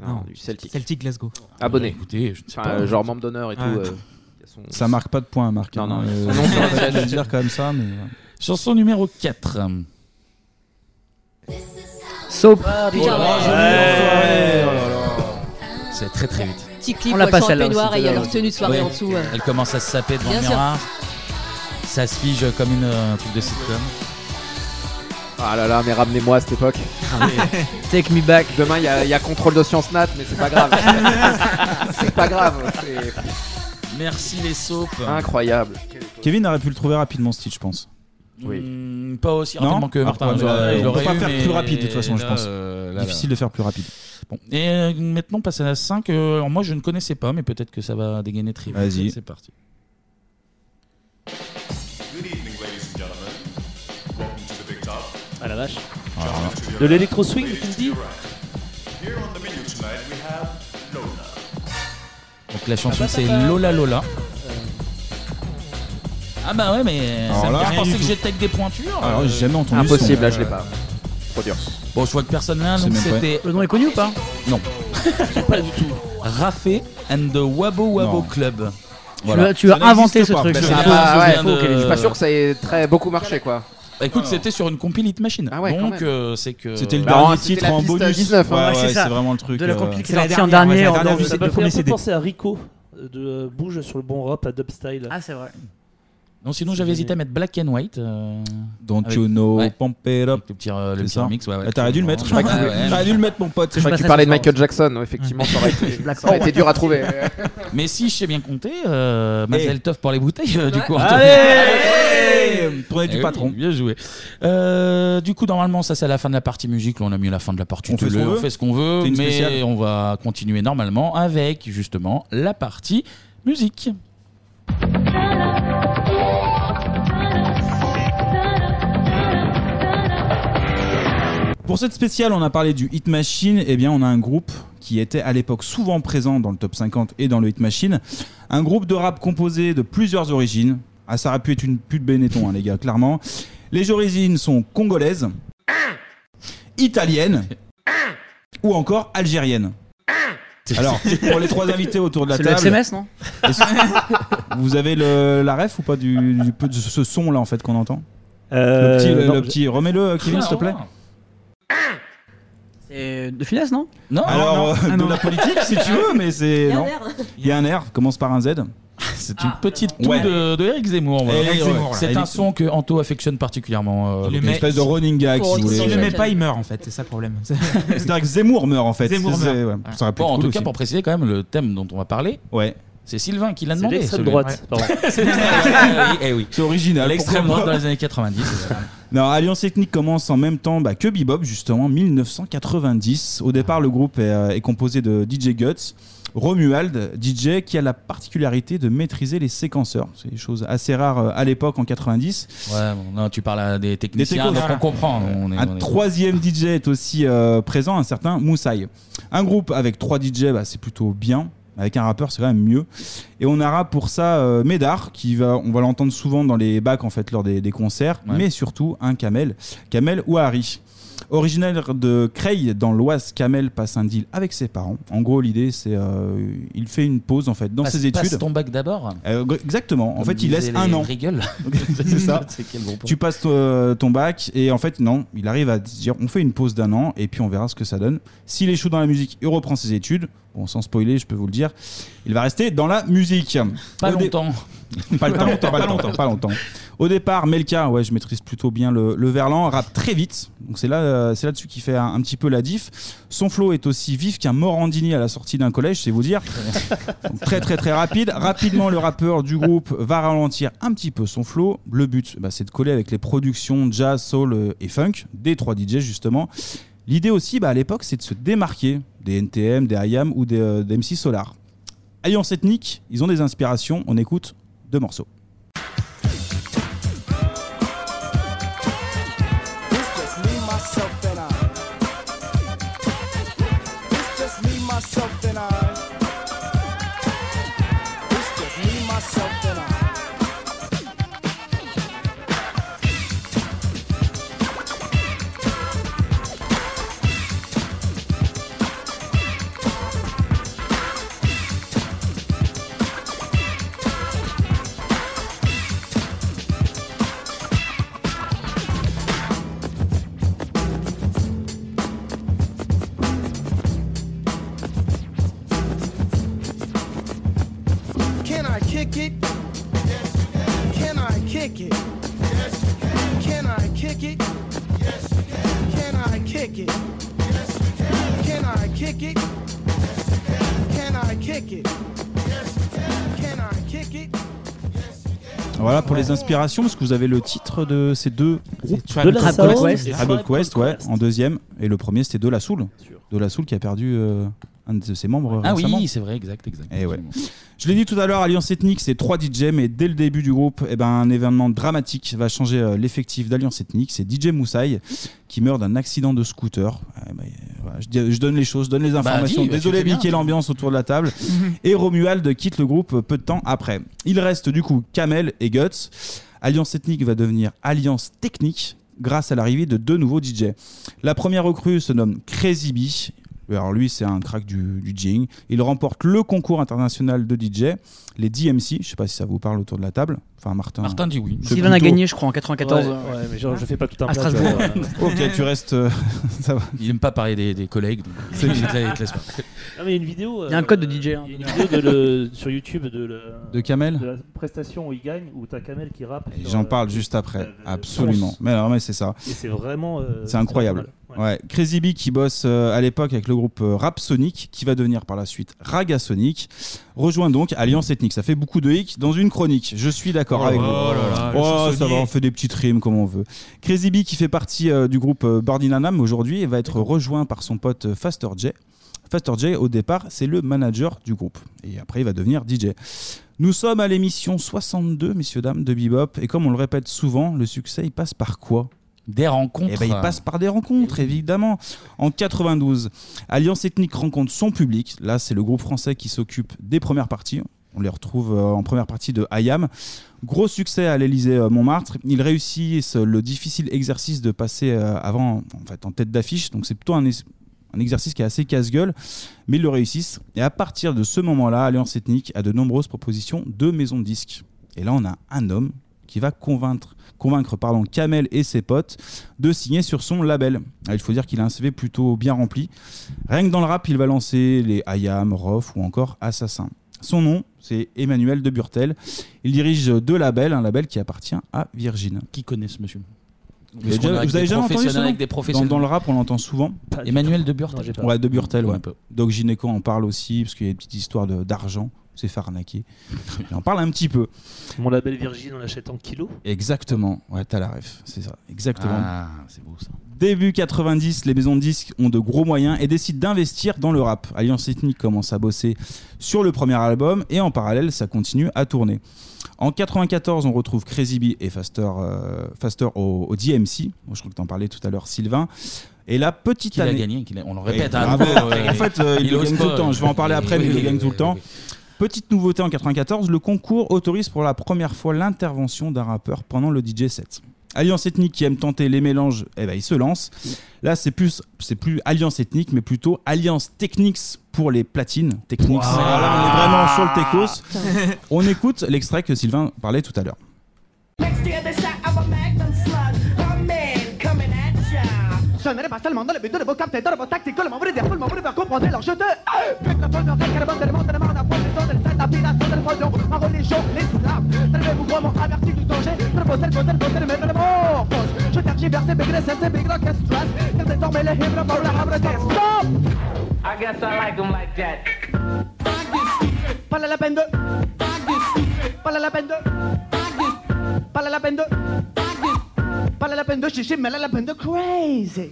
[SPEAKER 11] Non,
[SPEAKER 10] du Celtic.
[SPEAKER 11] Celtic Glasgow.
[SPEAKER 10] Abonné.
[SPEAKER 1] Euh, écoutez, je ne sais
[SPEAKER 10] Enfin,
[SPEAKER 1] pas.
[SPEAKER 10] euh, genre membre d'honneur et tout.
[SPEAKER 11] Ouais.
[SPEAKER 10] euh, il y a son-
[SPEAKER 7] Ça marque pas de points, Marc.
[SPEAKER 10] Non, non,
[SPEAKER 7] Hein,
[SPEAKER 10] son
[SPEAKER 7] euh,
[SPEAKER 10] nom sur la
[SPEAKER 7] je vais
[SPEAKER 10] flèche.
[SPEAKER 7] le dire comme ça, mais.
[SPEAKER 1] Chanson numéro 4.
[SPEAKER 9] Soap.
[SPEAKER 4] Putain, Oh ouais.
[SPEAKER 1] C'est très très vite.
[SPEAKER 4] Petit clip,
[SPEAKER 9] On l'a
[SPEAKER 4] ouais,
[SPEAKER 9] pas,
[SPEAKER 4] ils sont en
[SPEAKER 9] celle-là,
[SPEAKER 4] peignoir
[SPEAKER 9] aussi,
[SPEAKER 4] et il y a
[SPEAKER 9] celle-là.
[SPEAKER 4] leur tenue de soirée
[SPEAKER 1] Ouais.
[SPEAKER 4] en dessous. ouais.
[SPEAKER 1] Elle commence à se saper devant
[SPEAKER 4] Bien
[SPEAKER 1] le
[SPEAKER 4] sûr.
[SPEAKER 1] miroir. Ça se fige comme une, euh, un truc de sitcom.
[SPEAKER 10] Ah là là, mais ramenez-moi à cette époque.
[SPEAKER 9] Take me back.
[SPEAKER 10] Demain, il y, a- il y a contrôle de sciences nat, mais c'est pas grave. c'est pas grave. c'est
[SPEAKER 1] Merci les soaps.
[SPEAKER 10] Incroyable.
[SPEAKER 7] Kevin aurait pu le trouver rapidement, Stitch, je pense.
[SPEAKER 10] Oui.
[SPEAKER 1] Mm, pas aussi
[SPEAKER 7] Non
[SPEAKER 1] rapidement que
[SPEAKER 7] Ah,
[SPEAKER 1] Martin.
[SPEAKER 7] ouais, mais là,
[SPEAKER 1] J'aurais- je
[SPEAKER 7] on peut
[SPEAKER 1] l'aurais
[SPEAKER 7] pas
[SPEAKER 1] eu,
[SPEAKER 7] faire
[SPEAKER 1] mais
[SPEAKER 7] plus rapide, de toute façon, je
[SPEAKER 1] là,
[SPEAKER 7] pense.
[SPEAKER 1] euh, là, là.
[SPEAKER 7] Difficile de faire plus rapide.
[SPEAKER 1] Bon. Et euh, maintenant, on passe à la 5. Euh, alors moi, je ne connaissais pas, mais peut-être que ça va dégainer très vite.
[SPEAKER 7] Vas-y.
[SPEAKER 1] C'est parti.
[SPEAKER 15] Good evening, ladies and gentlemen. Welcome to the Big Top.
[SPEAKER 8] Ah la vache.
[SPEAKER 7] Ah.
[SPEAKER 8] De l'électro swing, tu me dis
[SPEAKER 15] Here on the menu tonight, we have Lola.
[SPEAKER 1] Donc la chanson, c'est Lola Lola. Ah bah ouais, mais
[SPEAKER 7] Alors
[SPEAKER 1] ça me
[SPEAKER 7] là,
[SPEAKER 1] fait
[SPEAKER 7] rien
[SPEAKER 1] penser
[SPEAKER 7] du
[SPEAKER 1] que
[SPEAKER 7] tout.
[SPEAKER 1] j'étais avec des pointures.
[SPEAKER 7] Alors,
[SPEAKER 1] Euh,
[SPEAKER 7] j'ai jamais entendu.
[SPEAKER 10] Impossible,
[SPEAKER 7] son.
[SPEAKER 10] là, je l'ai pas. Trop dur.
[SPEAKER 1] Bon, je vois que personne là,
[SPEAKER 7] C'est
[SPEAKER 1] donc
[SPEAKER 7] même pas-
[SPEAKER 1] c'était
[SPEAKER 9] Le nom est connu ou pas
[SPEAKER 1] Non.
[SPEAKER 9] Pas du tout.
[SPEAKER 1] Raffé and the Wabo Wabo
[SPEAKER 7] Non.
[SPEAKER 1] Club.
[SPEAKER 9] l'as- tu as
[SPEAKER 1] Ça
[SPEAKER 9] inventé
[SPEAKER 1] n'existe
[SPEAKER 9] ce
[SPEAKER 1] pas.
[SPEAKER 9] truc.
[SPEAKER 1] Bah,
[SPEAKER 9] Je
[SPEAKER 1] c'est
[SPEAKER 9] me
[SPEAKER 1] la
[SPEAKER 9] souviens
[SPEAKER 1] base,
[SPEAKER 10] Ah ouais,
[SPEAKER 1] je viens de-
[SPEAKER 10] je suis pas sûr que ça ait très beaucoup marché quoi.
[SPEAKER 1] Bah, écoute, c'était sur une compil Hit Machine.
[SPEAKER 10] ouais, quand
[SPEAKER 1] Donc
[SPEAKER 10] même.
[SPEAKER 1] euh, c'est que.
[SPEAKER 7] C'était le
[SPEAKER 10] Bah,
[SPEAKER 7] dernier
[SPEAKER 10] c'était
[SPEAKER 7] titre
[SPEAKER 10] la
[SPEAKER 7] en
[SPEAKER 10] piste
[SPEAKER 7] bonus.
[SPEAKER 10] 19, hein.
[SPEAKER 7] Ouais,
[SPEAKER 10] Ouais,
[SPEAKER 9] c'est
[SPEAKER 7] ouais,
[SPEAKER 9] ça.
[SPEAKER 7] c'est vraiment le truc.
[SPEAKER 9] De la
[SPEAKER 7] euh,
[SPEAKER 9] compil qui
[SPEAKER 11] c'est la
[SPEAKER 9] sorti en
[SPEAKER 11] dernière, ouais,
[SPEAKER 9] dernier.
[SPEAKER 11] c'est la
[SPEAKER 9] en
[SPEAKER 11] dernière
[SPEAKER 9] dehors de-
[SPEAKER 11] musique
[SPEAKER 8] Ça m'a
[SPEAKER 11] le
[SPEAKER 8] fait
[SPEAKER 11] premier
[SPEAKER 8] un peu
[SPEAKER 11] CD.
[SPEAKER 8] penser à Rico euh, de euh, Bouge sur le bon rap à Dubstyle.
[SPEAKER 9] Ah, c'est vrai.
[SPEAKER 1] Non, sinon j'avais hésité à mettre Black and White. euh,
[SPEAKER 7] Don't
[SPEAKER 1] avec-
[SPEAKER 7] you know,
[SPEAKER 1] Ouais.
[SPEAKER 7] pump it up.
[SPEAKER 1] Le petit, euh, le
[SPEAKER 7] C'est
[SPEAKER 1] petit
[SPEAKER 7] ça.
[SPEAKER 1] remix, ouais, ouais.
[SPEAKER 7] Ah, T'aurais dû le mettre.
[SPEAKER 1] Je crois que-
[SPEAKER 7] T'aurais dû le mettre, mon pote.
[SPEAKER 10] Je crois que tu parlais de Michael Jackson, effectivement, ça aurait été,
[SPEAKER 9] Black
[SPEAKER 10] ça aurait été
[SPEAKER 9] Panther.
[SPEAKER 10] dur à trouver.
[SPEAKER 1] Mais si je sais bien compter, euh, Mazel
[SPEAKER 7] Eh.
[SPEAKER 1] Tov pour les bouteilles, euh, du coup. Antoine.
[SPEAKER 7] Allez Prenez
[SPEAKER 1] Eh
[SPEAKER 7] du
[SPEAKER 1] oui,
[SPEAKER 7] patron.
[SPEAKER 1] bien joué. Euh, du coup, normalement, ça c'est à la fin de la partie musique. Là, on a mis la fin de la partie
[SPEAKER 7] On fait ce
[SPEAKER 1] télé,
[SPEAKER 7] qu'on
[SPEAKER 1] on
[SPEAKER 7] veut.
[SPEAKER 1] fait ce qu'on veut,
[SPEAKER 7] C'est une
[SPEAKER 1] mais
[SPEAKER 7] spéciale.
[SPEAKER 1] on va continuer normalement avec justement la partie musique.
[SPEAKER 7] Pour cette spéciale, on a parlé du Hit Machine. Eh bien, on a un groupe qui était à l'époque souvent présent dans le top 50 et dans le Hit Machine. Un groupe de rap composé de plusieurs origines. Ah, ça aurait pu être une pute Benetton, hein, les gars, clairement. Les origines sont congolaises, italiennes ou encore algériennes. Alors, pour les trois invités autour de la
[SPEAKER 9] C'est le
[SPEAKER 7] table,
[SPEAKER 9] FCMS, non
[SPEAKER 7] est-ce- vous avez le- la ref ou pas du, du- de ce son là en fait qu'on entend Le petit, le,
[SPEAKER 8] non,
[SPEAKER 7] le
[SPEAKER 8] je-
[SPEAKER 7] petit- remets-le, Kevin,
[SPEAKER 8] Ah,
[SPEAKER 7] s'il te plaît.
[SPEAKER 9] C'est de finesse, non
[SPEAKER 7] Non, alors euh, de la politique, si tu veux, mais c'est.
[SPEAKER 9] Il y a un
[SPEAKER 7] non.
[SPEAKER 9] R.
[SPEAKER 7] Il y a un R, commence par un Z. Ah. C'est une
[SPEAKER 1] Petite toux de, de Eric Zemmour. on va
[SPEAKER 7] Eric
[SPEAKER 1] dire, ouais.
[SPEAKER 7] Zemmour, là.
[SPEAKER 1] C'est
[SPEAKER 7] Eric-
[SPEAKER 1] un son que Anto affectionne particulièrement. euh,
[SPEAKER 7] Il le
[SPEAKER 1] donc
[SPEAKER 7] met-
[SPEAKER 1] une espèce de running gag, si vous voulez.
[SPEAKER 11] S'il le met pas, il meurt en fait, c'est ça le problème.
[SPEAKER 7] C'est-à-dire que Zemmour meurt en fait.
[SPEAKER 11] Zemmour
[SPEAKER 7] C'est-
[SPEAKER 11] meurt.
[SPEAKER 7] c'est- ouais,
[SPEAKER 11] Ouais.
[SPEAKER 7] ça aurait pu
[SPEAKER 1] Bon,
[SPEAKER 7] être
[SPEAKER 1] en
[SPEAKER 7] cool
[SPEAKER 1] tout cas,
[SPEAKER 7] aussi.
[SPEAKER 1] pour préciser quand même le thème dont on va parler.
[SPEAKER 7] Ouais.
[SPEAKER 1] C'est Sylvain qui l'a
[SPEAKER 8] C'est
[SPEAKER 1] demandé.
[SPEAKER 8] l'extrême
[SPEAKER 1] celui-là.
[SPEAKER 8] droite, pardon.
[SPEAKER 1] C'est l'extrême- eh oui.
[SPEAKER 7] C'est original,
[SPEAKER 1] L'extrême
[SPEAKER 7] pourquoi
[SPEAKER 1] droite
[SPEAKER 7] pas
[SPEAKER 1] dans les années 90. c'est ça.
[SPEAKER 7] Non, Alliance Ethnique commence en même temps bah, que Bebop, justement, 1990. Au départ, le groupe est, euh, est composé de DJ Guts, Romuald, DJ qui a la particularité de maîtriser les séquenceurs. C'est des choses assez rares euh, à l'époque, en 90.
[SPEAKER 1] Ouais, bon, non, tu parles à des techniciens,
[SPEAKER 7] techos,
[SPEAKER 1] donc
[SPEAKER 7] voilà.
[SPEAKER 1] on comprend. On est-
[SPEAKER 7] Un
[SPEAKER 1] on est-
[SPEAKER 7] troisième DJ est aussi euh, présent, un certain Moussaï. Un groupe avec trois DJ, bah, c'est plutôt bien. Avec un rappeur, c'est quand même mieux. Et on aura pour ça euh, Médard, qui va, on va l'entendre souvent dans les bacs en fait lors des, des concerts, mais surtout un Kamel, Kamel ou Harry. Originaire de Creil, dans l'Oise, Kamel passe un deal avec ses parents. En gros, l'idée, c'est euh, il fait une pause en fait dans
[SPEAKER 1] Passe-
[SPEAKER 7] ses études.
[SPEAKER 1] passe ton bac d'abord.
[SPEAKER 7] Euh, g- exactement. en
[SPEAKER 1] Comme
[SPEAKER 7] fait, il laisse
[SPEAKER 1] disaient
[SPEAKER 7] un
[SPEAKER 1] les
[SPEAKER 7] an.
[SPEAKER 1] Rigoles.
[SPEAKER 7] c'est ça.
[SPEAKER 1] C'est quel groupe
[SPEAKER 7] Tu passes euh, ton bac et en fait non, il arrive à se dire on fait une pause d'un an et puis on verra ce que ça donne. S'il échoue dans la musique, il reprend ses études. Bon, sans spoiler, je peux vous le dire, il va rester dans la musique.
[SPEAKER 1] Pas
[SPEAKER 7] Au dé-
[SPEAKER 1] longtemps.
[SPEAKER 7] Pas le temps, pas, le temps, pas longtemps. Au départ, Melka, ouais, je maîtrise plutôt bien le, le verlan, rappe très vite. Donc c'est là, euh, c'est là-dessus qu'il fait un, un petit peu la diff. Son flow est aussi vif qu'un Morandini à la sortie d'un collège, c'est vous dire. Donc, très très très rapide. Rapidement, le rappeur du groupe va ralentir un petit peu son flow. Le but, bah, c'est de coller avec les productions jazz, soul euh, et funk des trois DJ justement. L'idée aussi, bah, à l'époque, c'est de se démarquer des NTM, des IAM ou des, euh, des MC Solar. Alliance ethnique, ils ont des inspirations. On écoute deux morceaux.
[SPEAKER 12] It's just me, myself, and I. It's just me, myself, and I. It's just me, myself, and I. Can I kick it? Can I kick it? Can I kick it? Can I kick it? Can I kick it? Can I kick it? Can I kick it?
[SPEAKER 7] Voilà pour les inspirations, parce que vous avez le titre de ces deux groupes.
[SPEAKER 8] Tribal De la Quest. Soul et
[SPEAKER 7] Tribal
[SPEAKER 8] Tribal
[SPEAKER 7] Quest, ouais, en deuxième. Et le premier, c'était De La Soul. De La Soul qui a perdu euh, un de ses membres
[SPEAKER 1] Ah
[SPEAKER 7] récemment.
[SPEAKER 1] oui, c'est vrai, exact, exact.
[SPEAKER 7] Eh ouais. Je l'ai dit tout à l'heure, Alliance Ethnique, c'est trois DJ, mais dès le début du groupe, eh ben, un événement dramatique va changer euh, l'effectif d'Alliance Ethnique. C'est DJ Moussaï qui meurt d'un accident de scooter. Eh ben, euh, voilà, je, dis- je donne les choses, je donne les
[SPEAKER 1] Bah,
[SPEAKER 7] informations.
[SPEAKER 1] dis, bah,
[SPEAKER 7] Désolé,
[SPEAKER 1] tu fais bien,
[SPEAKER 7] niquer l'ambiance autour de la table. et Romuald quitte le groupe euh, peu de temps après. Il reste du coup Kamel et Guts. Alliance Ethnique va devenir Alliance Technique grâce à l'arrivée de deux nouveaux DJ. La première recrue se nomme Crazy Bee. Alors lui, c'est un crack du, du jing. Il remporte le concours international de DJ, les DMC. Je sais pas si ça vous parle autour de la table. Enfin, Martin.
[SPEAKER 1] Martin dit oui.
[SPEAKER 7] C'est
[SPEAKER 9] Sylvain a
[SPEAKER 7] plutôt-
[SPEAKER 9] gagné, je crois, en 94.
[SPEAKER 8] Ouais, ouais, mais genre, je fais pas tout un
[SPEAKER 9] À
[SPEAKER 8] plat, tu
[SPEAKER 9] Strasbourg.
[SPEAKER 8] vois.
[SPEAKER 7] ok, tu restes. euh, ça va.
[SPEAKER 1] Il aime pas parler des, des collègues. donc
[SPEAKER 7] C'est
[SPEAKER 1] il-
[SPEAKER 7] bien.
[SPEAKER 1] il- il te laisse pas.
[SPEAKER 8] Non, mais il y a une vidéo. euh,
[SPEAKER 9] Il y a un code de DJ, hein.
[SPEAKER 8] il y a une vidéo de le- sur YouTube de, le,
[SPEAKER 7] De Kamel
[SPEAKER 8] de la prestation où il gagne, où t'as Kamel qui rappe.
[SPEAKER 7] Et
[SPEAKER 8] sur,
[SPEAKER 7] J'en
[SPEAKER 8] euh,
[SPEAKER 7] parle juste après, absolument. Mais alors, mais c'est ça.
[SPEAKER 8] Et c'est vraiment, euh,
[SPEAKER 7] c'est incroyable. Ouais. Crazy Bee qui bosse euh, à l'époque avec le groupe euh, Rap Sonic, qui va devenir par la suite Raga Sonic, rejoint donc Alliance Ethnique. Ça fait beaucoup de hic dans une chronique. Je suis d'accord
[SPEAKER 1] Oh
[SPEAKER 7] avec
[SPEAKER 1] là
[SPEAKER 7] vous.
[SPEAKER 1] là, le
[SPEAKER 7] oh, ça va,
[SPEAKER 1] chansonnier.
[SPEAKER 7] on fait des petites rimes comme on veut. Crazy Bee qui fait partie euh, du groupe euh, Bardinanam aujourd'hui et va être rejoint par son pote euh, Faster J. Faster J, au départ, c'est le manager du groupe. Et après, il va devenir DJ. Nous sommes à l'émission 62, messieurs, dames, de Bebop. Et comme on le répète souvent, le succès, il passe par quoi
[SPEAKER 1] Des rencontres. Eh
[SPEAKER 7] Eh ben, il passe par des rencontres, évidemment. En 92, Alliance Ethnique rencontre son public. Là, c'est le groupe français qui s'occupe des premières parties. On les retrouve euh, en première partie de IAM. Gros succès à l'Elysée Montmartre. Ils réussissent le difficile exercice de passer euh, avant, en fait, en tête d'affiche. Donc, c'est plutôt un, es- un exercice qui est assez casse-gueule, mais ils le réussissent. Et à partir de ce moment-là, Alliance Ethnique a de nombreuses propositions de maisons de disques. Et là, on a un homme qui va convaincre, convaincre pardon, Kamel et ses potes de signer sur son label. Ah, il faut dire qu'il a un CV plutôt bien rempli. Rien que dans le rap, il va lancer les IAM, Rof ou encore Assassin. Son nom, c'est Emmanuel de Burtel. Il dirige deux labels, un label qui appartient à Virgin. Qui connaît ce monsieur vous avez,
[SPEAKER 1] Parce qu'on
[SPEAKER 7] déjà,
[SPEAKER 1] est avec
[SPEAKER 7] vous avez
[SPEAKER 1] des
[SPEAKER 7] jamais entendu
[SPEAKER 1] professionnels
[SPEAKER 7] ce nom
[SPEAKER 1] avec des professionnels.
[SPEAKER 7] Dans, dans le rap, on l'entend souvent.
[SPEAKER 1] Pas du Emmanuel tout. de Burtel. Non, j'ai pas.
[SPEAKER 7] Ouais, de Burtel,
[SPEAKER 1] Ouais,
[SPEAKER 7] ouais.
[SPEAKER 1] un peu.
[SPEAKER 7] Doc Gineco en parle aussi, parce qu'il y a des petites histoires de- d'argent. C'est farnaqué. Il en parle un petit peu.
[SPEAKER 8] Mon label Virgin, on l'achète en kilos.
[SPEAKER 7] Exactement. Ouais, t'as la ref. C'est ça. Exactement.
[SPEAKER 1] Ah, c'est beau ça.
[SPEAKER 7] Début 90, les maisons de disques ont de gros moyens et décident d'investir dans le rap. Alliance Ethnique commence à bosser sur le premier album et en parallèle, ça continue à tourner. En 94, on retrouve Crazy Bee et Faster, euh, Faster au, au DMC. Bon, je crois que t'en parlais tout à l'heure, Sylvain. Et la petite
[SPEAKER 1] Qu'il a
[SPEAKER 7] année.
[SPEAKER 1] gagné, qu'il a- on le répète,
[SPEAKER 7] Et-
[SPEAKER 1] hein,
[SPEAKER 7] Ah
[SPEAKER 1] nouveau,
[SPEAKER 7] bon,
[SPEAKER 1] ouais.
[SPEAKER 7] en fait, euh, il,
[SPEAKER 1] Il
[SPEAKER 7] le
[SPEAKER 1] ose
[SPEAKER 7] gagne
[SPEAKER 1] pas,
[SPEAKER 7] tout le temps. Je vais en parler
[SPEAKER 1] oui,
[SPEAKER 7] après, mais
[SPEAKER 1] oui,
[SPEAKER 7] il le
[SPEAKER 1] oui,
[SPEAKER 7] gagne
[SPEAKER 1] oui,
[SPEAKER 7] tout le
[SPEAKER 1] Eh oui,
[SPEAKER 7] temps. Petite nouveauté en 94, le concours autorise pour la première fois l'intervention d'un rappeur pendant le DJ set. Alliance Ethnique qui aime tenter les mélanges, eh ben, il se lance. Là, c'est plus, c'est plus Alliance Ethnique, mais plutôt Alliance Technics pour les platines. Technics. Alors là, on est vraiment sur le techos. On écoute l'extrait que Sylvain parlait tout à l'heure.
[SPEAKER 20] Next year they shot up a magnum slug. A man coming at ya.
[SPEAKER 21] Ce n'est pas seulement dans le but de vos capteurs, de vos tactiques, le membre des foules, le membre va comprendre leur jeu de Plus que tout le reste, le monde, le monde, le monde, la position de cette appellation, de l'opinion, ma religion, l'islam. Servez-vous vraiment averti du danger, reposez, reposez, reposez, mais le mort Je tergiverse, bégré, c'est c'est bigré, qu'est-ce que stress Car désormais les hymnes, pour la habre, qu'est-ce stop
[SPEAKER 12] I guess I like them like that.
[SPEAKER 21] Pas la peine de Pas la peine de Pas la peine de Pas la peine de chichi, mais la peine de crazy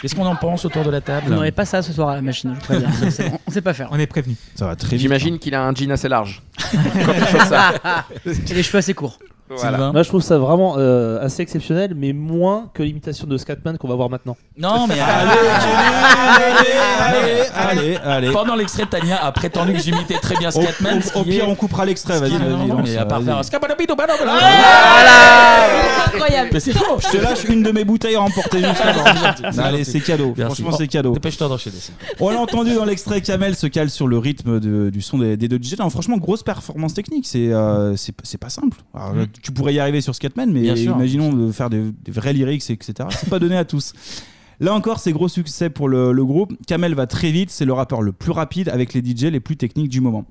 [SPEAKER 1] Qu'est-ce qu'on en pense autour de la table
[SPEAKER 9] Vous n'aurez pas ça ce soir à la machine, je vous préviens. C'est- c'est- On sait pas faire.
[SPEAKER 11] On est prévenu.
[SPEAKER 7] Ça va
[SPEAKER 10] J'imagine qu'il a un jean assez large. Quand il chante ça.
[SPEAKER 9] Et les cheveux assez courts.
[SPEAKER 10] Voilà.
[SPEAKER 5] Moi, je trouve ça vraiment euh, assez exceptionnel, mais moins que l'imitation de Scatman qu'on va voir maintenant.
[SPEAKER 1] Non,
[SPEAKER 7] euh,
[SPEAKER 1] mais
[SPEAKER 7] hein.
[SPEAKER 1] euh,
[SPEAKER 7] allez, allez, allez.
[SPEAKER 1] Pendant l'extrait, Tania a prétendu que j'imitais très bien
[SPEAKER 7] Au-
[SPEAKER 1] Scatman.
[SPEAKER 7] au-
[SPEAKER 1] ce
[SPEAKER 7] au
[SPEAKER 1] qui
[SPEAKER 7] pire,
[SPEAKER 1] est-
[SPEAKER 7] on coupera l'extrait,
[SPEAKER 1] ce qui
[SPEAKER 7] vas-y,
[SPEAKER 1] est-
[SPEAKER 7] vas-y,
[SPEAKER 1] non, non,
[SPEAKER 7] lance,
[SPEAKER 1] mais à part
[SPEAKER 7] vas-y.
[SPEAKER 1] faire un Scabadabidou, badabada.
[SPEAKER 7] Ah
[SPEAKER 4] Incroyable.
[SPEAKER 1] Mais c'est faux.
[SPEAKER 7] Je te lâche une de mes bouteilles à remporter juste avant.
[SPEAKER 1] gentil.
[SPEAKER 7] Allez, c'est cadeau.
[SPEAKER 1] Merci.
[SPEAKER 7] Franchement, c'est cadeau.
[SPEAKER 1] Dépêche-toi d'enchaîner.
[SPEAKER 7] On l'a entendu dans l'extrait, Kamel se cale sur le rythme de- du son des, des deux DJ. Non, franchement, grosse performance technique, c'est euh, c'est c'est pas simple. Alors,
[SPEAKER 1] Mm.
[SPEAKER 7] Tu pourrais y arriver sur Scatman, mais
[SPEAKER 1] Bien sûr.
[SPEAKER 7] imaginons de faire des, des vrais lyrics, etc. C'est pas donné à tous. Là encore, c'est gros succès pour le, le groupe. Kamel va très vite, c'est le rappeur le plus rapide avec les DJ les plus techniques du moment.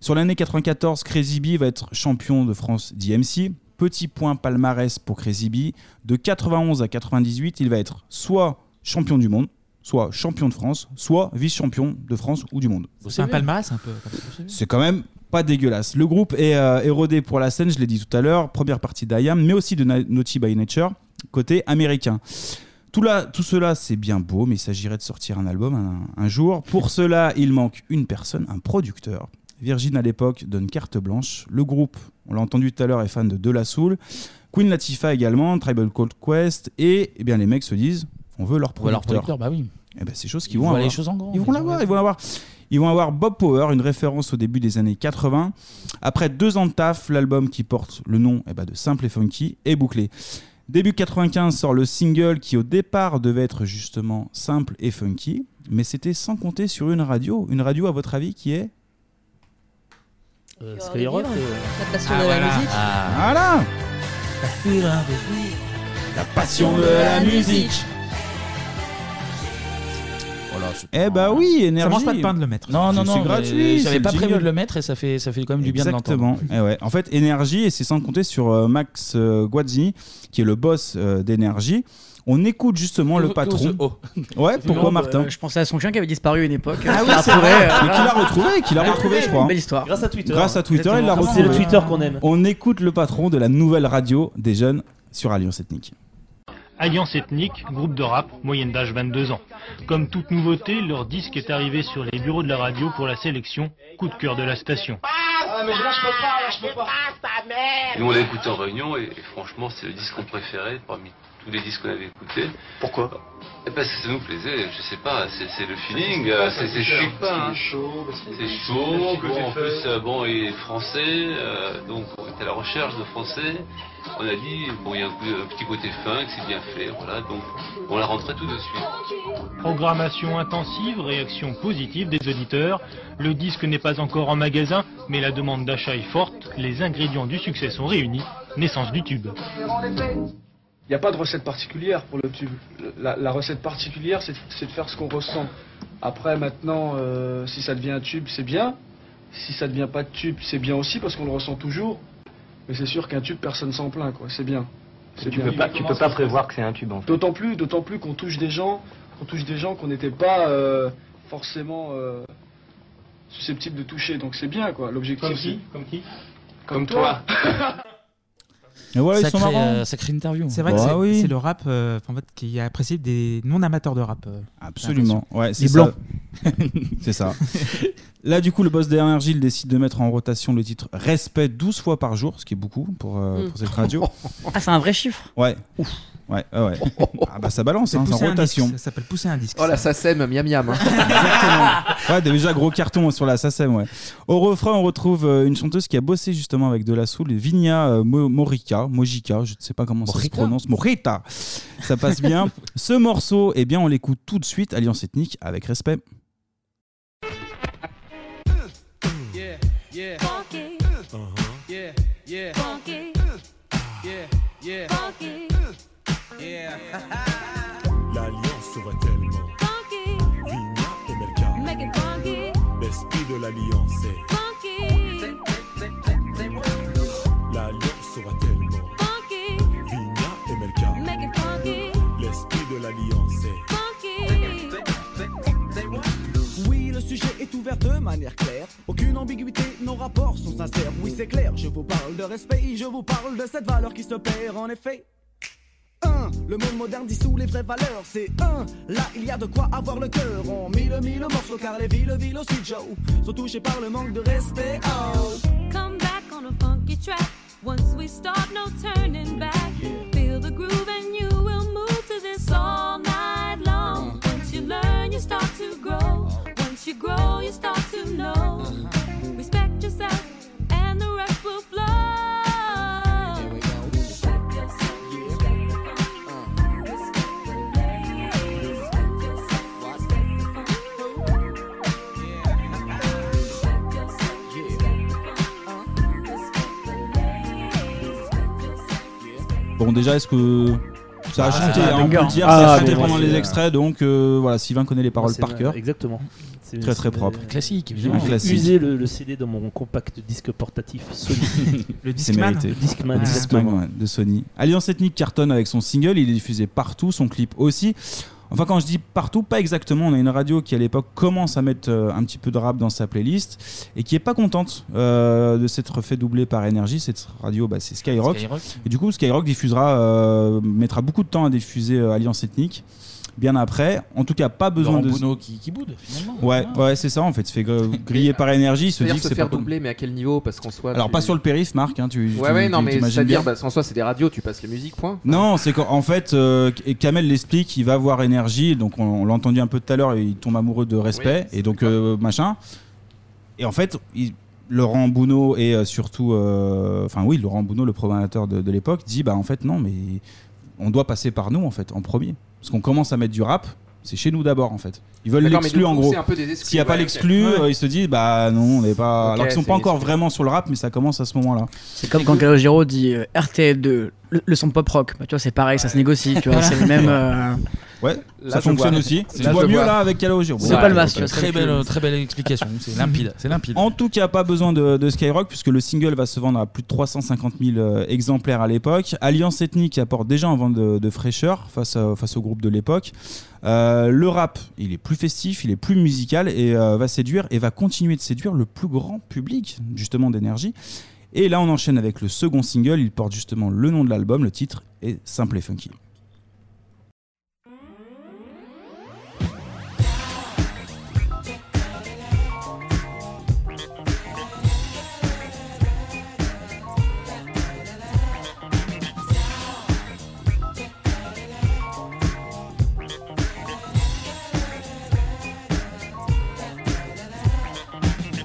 [SPEAKER 7] Sur l'année 94, Crazy Bee va être champion de France d'IMC. Petit point palmarès pour Crazy Bee. De 91 à 98, il va être soit champion du monde, soit champion de France, soit vice-champion de France ou du monde.
[SPEAKER 11] C'est un palmarès un peu. comme ça.
[SPEAKER 7] C'est quand même pas dégueulasse. Le groupe est euh, est rodé pour la scène, je l'ai dit tout à l'heure, première partie d'IAM, mais aussi de Na- Naughty by Nature, côté américain. Tout, là, tout cela, c'est bien beau, mais il s'agirait de sortir un album un, un jour. Pour cela, il manque une personne, un producteur. Virgin, à l'époque, donne carte blanche. Le groupe, on l'a entendu tout à l'heure, est fan de De La Soul. Queen Latifah également, Tribal Cold Quest. Et eh bien, les mecs se disent, on veut leur
[SPEAKER 1] On veut
[SPEAKER 7] producteur.
[SPEAKER 1] leur producteur, bah oui.
[SPEAKER 7] Eh ben, c'est chose
[SPEAKER 1] Ils
[SPEAKER 7] qu'ils vont
[SPEAKER 1] voient
[SPEAKER 7] avoir.
[SPEAKER 1] les choses en grand,
[SPEAKER 7] Ils vont l'avoir, ils vont l'avoir. Ils vont avoir Bob Power, une référence au début des années 80. Après deux ans de taf, l'album qui porte le nom eh ben, de Simple et Funky est bouclé. Début 95 sort le single qui au départ devait être justement simple et funky, mais c'était sans compter sur une radio. Une radio à votre avis qui est
[SPEAKER 8] Euh, Skyrock.
[SPEAKER 7] ah,
[SPEAKER 4] La
[SPEAKER 8] Ah,
[SPEAKER 4] passion de la musique.
[SPEAKER 7] Voilà La passion de la musique Eh bah oui, énergie.
[SPEAKER 1] mange pas de pain de le
[SPEAKER 11] mettre.
[SPEAKER 1] Non, non,
[SPEAKER 7] C'est-
[SPEAKER 1] non.
[SPEAKER 7] C'est
[SPEAKER 1] mais
[SPEAKER 7] gratuit.
[SPEAKER 1] J'avais
[SPEAKER 7] c'est
[SPEAKER 1] pas prévu de
[SPEAKER 7] jingle.
[SPEAKER 1] le mettre et ça fait, ça fait quand même du bien de l'entendre.
[SPEAKER 7] Exactement. Eh ouais. En fait, Énergie, et c'est sans compter sur euh, Max euh, Guazzini, qui est le boss euh, d'Énergie. On écoute justement le patron. Ouais, pourquoi
[SPEAKER 9] Non,
[SPEAKER 7] Martin
[SPEAKER 9] bah, Je pensais à son chien qui avait disparu à une époque.
[SPEAKER 7] Ah oui,
[SPEAKER 9] Qu'il a
[SPEAKER 7] c'est
[SPEAKER 9] retrouvé,
[SPEAKER 7] vrai.
[SPEAKER 9] euh,
[SPEAKER 7] Mais qu'il a retrouvé, qu'il a
[SPEAKER 9] Ah,
[SPEAKER 7] retrouvé, je crois.
[SPEAKER 9] Belle histoire.
[SPEAKER 8] Grâce à Twitter.
[SPEAKER 7] Grâce à Twitter, il l'a
[SPEAKER 8] Exactement.
[SPEAKER 7] retrouvé.
[SPEAKER 8] C'est le Twitter qu'on aime.
[SPEAKER 7] On écoute le patron de la nouvelle radio des jeunes sur Alliance Ethnique.
[SPEAKER 22] Alliance Ethnique, groupe de rap, moyenne d'âge 22 ans. Comme toute nouveauté, leur disque est arrivé sur les bureaux de la radio pour la sélection, coup de cœur de la station.
[SPEAKER 18] Ah,
[SPEAKER 23] Nous on l'a écouté en réunion et, et franchement c'est le disque qu'on préférait parmi tous les disques qu'on avait écoutés. Pourquoi Parce que ça nous plaisait, je sais pas, c'est c'est le feeling, euh, c'est c'est chic pas. hein. C'est chaud, bon, en plus euh, bon il est français, euh, donc on était la recherche de français. On a dit, bon, il y a un, peu- un petit côté funk, c'est bien fait, voilà, donc on la rentrait tout de suite.
[SPEAKER 22] Programmation intensive, réaction positive des auditeurs. Le disque n'est pas encore en magasin, mais la demande d'achat est forte. Les ingrédients du succès sont réunis. Naissance du tube.
[SPEAKER 2] Il n'y a pas de recette particulière pour le tube. La, la recette particulière, c'est c'est de faire ce qu'on ressent. Après, maintenant, euh, si ça devient un tube, c'est bien. Si ça devient pas de tube, c'est bien aussi parce qu'on le ressent toujours. Mais c'est sûr qu'un tube, personne s'en plaint, quoi. C'est bien. C'est
[SPEAKER 3] Tu
[SPEAKER 2] bien.
[SPEAKER 3] peux pas, tu peux pas prévoir que c'est un tube en fait.
[SPEAKER 2] D'autant plus, d'autant plus qu'on touche des gens, qu'on touche des gens qu'on n'était pas euh, forcément euh, susceptible de toucher. Donc c'est bien, quoi. L'objectif.
[SPEAKER 3] Comme qui
[SPEAKER 2] c'est-
[SPEAKER 3] Comme qui
[SPEAKER 2] Comme toi.
[SPEAKER 7] Et voilà,
[SPEAKER 11] Ça
[SPEAKER 7] ils sont
[SPEAKER 11] crée,
[SPEAKER 7] marrants.
[SPEAKER 11] euh,
[SPEAKER 1] ça crée une interview.
[SPEAKER 11] C'est vrai
[SPEAKER 7] Bah
[SPEAKER 11] que c'est
[SPEAKER 7] oui.
[SPEAKER 11] c'est le rap euh, en fait, qui est apprécié des non-amateurs de rap. euh,
[SPEAKER 7] Absolument.
[SPEAKER 11] j'ai l'impression.
[SPEAKER 7] Ouais, c'est
[SPEAKER 11] Des blancs.
[SPEAKER 7] ça. c'est ça. Là, du coup, le boss d'RNRJ il décide de mettre en rotation le titre Respect 12 fois par jour, ce qui est beaucoup pour, euh,
[SPEAKER 9] Mm.
[SPEAKER 7] pour cette radio.
[SPEAKER 9] Ah, c'est un vrai chiffre.
[SPEAKER 7] Ouais. Ouais, ouais, ouais. Ah bah ça balance,
[SPEAKER 11] C'est
[SPEAKER 7] hein, c'est en
[SPEAKER 11] pousser un
[SPEAKER 7] rotation.
[SPEAKER 11] disque, ça s'appelle pousser un disque.
[SPEAKER 10] Oh là, ça sème, miam miam. hein.
[SPEAKER 7] Ouais, déjà gros carton sur la SACEM, ouais. Au refrain, on retrouve euh, une chanteuse qui a bossé justement avec De La Soul, Vigna euh, Mo- Morica, Mojica, je ne sais pas comment ça se
[SPEAKER 11] Morica
[SPEAKER 7] prononce, Morita. Ça passe bien. Ce morceau, eh bien, on l'écoute tout de suite, Alliance Ethnique, avec respect.
[SPEAKER 2] Yeah, yeah.
[SPEAKER 18] Funky.
[SPEAKER 12] Uh-huh.
[SPEAKER 2] Yeah, yeah.
[SPEAKER 18] Funky.
[SPEAKER 2] Yeah, yeah.
[SPEAKER 18] Funky.
[SPEAKER 2] Yeah.
[SPEAKER 6] L'alliance se voit tellement.
[SPEAKER 18] Funky.
[SPEAKER 6] Vigna et Melka.
[SPEAKER 18] Make it funky.
[SPEAKER 6] L'esprit de l'alliance est.
[SPEAKER 18] Funky.
[SPEAKER 6] L'alliance se voit tellement.
[SPEAKER 18] Funky.
[SPEAKER 6] Vigna et Melka.
[SPEAKER 18] Make it funky.
[SPEAKER 6] L'esprit de l'alliance est.
[SPEAKER 18] Funky.
[SPEAKER 24] Oui, le sujet est ouvert de manière claire. Aucune ambiguïté, nos rapports sont sincères. Oui, c'est clair, je vous parle de respect, je vous parle de cette valeur qui se perd en effet. 1. Le monde moderne dissout les vraies valeurs, c'est 1. Là, il y a de quoi avoir le cœur. On mille, mille morceaux car les villes, villes aussi, Joe, sont touchées par le manque de respect. Oh.
[SPEAKER 18] Come back on a funky track. Once we start, no turning back. Feel the groove and you will move to this all night long. Once you learn, you start to grow. Once you grow, you start to know. Respect yourself and the rest will flow. Respect yourself, respect the funk. Respect the ladies. Respect yourself, respect the funk. Respect yourself, respect the funk. Respect the ladies. Respect yourself.
[SPEAKER 7] Bon, déjà, est-ce que. Ça a
[SPEAKER 8] Ah,
[SPEAKER 7] chanté,
[SPEAKER 8] c'est un
[SPEAKER 7] hein, on peut
[SPEAKER 8] banger.
[SPEAKER 7] le dire,
[SPEAKER 8] Ah,
[SPEAKER 7] ça a chanté
[SPEAKER 8] mais moi,
[SPEAKER 7] pendant
[SPEAKER 8] c'est-
[SPEAKER 7] les extraits, donc euh, voilà, Sylvain connaît les paroles
[SPEAKER 8] C'est
[SPEAKER 7] par
[SPEAKER 8] ma-
[SPEAKER 7] cœur.
[SPEAKER 8] Exactement. C'est-
[SPEAKER 7] Très
[SPEAKER 8] c'est-
[SPEAKER 7] très propre.
[SPEAKER 8] Classique,
[SPEAKER 7] Un classique.
[SPEAKER 8] J'ai usé le, le CD dans mon compact disque portatif Sony.
[SPEAKER 7] C'est mérité.
[SPEAKER 8] Le Discman,
[SPEAKER 7] Discman,
[SPEAKER 8] exactement.
[SPEAKER 7] ouais, de Sony. Alliance Ethnique cartonne avec son single, il est diffusé partout, son clip aussi. Enfin, quand je dis partout, pas exactement. On a une radio qui, à l'époque, commence à mettre euh, un petit peu de rap dans sa playlist et qui est pas contente euh, de s'être fait doubler par Énergie. Cette radio, bah, c'est Skyrock.
[SPEAKER 1] Skyrock.
[SPEAKER 7] Et du coup, Skyrock diffusera, euh, mettra beaucoup de temps à diffuser euh, Alliance Ethnique. Bien après, en tout cas, pas besoin
[SPEAKER 1] Laurent
[SPEAKER 7] de.
[SPEAKER 1] Bounot qui, qui boude finalement.
[SPEAKER 7] Ouais, ouais, c'est ça en fait. Se fait gr- griller par énergie, se dit
[SPEAKER 10] C'est-à-dire
[SPEAKER 7] que
[SPEAKER 10] se
[SPEAKER 7] c'est
[SPEAKER 10] faire
[SPEAKER 7] pas cool.
[SPEAKER 10] doubler, mais à quel niveau Parce qu'en soi.
[SPEAKER 7] Alors
[SPEAKER 10] tu-
[SPEAKER 7] pas sur le périph, Marc. Hein, tu,
[SPEAKER 10] Ouais,
[SPEAKER 7] tu-
[SPEAKER 10] ouais, non,
[SPEAKER 7] tu-
[SPEAKER 10] mais
[SPEAKER 7] t'imagines
[SPEAKER 10] c'est-à-dire,
[SPEAKER 7] bien.
[SPEAKER 10] bah, en soi, c'est des radios, tu passes les musiques, point.
[SPEAKER 7] Non, c'est qu'en en fait, euh, K- Kamel l'explique, il va voir énergie, donc on, on l'a entendu un peu tout à l'heure, il tombe amoureux de respect, et donc euh, machin. Et en fait, il- Laurent Bounot et euh, surtout, euh, enfin oui, Laurent Bounot, le programmateur de, de l'époque, dit bah en fait non, mais on doit passer par nous en fait, en premier, parce qu'on commence à mettre du rap. C'est chez nous d'abord en fait. Ils veulent
[SPEAKER 10] D'accord, mais
[SPEAKER 7] l'exclu
[SPEAKER 10] du
[SPEAKER 7] en
[SPEAKER 10] coup,
[SPEAKER 7] gros.
[SPEAKER 10] c'est un peu des exclus,
[SPEAKER 7] S'il n'y a pas
[SPEAKER 10] ouais, ok.
[SPEAKER 7] l'exclu,
[SPEAKER 10] Ouais.
[SPEAKER 7] euh, ils se disent bah non, on n'est pas.
[SPEAKER 10] Ok,
[SPEAKER 7] Alors qu'ils sont
[SPEAKER 10] c'est
[SPEAKER 7] pas
[SPEAKER 10] des
[SPEAKER 7] encore vraiment sur le rap, mais ça commence à ce moment-là.
[SPEAKER 9] C'est comme quand Calogero dit euh, RTL2, le, le son pop rock. Bah, tu vois, c'est pareil, ça se négocie. Tu vois, c'est le même. euh,
[SPEAKER 7] Ouais,
[SPEAKER 1] Là,
[SPEAKER 7] ça
[SPEAKER 1] je
[SPEAKER 7] fonctionne
[SPEAKER 1] vois.
[SPEAKER 7] aussi.
[SPEAKER 1] Là,
[SPEAKER 7] tu vois
[SPEAKER 1] je
[SPEAKER 7] mieux
[SPEAKER 1] vois.
[SPEAKER 7] là avec Calogero.
[SPEAKER 1] C'est pas le masque,
[SPEAKER 7] ok.
[SPEAKER 1] tu vois, Très c'est belle- le cul. très belle explication, c'est limpide, c'est limpide.
[SPEAKER 7] En tout cas, pas besoin de, de Skyrock puisque le single va se vendre à plus de 350 000 euh, exemplaires à l'époque. Alliance Ethnique apporte déjà un vent de, de fraîcheur face, à- face au groupe de l'époque. Euh, le rap, il est plus festif, il est plus musical et euh, va séduire et va continuer de séduire le plus grand public justement d'énergie. Et là, on enchaîne avec le second single. Il porte justement le nom de l'album. Le titre est Simple et Funky.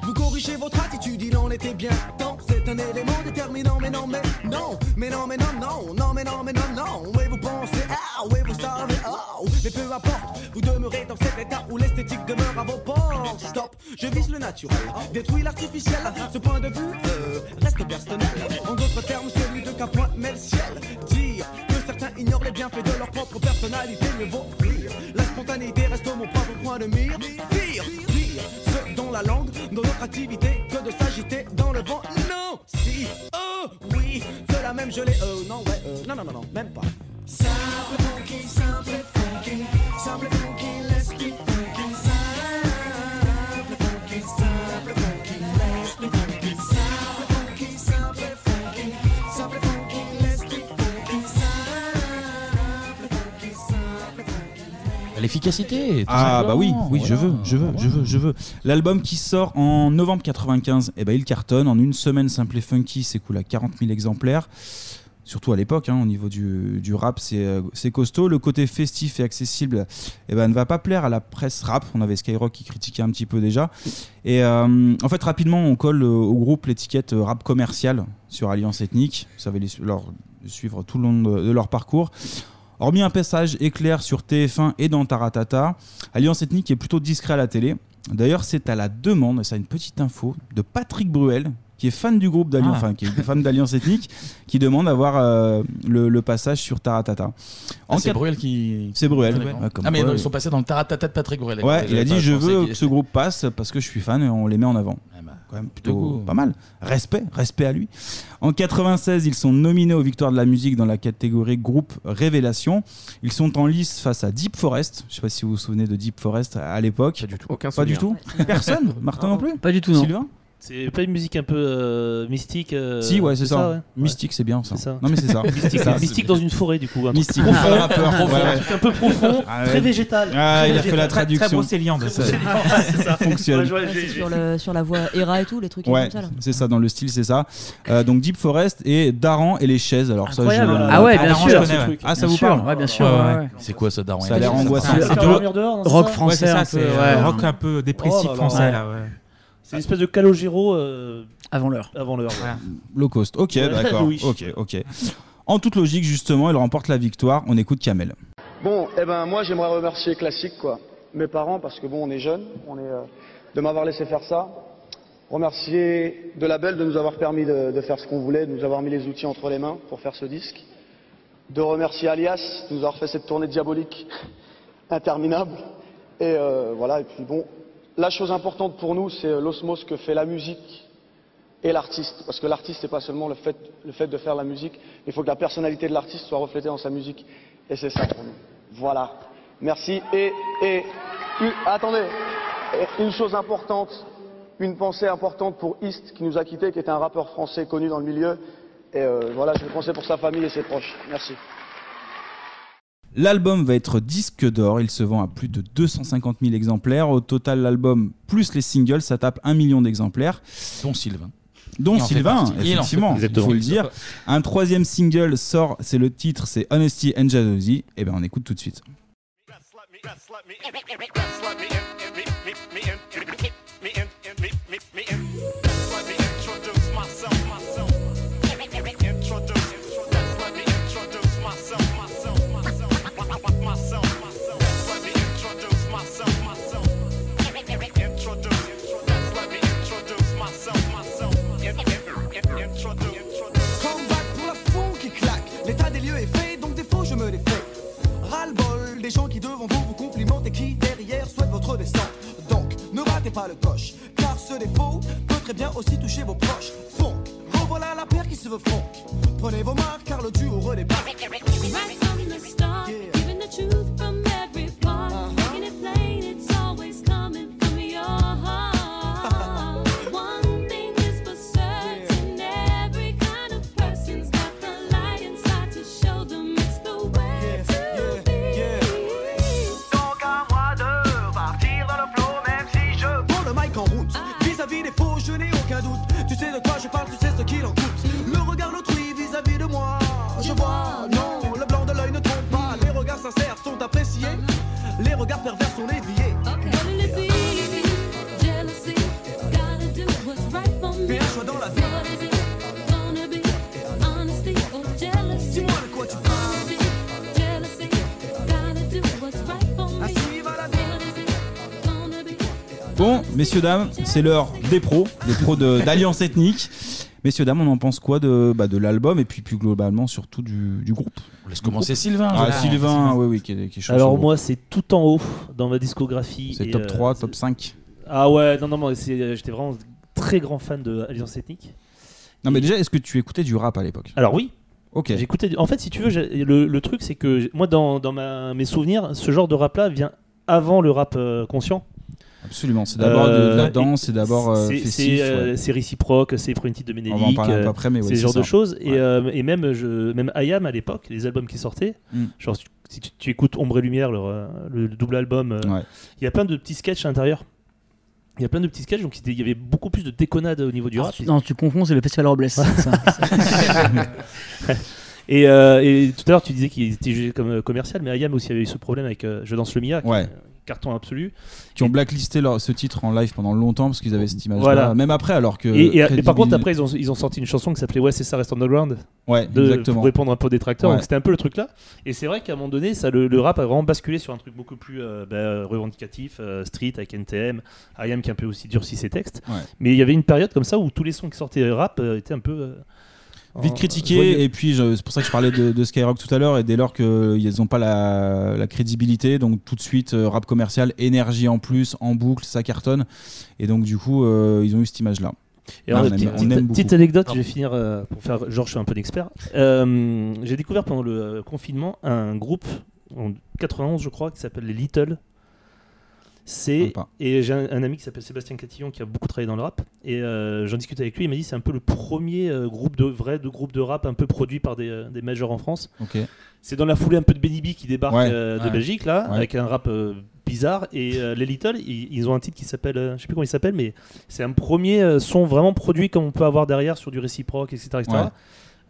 [SPEAKER 24] Vous corrigez votre attitude, il en était bien temps. C'est un élément déterminant. mais non, mais non, mais non, mais non, mais non, non, non, mais non, mais non, non, et vous pensez, ah, et vous savez, oh, mais peu importe, vous demeurez dans cet état où l'esthétique demeure à vos portes. Stop, je vise le naturel, détruis l'artificiel, ce point de vue euh, reste personnel. En d'autres termes, celui de qu'un point met le ciel. Dire que certains ignorent les bienfaits de leur propre personnalité, mieux vaut rire. La spontanéité reste mon propre point de mire. Pire, pire, ce dont la langue, dans notre activité, que de s'agiter dans le vent. Non, si, oh, oui, cela même je l'ai, euh, non, ouais, euh, non, non, non, non, même pas.
[SPEAKER 12] Simple funky, simple funky, simple funky, let's keep funky. Simple funky, simple funky, let's be funky. Simple funky, simple funky, simple funky, let's keep funky. Simple funky, simple funky.
[SPEAKER 1] L'efficacité. tout
[SPEAKER 7] Ah bah oui,
[SPEAKER 1] simplement.
[SPEAKER 7] oui, je
[SPEAKER 1] Voilà.
[SPEAKER 7] veux, je veux, je veux, je veux. L'album qui sort en novembre 95, eh ben il cartonne en une semaine. Simple et Funky s'écoule à 40 000 exemplaires. Surtout à l'époque, hein, au niveau du, du rap, c'est euh, c'est costaud. Le côté festif et accessible eh ben, ne va pas plaire à la presse rap. On avait Skyrock qui critiquait un petit peu déjà. Et euh, en fait, rapidement, on colle euh, au groupe l'étiquette euh, rap commercial sur Alliance Ethnique. Vous savez les su- leur les suivre tout le long de- de leur parcours. Hormis un passage éclair sur TF1 et dans Taratata, Alliance Ethnique est plutôt discret à la télé. D'ailleurs, c'est à la demande, et ça une petite info, de Patrick Bruel, qui est fan du groupe
[SPEAKER 11] Ah.
[SPEAKER 7] d'Alliance, enfin, qui est fan d'Alliance Ethnique, qui demande d'avoir euh, le, le passage sur Taratata.
[SPEAKER 1] Ah,
[SPEAKER 7] En
[SPEAKER 1] c'est
[SPEAKER 7] quatre-
[SPEAKER 1] Bruel qui.
[SPEAKER 7] C'est Bruel.
[SPEAKER 1] Ah, d'accord.
[SPEAKER 7] ouais, comme
[SPEAKER 1] ah, mais
[SPEAKER 7] quoi,
[SPEAKER 1] non,
[SPEAKER 7] euh,
[SPEAKER 1] ils sont passés dans le taratata de Patrick
[SPEAKER 7] Ouais,
[SPEAKER 1] Bruel.
[SPEAKER 7] il a
[SPEAKER 1] Bah, j'avais pas
[SPEAKER 7] dit je
[SPEAKER 1] pensé
[SPEAKER 7] veux
[SPEAKER 1] qu'il- Eh ben,
[SPEAKER 7] que ce groupe passe parce que je suis fan et on les met en avant. Quand même plutôt
[SPEAKER 1] coup.
[SPEAKER 7] pas mal. Respect, respect à lui. En 96, ils sont nominés aux Victoires de la musique dans la catégorie groupe révélation. Ils sont en lice face à Deep Forest. Je sais pas si vous vous souvenez de Deep Forest à à l'époque. Pas du tout. Pas du tout. Personne. Martin non plus.
[SPEAKER 9] Pas du tout.
[SPEAKER 7] non. Sylvain.
[SPEAKER 8] C'est pas une musique un peu euh, mystique euh,
[SPEAKER 7] Si, ouais, c'est ça.
[SPEAKER 8] ouais.
[SPEAKER 7] Mystique, c'est bien ça.
[SPEAKER 8] C'est ça.
[SPEAKER 7] Non, mais c'est ça.
[SPEAKER 8] Mystique,
[SPEAKER 7] C'est ça.
[SPEAKER 8] mystique dans une forêt, du coup. Un truc
[SPEAKER 7] Mystique.
[SPEAKER 8] profond,
[SPEAKER 7] Un rappeur.
[SPEAKER 8] profond,
[SPEAKER 7] Ouais, ouais.
[SPEAKER 8] un truc un peu profond,
[SPEAKER 7] Ah ouais.
[SPEAKER 8] très végétal.
[SPEAKER 7] Ah, il a
[SPEAKER 8] Très
[SPEAKER 7] fait
[SPEAKER 8] végétal.
[SPEAKER 7] la traduction.
[SPEAKER 8] Très brocéliande.
[SPEAKER 7] C'est ça. Fonctionne.
[SPEAKER 8] Ouais, je vois,
[SPEAKER 4] Ouais,
[SPEAKER 8] j'ai-
[SPEAKER 4] c'est
[SPEAKER 8] j'ai-
[SPEAKER 4] sur, le, sur la voie ERA et tout, les trucs
[SPEAKER 7] Ouais,
[SPEAKER 4] comme ça. Là.
[SPEAKER 7] c'est ça, dans le style, c'est ça. Euh, donc Deep Forest et Daran et les chaises. Alors ça,
[SPEAKER 9] Incroyable.
[SPEAKER 7] je-
[SPEAKER 9] Ah ouais, bien
[SPEAKER 7] Daran,
[SPEAKER 9] sûr.
[SPEAKER 7] je connais,
[SPEAKER 9] Ce
[SPEAKER 7] ouais.
[SPEAKER 9] truc.
[SPEAKER 7] Ah, ça
[SPEAKER 9] Bien
[SPEAKER 7] vous
[SPEAKER 9] sûr,
[SPEAKER 7] parle
[SPEAKER 9] ouais, bien sûr, ouais, ouais.
[SPEAKER 1] C'est quoi ce Daran et
[SPEAKER 7] Ça a
[SPEAKER 1] les
[SPEAKER 7] l'air
[SPEAKER 1] chaises
[SPEAKER 7] angoissant.
[SPEAKER 1] C'est
[SPEAKER 7] du-
[SPEAKER 1] Daran et les dehors, non, c'est
[SPEAKER 9] Rock
[SPEAKER 8] ça
[SPEAKER 9] français,
[SPEAKER 8] Ouais, c'est ça,
[SPEAKER 9] un peu,
[SPEAKER 8] c'est-
[SPEAKER 9] ouais.
[SPEAKER 11] rock un peu dépressif
[SPEAKER 8] Oh là là.
[SPEAKER 11] français, là, ouais.
[SPEAKER 8] C'est une espèce de Calogero. euh,
[SPEAKER 9] Avant l'heure.
[SPEAKER 8] Avant l'heure. ouais.
[SPEAKER 7] Low cost. Ok,
[SPEAKER 8] Ouais,
[SPEAKER 7] d'accord.
[SPEAKER 8] oui.
[SPEAKER 7] Ok, ok. En toute logique, justement, il remporte la victoire. On écoute Kamel.
[SPEAKER 2] Bon, eh ben moi j'aimerais remercier Classique quoi, mes parents parce que bon on est jeunes, on est euh, de m'avoir laissé faire ça. Remercier de la belle de nous avoir permis de, de faire ce qu'on voulait, de nous avoir mis les outils entre les mains pour faire ce disque. De remercier Alias de nous avoir fait cette tournée diabolique interminable. Et euh, voilà et puis bon, la chose importante pour nous c'est euh, l'osmose que fait la musique et l'artiste. Parce que l'artiste, c'est pas seulement le fait, le fait de faire la musique, il faut que la personnalité de l'artiste soit reflétée dans sa musique. Et c'est ça pour nous. Voilà. Merci. Et, et, une- attendez, Et une chose importante, une pensée importante pour East, qui nous a quittés, qui était un rappeur français connu dans le milieu. Et euh, voilà, je vais penser pour sa famille et ses proches. Merci.
[SPEAKER 7] L'album va être disque d'or, il se vend à plus de 250 000 exemplaires. Au total, l'album plus les singles, ça tape 1 million d'exemplaires.
[SPEAKER 1] Dont Sylvain.
[SPEAKER 7] Dont
[SPEAKER 1] Il en fait
[SPEAKER 7] Sylvain,
[SPEAKER 1] partie. Il en fait
[SPEAKER 7] effectivement,
[SPEAKER 1] partie.
[SPEAKER 7] il faut le
[SPEAKER 1] Exactement.
[SPEAKER 7] dire. Un troisième single sort, c'est le titre, c'est Honesty and Jealousy. Et bien on écoute tout de suite.
[SPEAKER 24] Comeback pour la fond qui claque. L'état des lieux est fait, donc des fois je me les fais. Ras-le-bol des gens qui devant vous vous complimentent et qui derrière souhaitent votre descente. Donc ne ratez pas le coche, car ce défaut peut très bien aussi toucher vos proches. Funk, revoilà la paire qui se veut funk. Prenez vos marques car le duo redébarque.
[SPEAKER 18] Right from the start, giving the truth from every part. Making it plain, it's always coming from your heart. One thing is for certain, every kind of person's got the light inside to show them it's the way to be.
[SPEAKER 24] Donc à moi de repartir dans le flow même si je prends le mic en route Vis-à-vis des faux je n'ai aucun doute Tu sais de quoi je parle, tu sais ce qu'il en coûte Le regard d'autrui vis-à-vis de moi Je vois, non,
[SPEAKER 7] Bon, messieurs, dames, c'est l'heure des pros, des pros de- d'Alliance Ethnique. Messieurs, dames, on en pense quoi de, bah, de l'album et puis plus globalement surtout du, du groupe
[SPEAKER 1] Laisse
[SPEAKER 8] commencer Sylvain,
[SPEAKER 7] Ah,
[SPEAKER 8] je pense.
[SPEAKER 7] Sylvain, oui, oui, qui est, qui est chaud sur
[SPEAKER 8] Alors
[SPEAKER 7] le
[SPEAKER 8] moi, c'est tout en haut dans ma discographie.
[SPEAKER 7] C'est
[SPEAKER 8] et,
[SPEAKER 7] top
[SPEAKER 8] euh,
[SPEAKER 7] 3, top 5.
[SPEAKER 8] Ah ouais, non, non, moi, c'est- euh, j'étais vraiment très grand fan de Alliance Ethnique.
[SPEAKER 7] Non, mais déjà, est-ce que tu écoutais du rap à l'époque
[SPEAKER 8] Alors oui.
[SPEAKER 7] Ok.
[SPEAKER 8] J'écoutais. du- En fait, si tu veux, j'ai- le, le truc, c'est que j'ai- moi, dans, dans ma- mes souvenirs, ce genre de rap-là vient avant le rap euh, conscient.
[SPEAKER 7] Absolument, c'est d'abord de- de la
[SPEAKER 8] Euh,
[SPEAKER 7] danse,
[SPEAKER 8] et-
[SPEAKER 7] c'est d'abord, euh,
[SPEAKER 8] c'est-
[SPEAKER 7] festif,
[SPEAKER 8] C'est euh,
[SPEAKER 7] ouais.
[SPEAKER 8] c'est réciproque, c'est Prunty de Ménélique,
[SPEAKER 7] On va en parler un peu
[SPEAKER 8] euh,
[SPEAKER 7] après, mais ouais,
[SPEAKER 8] c'est ce
[SPEAKER 7] c'est
[SPEAKER 8] genre de
[SPEAKER 7] ça.
[SPEAKER 8] choses. Et, euh, et même, je, même IAM à l'époque, les albums qui sortaient,
[SPEAKER 7] Mm.
[SPEAKER 8] genre si tu- si tu, tu écoutes Ombre et Lumière, leur, euh, le double album, euh, il y a plein de petits sketchs à l'intérieur. Il y a plein de petits sketchs, donc il y avait beaucoup plus de déconnades au niveau du rap.
[SPEAKER 9] Non, Ah, tu confonds, c'est le Festival Robles. ça.
[SPEAKER 8] Et, euh, et tout à l'heure, tu disais qu'il était jugé comme euh, commercial, mais IAM aussi avait eu ce problème avec euh, Je danse le Mia, qui est
[SPEAKER 7] Ouais.
[SPEAKER 8] un carton absolu.
[SPEAKER 7] Qui ont blacklisté leur- ce titre en live pendant longtemps parce qu'ils avaient cette image-là.
[SPEAKER 8] Voilà.
[SPEAKER 7] Même après, alors que.
[SPEAKER 8] Et, et- et par
[SPEAKER 7] Crédibil-
[SPEAKER 8] contre, après, ils ont, ils ont sorti une chanson qui s'appelait Ouais, c'est ça, reste underground.
[SPEAKER 7] Ouais,
[SPEAKER 8] de,
[SPEAKER 7] exactement.
[SPEAKER 8] Pour répondre un peu aux détracteurs.
[SPEAKER 7] Ouais.
[SPEAKER 8] Donc c'était un peu le truc là. Et c'est vrai qu'à un moment donné, ça, le, le rap a vraiment basculé sur un truc beaucoup plus euh, bah, revendicatif, euh, street avec NTM, IAM E qui a un peu aussi durci ses textes.
[SPEAKER 7] Ouais.
[SPEAKER 8] Mais il y avait une période comme ça où tous les sons qui sortaient rap euh, étaient un peu. euh,
[SPEAKER 7] Vite
[SPEAKER 8] en-
[SPEAKER 7] critiqué,
[SPEAKER 8] joyeux.
[SPEAKER 7] et puis je- c'est pour ça que je parlais de, de Skyrock tout à l'heure, et dès lors qu'ils n'ont pas la, la crédibilité, donc tout de suite euh, rap commercial, énergie en plus, en boucle, ça cartonne, et donc du coup euh, ils ont eu cette image-là.
[SPEAKER 8] Et
[SPEAKER 7] Non,
[SPEAKER 8] alors,
[SPEAKER 7] on
[SPEAKER 8] petite,
[SPEAKER 7] aime- on
[SPEAKER 8] petite-
[SPEAKER 7] aime
[SPEAKER 8] petite
[SPEAKER 7] beaucoup.
[SPEAKER 8] anecdote, je vais finir euh, pour faire genre je suis un peu d'expert. Euh, J'ai découvert pendant le euh, confinement un groupe en 91 je crois qui s'appelle les Little. C'est et j'ai un, un ami qui s'appelle Sébastien Catillon qui a beaucoup travaillé dans le rap et euh, j'en discutais avec lui il m'a dit c'est un peu le premier euh, groupe de vrai de groupe de rap un peu produit par des, euh, des majors en France.
[SPEAKER 7] Ok.
[SPEAKER 8] C'est dans la foulée un peu de Benny B qui débarque
[SPEAKER 7] Ouais,
[SPEAKER 8] euh, de
[SPEAKER 7] ouais.
[SPEAKER 8] Belgique là
[SPEAKER 7] Ouais.
[SPEAKER 8] avec un rap euh, bizarre et euh, les Little ils, ils ont un titre qui s'appelle euh, je sais plus comment il s'appelle mais c'est un premier euh, son vraiment produit comme on peut avoir derrière sur du réciproque etc, etc.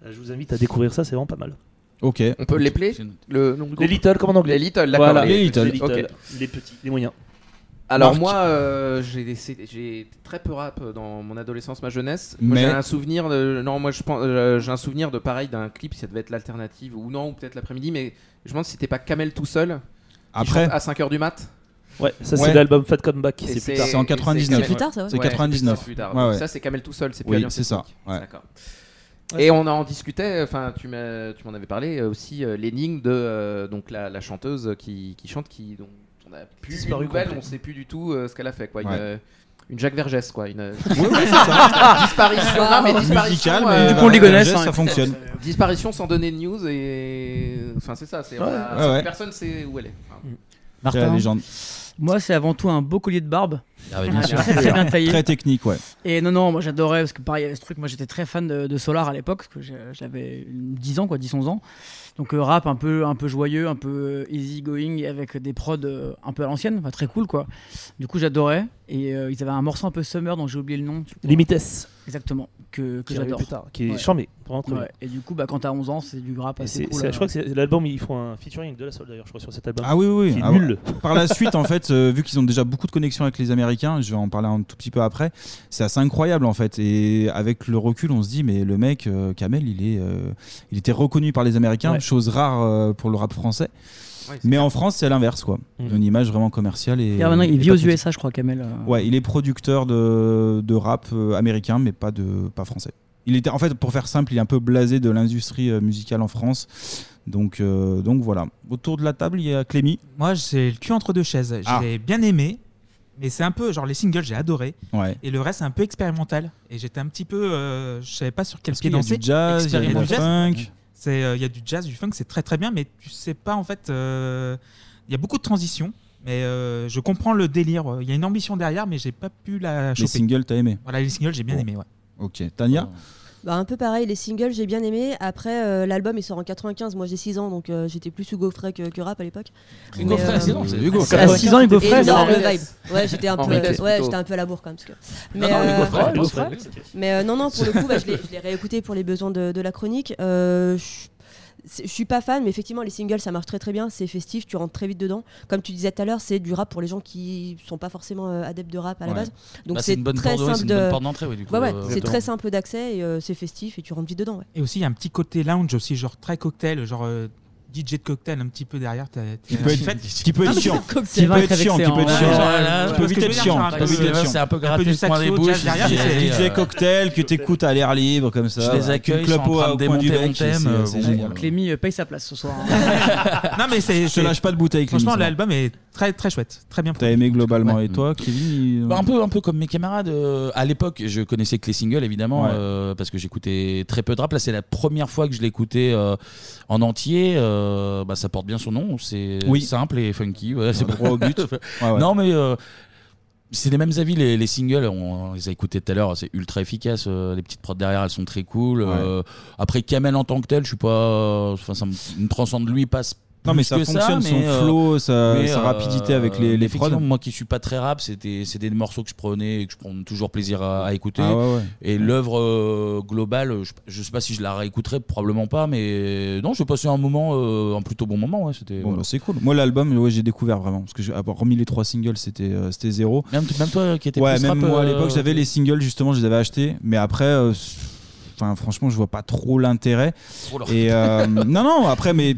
[SPEAKER 8] Euh, je vous invite à découvrir ça c'est vraiment pas mal
[SPEAKER 7] Ok.
[SPEAKER 10] On peut les player le nom du
[SPEAKER 8] les
[SPEAKER 10] groupe
[SPEAKER 8] Little comme en anglais
[SPEAKER 10] Les Little, d'accord.
[SPEAKER 8] Voilà,
[SPEAKER 10] ok.
[SPEAKER 8] les petits les moyens
[SPEAKER 10] Alors
[SPEAKER 8] Marc.
[SPEAKER 10] moi, euh, j'ai des- c'est- j'ai été très peu rap dans mon adolescence, ma jeunesse. Moi,
[SPEAKER 7] Mais-
[SPEAKER 10] j'ai un souvenir. De, non, moi je pense, euh, j'ai un souvenir de pareil d'un clip. Ça devait être l'alternative ou non, ou peut-être l'après-midi. Mais je me demande si c'était pas Kamel tout seul. qui
[SPEAKER 7] Après.
[SPEAKER 10] chante à 5 h du mat.
[SPEAKER 8] Ouais, ça, c'est Ouais. l'album Fat Comeback,
[SPEAKER 10] Et
[SPEAKER 8] c'est plus tard.
[SPEAKER 7] C'est en 99.
[SPEAKER 10] Kamel-
[SPEAKER 7] C'est plus tard, ça, ouais. C'est
[SPEAKER 10] Ouais,
[SPEAKER 7] 99.
[SPEAKER 10] c'est plus tard.
[SPEAKER 7] Ouais,
[SPEAKER 10] Donc
[SPEAKER 7] ouais.
[SPEAKER 10] Ça c'est Kamel tout seul, c'est
[SPEAKER 7] Oui,
[SPEAKER 10] plus
[SPEAKER 7] c'est ça, ouais.
[SPEAKER 10] D'accord. Et on en discutait, enfin tu m'as- tu m'en avais parlé euh, aussi, euh, l'énigme de euh, donc la, la chanteuse qui, qui chante, qui dont on a plus
[SPEAKER 8] Disparu
[SPEAKER 10] de nouvelles,
[SPEAKER 8] complet.
[SPEAKER 10] on sait plus du tout euh, ce qu'elle a fait quoi. Une,
[SPEAKER 8] Ouais.
[SPEAKER 10] euh, une Jacques Vergès quoi, une euh,
[SPEAKER 8] ouais, c'est ça.
[SPEAKER 10] disparition, non, mais disparition,
[SPEAKER 7] Musicale,
[SPEAKER 10] euh,
[SPEAKER 7] Ah, mais Du coup, on les connaît, Vergès, ça hein. fonctionne.
[SPEAKER 10] Disparition sans donner de news et enfin c'est ça, c'est on
[SPEAKER 9] Ouais.
[SPEAKER 10] a-
[SPEAKER 7] Ouais, ouais.
[SPEAKER 10] personne sait où elle est. Enfin,
[SPEAKER 7] C'est la légende.
[SPEAKER 9] Moi, c'est avant tout un beau collier de barbe.
[SPEAKER 7] Ah oui, bien sûr.
[SPEAKER 9] Très bien taillé.
[SPEAKER 7] Très technique, ouais.
[SPEAKER 9] Et non, non, moi j'adorais parce que pareil, il y avait ce truc. Moi j'étais très fan de, de Solar à l'époque, parce que j'ai- j'avais une- 10 ans, quoi, 10-11 ans. Donc euh, rap un peu, un peu joyeux, un peu easy going, et avec des prods euh, un peu à l'ancienne, enfin, très cool quoi. Du coup j'adorais. Et euh, ils avaient un morceau un peu summer dont j'ai oublié le nom. tu vois.
[SPEAKER 8] Limites.
[SPEAKER 9] Exactement, que, que
[SPEAKER 8] Qui arrive
[SPEAKER 9] j'adore.
[SPEAKER 8] plus tard, qui est charmé, vraiment très bien.
[SPEAKER 9] Et du coup, bah, quand t'as 11 ans, c'est du rap
[SPEAKER 8] Et
[SPEAKER 9] assez
[SPEAKER 8] c'est-
[SPEAKER 9] cool.
[SPEAKER 8] c'est-
[SPEAKER 9] euh.
[SPEAKER 8] je crois que c'est l'album ils font un featuring avec de la soul d'ailleurs je crois sur cet album
[SPEAKER 7] hein. Ah oui, oui,
[SPEAKER 8] qui
[SPEAKER 7] oui.
[SPEAKER 8] est
[SPEAKER 7] Ah,
[SPEAKER 8] nul
[SPEAKER 7] Par la suite, en fait, euh, vu qu'ils ont déjà beaucoup de connexions avec les Américains, je vais en parler un tout petit peu après, c'est assez incroyable, en fait. Et avec le recul, on se dit, mais le mec, euh, Kamel, il, est, euh, il était reconnu par les Américains,
[SPEAKER 8] Ouais.
[SPEAKER 7] chose rare euh, pour le rap français.
[SPEAKER 10] Ouais,
[SPEAKER 7] mais en France, c'est l'inverse, quoi. Ils ont Une image vraiment commerciale. Et,
[SPEAKER 9] Et Mm. maintenant, il
[SPEAKER 7] et
[SPEAKER 9] vit
[SPEAKER 7] pas
[SPEAKER 9] aux
[SPEAKER 7] politique.
[SPEAKER 9] USA, je crois, Kamel. euh.
[SPEAKER 7] Ouais, il est producteur de, de rap euh, américain, mais pas, de, pas français. Il était, en fait, pour faire simple, il est un peu blasé de l'industrie euh, musicale en France. Donc, euh, donc voilà. Autour de la table, il y a Clémy.
[SPEAKER 11] Moi, j'ai le cul entre deux chaises. J'ai
[SPEAKER 7] Ah.
[SPEAKER 11] bien aimé, mais c'est un peu genre les singles, j'ai adoré.
[SPEAKER 7] Ouais.
[SPEAKER 11] Et le reste, c'est un peu expérimental. Et j'étais un petit peu, euh, je savais pas sur quel
[SPEAKER 7] Parce
[SPEAKER 11] pied
[SPEAKER 7] qu'il y a
[SPEAKER 11] danser.
[SPEAKER 7] du jazz, il y a
[SPEAKER 11] Expérimental.
[SPEAKER 7] du funk.
[SPEAKER 11] C'est, euh, il y a du jazz, du funk, c'est très très bien, mais tu sais pas en fait. euh, Il y a beaucoup de transitions, mais euh, je comprends le délire. Il y a une ambition derrière, mais j'ai pas pu la choper.
[SPEAKER 7] Les singles, t'as aimé
[SPEAKER 11] Voilà, les singles, j'ai bien
[SPEAKER 7] Bon.
[SPEAKER 11] aimé, ouais.
[SPEAKER 7] Ok. Tania
[SPEAKER 4] Bah, un peu pareil, les singles j'ai bien aimé. Après, euh, l'album il sort en 95, moi j'ai 6 ans donc euh, j'étais plus Hugo Frey que, que rap à l'époque.
[SPEAKER 7] Hugo
[SPEAKER 4] Mais,
[SPEAKER 7] Frey,
[SPEAKER 4] euh,
[SPEAKER 7] c'est bon, c'est Hugo
[SPEAKER 4] à
[SPEAKER 7] Frey. À six ans, Hugo
[SPEAKER 4] Et
[SPEAKER 7] Frey,
[SPEAKER 4] non,
[SPEAKER 7] c'est-
[SPEAKER 4] le vibe. Ouais, j'étais un, peu,
[SPEAKER 7] Henri Dess,
[SPEAKER 4] ouais,
[SPEAKER 7] plutôt.
[SPEAKER 4] j'étais un peu à la bourre quand même. parce que-
[SPEAKER 7] Non, non, Hugo Frey, Hugo
[SPEAKER 4] euh,
[SPEAKER 7] Frey.
[SPEAKER 4] Mais euh, non, non, pour le coup, bah, je l'ai je l'ai réécouté pour les besoins de, de la chronique. Euh, je- c'est- je suis pas fan, mais effectivement, les singles ça marche très très bien, c'est festif, tu rentres très vite dedans. Comme tu disais tout à l'heure, c'est du rap pour les gens qui sont pas forcément euh, adeptes de rap à la
[SPEAKER 1] Ouais.
[SPEAKER 4] base. Donc
[SPEAKER 1] Bah, c'est
[SPEAKER 4] c'est
[SPEAKER 1] une bonne
[SPEAKER 4] très
[SPEAKER 1] porte- ouais, c'est
[SPEAKER 4] simple
[SPEAKER 1] une bonne
[SPEAKER 4] de-
[SPEAKER 1] porte d'entrée, ouais, du coup,
[SPEAKER 4] Ouais, ouais,
[SPEAKER 1] euh,
[SPEAKER 4] c'est
[SPEAKER 1] exactement.
[SPEAKER 4] très simple d'accès et euh, c'est festif et tu rentres vite dedans. ouais.
[SPEAKER 11] Et aussi, il y a un petit côté lounge aussi, genre très cocktail, genre euh, DJ de cocktail un petit peu derrière. t'as-
[SPEAKER 1] Qui
[SPEAKER 11] t'as-
[SPEAKER 1] peut être-
[SPEAKER 11] en fait,
[SPEAKER 1] qui peut être chiant. Qui peut être chiant, qui peut être chiant. Voilà,
[SPEAKER 11] Tu peux
[SPEAKER 1] parce que
[SPEAKER 11] vite être
[SPEAKER 1] je veux
[SPEAKER 11] chiant.
[SPEAKER 1] dire,
[SPEAKER 11] tu
[SPEAKER 1] c'est
[SPEAKER 11] peux
[SPEAKER 1] un
[SPEAKER 11] vite
[SPEAKER 1] peu-
[SPEAKER 11] être chiant.
[SPEAKER 1] c'est un peu
[SPEAKER 11] Un
[SPEAKER 1] gratte-
[SPEAKER 11] du
[SPEAKER 1] du coin
[SPEAKER 11] saxo
[SPEAKER 1] des bouches,
[SPEAKER 11] jazz derrière.
[SPEAKER 1] je
[SPEAKER 11] c'est-
[SPEAKER 1] dirais.
[SPEAKER 11] c'est-
[SPEAKER 7] DJ cocktail que t'écoutes à l'air libre comme ça.
[SPEAKER 1] Je les accueille,
[SPEAKER 7] avec une
[SPEAKER 1] ils sont en
[SPEAKER 7] clope
[SPEAKER 1] train
[SPEAKER 7] au
[SPEAKER 1] de
[SPEAKER 7] coin du
[SPEAKER 1] démonter
[SPEAKER 7] bec,
[SPEAKER 1] mon
[SPEAKER 7] c'est-
[SPEAKER 1] thème,
[SPEAKER 7] c'est
[SPEAKER 1] bon.
[SPEAKER 7] génial.
[SPEAKER 9] Clémy euh, paye sa place ce soir.
[SPEAKER 11] Non, mais c'est.
[SPEAKER 7] Je te lâche pas de bouteille, Clémy,
[SPEAKER 11] Franchement,
[SPEAKER 7] ça va.
[SPEAKER 11] l'album est très très chouette. Très bien.
[SPEAKER 7] T'as aimé globalement et toi, Kevin il-
[SPEAKER 1] Bah, un peu un peu comme mes camarades euh, à l'époque je connaissais que les singles évidemment
[SPEAKER 7] Ouais.
[SPEAKER 1] euh, parce que j'écoutais très peu de rap là c'est la première fois que je l'écoutais euh, en entier Euh, bah, ça porte bien son nom c'est
[SPEAKER 7] Oui.
[SPEAKER 1] simple et funky voilà, c'est
[SPEAKER 7] droit au but. Ouais, ouais.
[SPEAKER 1] non mais euh, c'est les mêmes avis, les, les singles, on, on les a écoutés tout à l'heure, c'est ultra efficace, euh, les petites prods derrière, elles sont très cool. euh, après, Kamel en tant que tel, je suis pas. euh, Enfin, ça me, me transcende lui, passe.
[SPEAKER 7] Non, mais ça fonctionne, son flow, sa- sa rapidité avec les- les
[SPEAKER 1] euh, effectivement,
[SPEAKER 7] prods.
[SPEAKER 1] moi qui suis pas très rap, c'était c'est des morceaux que je prenais et que je prends toujours plaisir à, à écouter.
[SPEAKER 7] Ah ouais, ouais.
[SPEAKER 1] Et l'œuvre euh, globale, je, je sais pas si je la réécouterai, probablement pas, mais non, je passais un moment, euh, un plutôt bon moment. Ouais, c'était.
[SPEAKER 7] Bon,
[SPEAKER 1] voilà.
[SPEAKER 7] bah, c'est cool. Moi, l'album, ouais, j'ai découvert vraiment. Parce que, j'ai- avoir remis les trois singles, c'était euh, c'était zéro.
[SPEAKER 1] Même, même toi euh, qui étais
[SPEAKER 7] Ouais,
[SPEAKER 1] plus
[SPEAKER 7] même
[SPEAKER 1] rap,
[SPEAKER 7] moi à
[SPEAKER 1] euh,
[SPEAKER 7] l'époque, j'avais les singles, justement, je les avais achetés. Mais après, euh, s- enfin, franchement, je vois pas trop l'intérêt.
[SPEAKER 1] Trop leur-
[SPEAKER 7] Et euh, non, non, après, mais.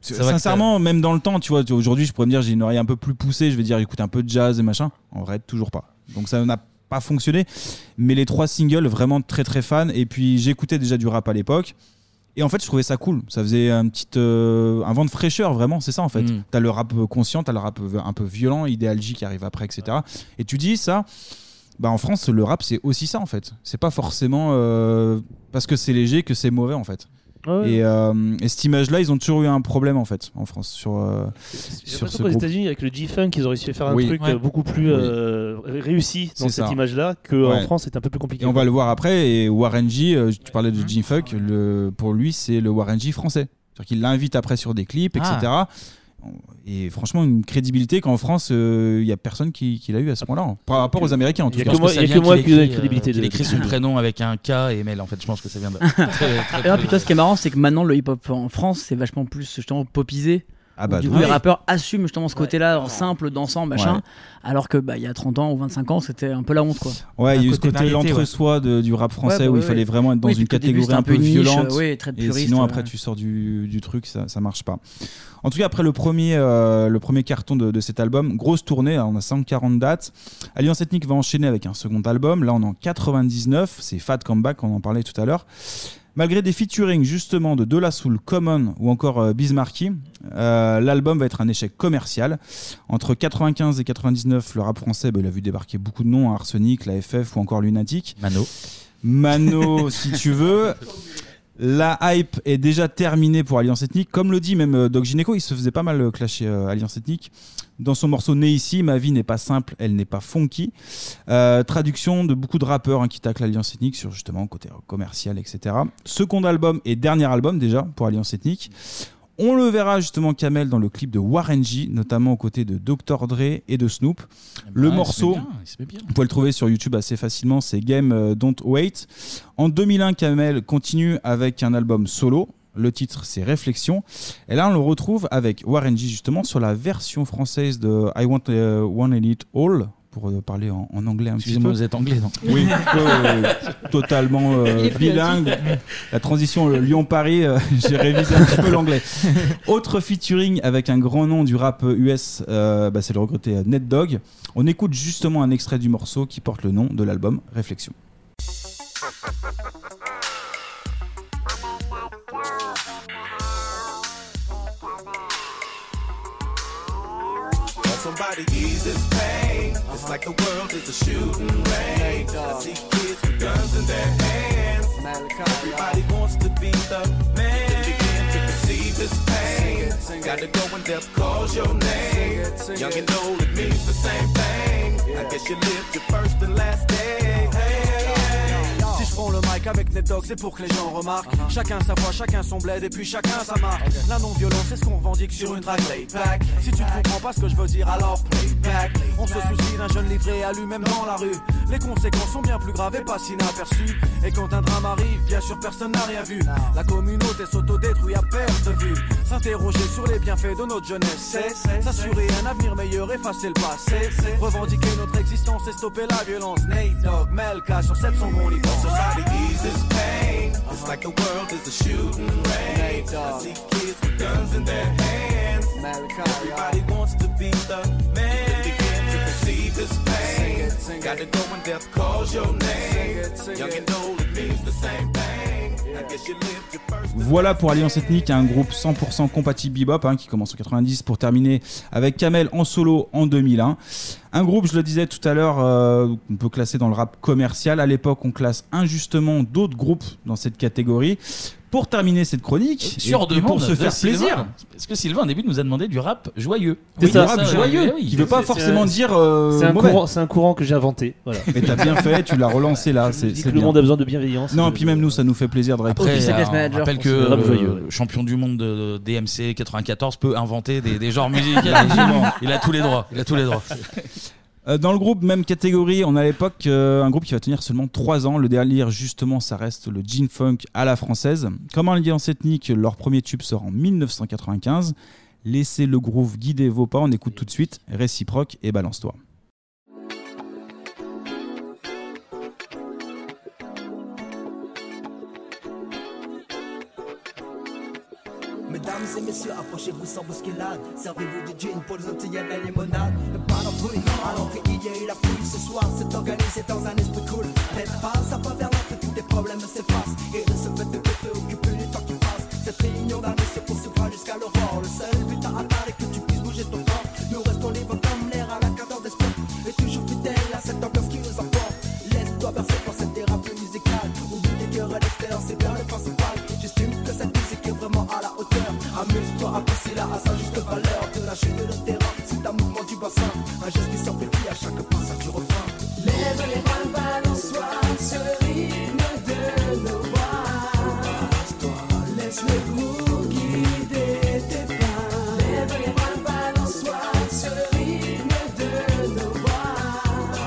[SPEAKER 1] Ça va que
[SPEAKER 7] Sincèrement, même dans le temps, tu vois, tu- aujourd'hui, je pourrais me dire, j'ai une oreille un peu plus poussée, je vais dire, écoute un peu de jazz et machin. En vrai, toujours pas. Donc ça n'a pas fonctionné. Mais les trois singles, vraiment très très fan. Et puis j'écoutais déjà du rap à l'époque. Et en fait, je trouvais ça cool. Ça faisait un petit euh, un vent de fraîcheur, vraiment. C'est ça en fait.
[SPEAKER 1] Mm.
[SPEAKER 7] T'as le rap conscient, t'as le rap un peu violent, idéalgie qui arrive après, etc. Et tu dis ça. Bah en France, le rap c'est aussi ça en fait. C'est pas forcément euh, parce que c'est léger que c'est mauvais en fait.
[SPEAKER 8] Ah ouais.
[SPEAKER 7] Et, euh, et cette image-là, ils ont toujours eu un problème en fait en France sur euh,
[SPEAKER 8] J'ai
[SPEAKER 7] sur ce
[SPEAKER 8] l'impression qu'aux
[SPEAKER 7] groupe.
[SPEAKER 8] États-Unis, avec le G-Funk, ils auraient su faire un
[SPEAKER 7] Oui.
[SPEAKER 8] truc
[SPEAKER 7] Ouais.
[SPEAKER 8] euh, beaucoup plus euh, réussi dans
[SPEAKER 7] C'est
[SPEAKER 8] cette
[SPEAKER 7] ça.
[SPEAKER 8] image-là qu'en
[SPEAKER 7] Ouais.
[SPEAKER 8] France, c'est un peu plus compliqué. Mhm.
[SPEAKER 7] Et on va le voir après. Et Warren G, euh, tu parlais de Jim Fuck, le, pour lui, c'est le Warren G français. C'est-à-dire qu'il l'invite après sur des clips, etc.
[SPEAKER 1] Ah.
[SPEAKER 7] Et franchement, une crédibilité qu'en France, euh, il n'y a personne qui, qui l'a eu à ce
[SPEAKER 8] Ah.
[SPEAKER 7] point-là. hein. Par rapport aux Américains, en tout
[SPEAKER 1] Je
[SPEAKER 7] cas.
[SPEAKER 1] pense ça vient qu'il écrit, euh, qu'il écrit son
[SPEAKER 7] de-
[SPEAKER 1] prénom avec un K et ML. En fait, je pense que ça vient de. Très- très-
[SPEAKER 9] Et non, puis toi, ce qui est marrant, c'est que maintenant, le hip-hop en France, c'est vachement plus justement popisé.
[SPEAKER 7] Ah bah,
[SPEAKER 9] du
[SPEAKER 7] de
[SPEAKER 9] coup, les
[SPEAKER 7] ouf.
[SPEAKER 9] rappeurs assument justement ce côté-là, en simple, dansant, machin.
[SPEAKER 7] Ouais.
[SPEAKER 9] Alors que bah, il y a 30 ans ou 25 ans, c'était un peu la honte. Quoi.
[SPEAKER 7] Ouais, il y a eu ce côté l'entre-soi de- du rap français
[SPEAKER 9] Ouais, bah
[SPEAKER 7] où il
[SPEAKER 9] ouais,
[SPEAKER 7] fallait
[SPEAKER 9] ouais.
[SPEAKER 7] vraiment être dans
[SPEAKER 9] Oui,
[SPEAKER 7] une
[SPEAKER 9] puis qu'au début,
[SPEAKER 7] catégorie
[SPEAKER 9] c'était
[SPEAKER 7] un
[SPEAKER 9] un
[SPEAKER 7] peu,
[SPEAKER 9] peu niche,
[SPEAKER 7] violente.
[SPEAKER 9] euh, ouais, très
[SPEAKER 7] et
[SPEAKER 9] puriste,
[SPEAKER 7] sinon,
[SPEAKER 9] ouais.
[SPEAKER 7] après, tu sors du, du truc, ça, ça marche pas. En tout cas, après le premier, euh, le premier carton de, de cet album, grosse tournée, hein, on a 140 dates. Alliance Ethnique va enchaîner avec un second album. Là, on est en 99, c'est Fat Comeback, on en parlait tout à l'heure. Malgré des featuring justement de De La Soul, Common ou encore euh, Bismarcky, euh, l'album va être un échec commercial. Entre 95 et 99, le rap français, bah, il a vu débarquer beaucoup de noms, hein, Arsenic, la FF ou encore Lunatic.
[SPEAKER 1] Mano.
[SPEAKER 7] Mano, si tu veux. La hype est déjà terminée pour Alliance Ethnique. Comme le dit même euh, Doc Gineco, il se faisait pas mal euh, clasher euh, Alliance Ethnique. Dans son morceau Né ici, ma vie n'est pas simple, elle n'est pas funky. Euh, traduction de beaucoup de rappeurs hein, qui taclent Alliance Ethnique sur justement côté commercial, etc. Second album et dernier album déjà pour Alliance Ethnique. On le verra justement Kamel dans le clip de Warren G, notamment aux côtés de Dr Dre et de Snoop. le
[SPEAKER 1] Ah, il se
[SPEAKER 7] morceau,
[SPEAKER 1] met bien, il se met bien.
[SPEAKER 7] vous pouvez le trouver sur YouTube assez facilement, c'est Game euh, Don't Wait. En 2001, Kamel continue avec un album solo. Le titre, c'est Réflexion. Et là, on le retrouve avec Warren G, justement, sur la version française de I Want euh, One Elite All, pour euh, parler en, en anglais un petit peu.
[SPEAKER 1] Excusez-moi, vous êtes anglais, non
[SPEAKER 7] Oui, ouais, ouais, ouais. totalement euh,
[SPEAKER 1] Il est fluent.
[SPEAKER 7] bilingue. La transition euh, Lyon-Paris, euh, j'ai révisé un petit peu l'anglais. Autre featuring avec un grand nom du rap US, euh, bah, c'est le regretté euh, Ned Dog. On écoute justement un extrait du morceau qui porte le nom de l'album Réflexion.
[SPEAKER 6] Won't somebody ease this pain? It's like the world is a shooting range. I see kids with guns in their hands. Everybody wants to be the man. They begin to perceive this pain. Gotta go and they'll call your name. Young and old, it means the same thing. I guess you lived your first and last day.
[SPEAKER 24] Si je prends le mic avec Ned Dog, c'est pour que les gens remarquent. Chacun sa voix, chacun son bled, et puis chacun sa marque. La non-violence, c'est ce qu'on revendique sur une track playback. Si tu ne comprends pas ce que je veux dire, alors playback. On se soucie d'un jeune livré à lui-même dans la rue. Les conséquences sont bien plus graves et passent inaperçues. Et quand un drame arrive, bien sûr, personne n'a rien vu. La communauté s'autodétruit à perte de vue. S'interroger sur les bienfaits de notre jeunesse, c'est s'assurer un avenir meilleur, effacer le passé. Revendiquer notre existence et stopper la violence. Nate Dog, Melka, sur 7 secondes, on y pense.
[SPEAKER 6] Somebody ease this pain.
[SPEAKER 24] It's like the world is a shooting range. I see kids with guns in their hands. Everybody wants to be the man. They begin to perceive this pain. Gotta go when death calls your name. Young and old, it means the same thing. I guess you lived your first.
[SPEAKER 7] Voilà pour Alliance Ethnique, un groupe 100% compatible bebop hein, qui commence en 90 pour terminer avec Kamel en solo en 2001. Un groupe, je le disais tout à l'heure, euh, qu'on peut classer dans le rap commercial. À l'époque, on classe injustement d'autres groupes dans cette catégorie. Pour terminer cette chronique,
[SPEAKER 1] Sur
[SPEAKER 7] et, et
[SPEAKER 1] demande
[SPEAKER 7] pour se
[SPEAKER 1] de
[SPEAKER 7] faire
[SPEAKER 1] Sylvain.
[SPEAKER 7] plaisir,
[SPEAKER 1] Parce que Sylvain, au début, nous a demandé du rap joyeux.
[SPEAKER 7] Oui,
[SPEAKER 1] ça,
[SPEAKER 7] du rap
[SPEAKER 1] ça,
[SPEAKER 7] joyeux,
[SPEAKER 1] euh, oui.
[SPEAKER 7] qui veut pas
[SPEAKER 8] C'est-
[SPEAKER 7] forcément
[SPEAKER 8] c'est-
[SPEAKER 7] dire euh,
[SPEAKER 8] c'est un
[SPEAKER 7] mauvais.
[SPEAKER 8] courant- c'est un courant que j'ai inventé. Voilà.
[SPEAKER 7] Mais t'as bien fait, tu l'as relancé là.
[SPEAKER 8] Je me
[SPEAKER 7] C'est
[SPEAKER 8] dis
[SPEAKER 7] c'est
[SPEAKER 8] que le
[SPEAKER 7] bien.
[SPEAKER 8] monde a besoin de bienveillance.
[SPEAKER 7] Non, puis même nous, ça nous fait plaisir de répondre.
[SPEAKER 1] Après, euh, on rappelle que
[SPEAKER 7] le rap
[SPEAKER 1] euh,
[SPEAKER 7] joyeux,
[SPEAKER 1] le champion du monde de de DMC 94 peut inventer des, des genres musicaux.
[SPEAKER 7] Absolument.
[SPEAKER 1] il a tous les droits. Il a tous les droits.
[SPEAKER 7] Euh, Dans le groupe, même catégorie, on a à l'époque euh, un groupe qui va tenir seulement 3 ans. Le dernier, justement, ça reste le Gene Funk à la française. Comme alliance ethnique, leur premier tube sort en 1995. Laissez le groove guider vos pas. On écoute tout de suite Réciproque et Balance-toi.
[SPEAKER 12] Mesdames et messieurs, approchez-vous sans bousculade. Servez-vous du gin pour les autres, il y a de la limonade. Le bar en brûle, à l'entrée, il y a eu la foule. Ce soir, c'est organisé dans un esprit cool. N'êtes pas, ça va vers l'autre, tous les problèmes s'effacent. Et de ce fait, de te préoccuper le temps qui passe. Cette réunion d'un se poursuivra jusqu'à l'aurore. Le seul but à atteindre est que tu puisses bouger ton corps. Nous restons libres comme l'air à la cadence des sports. Et toujours fidèles à cette ambiance qui nous emporte. Laisse-toi bercer par cette dérape musicale. Oublie tes cœurs à l'extérieur, c'est bien le principal. J'estime que cette musique est vraiment à la hauteur. Amuse-toi, apprécie-la à sa juste valeur. De la chute de terrain, c'est un mouvement du bassin. Un geste qui s'amplifie à chaque pas, ça tu refrain. Lève les mains, balance-toi sur le rythme de nos voix. Laisse le goût guider tes pas. Lève les mains, balance-toi sur le rythme de nos voix.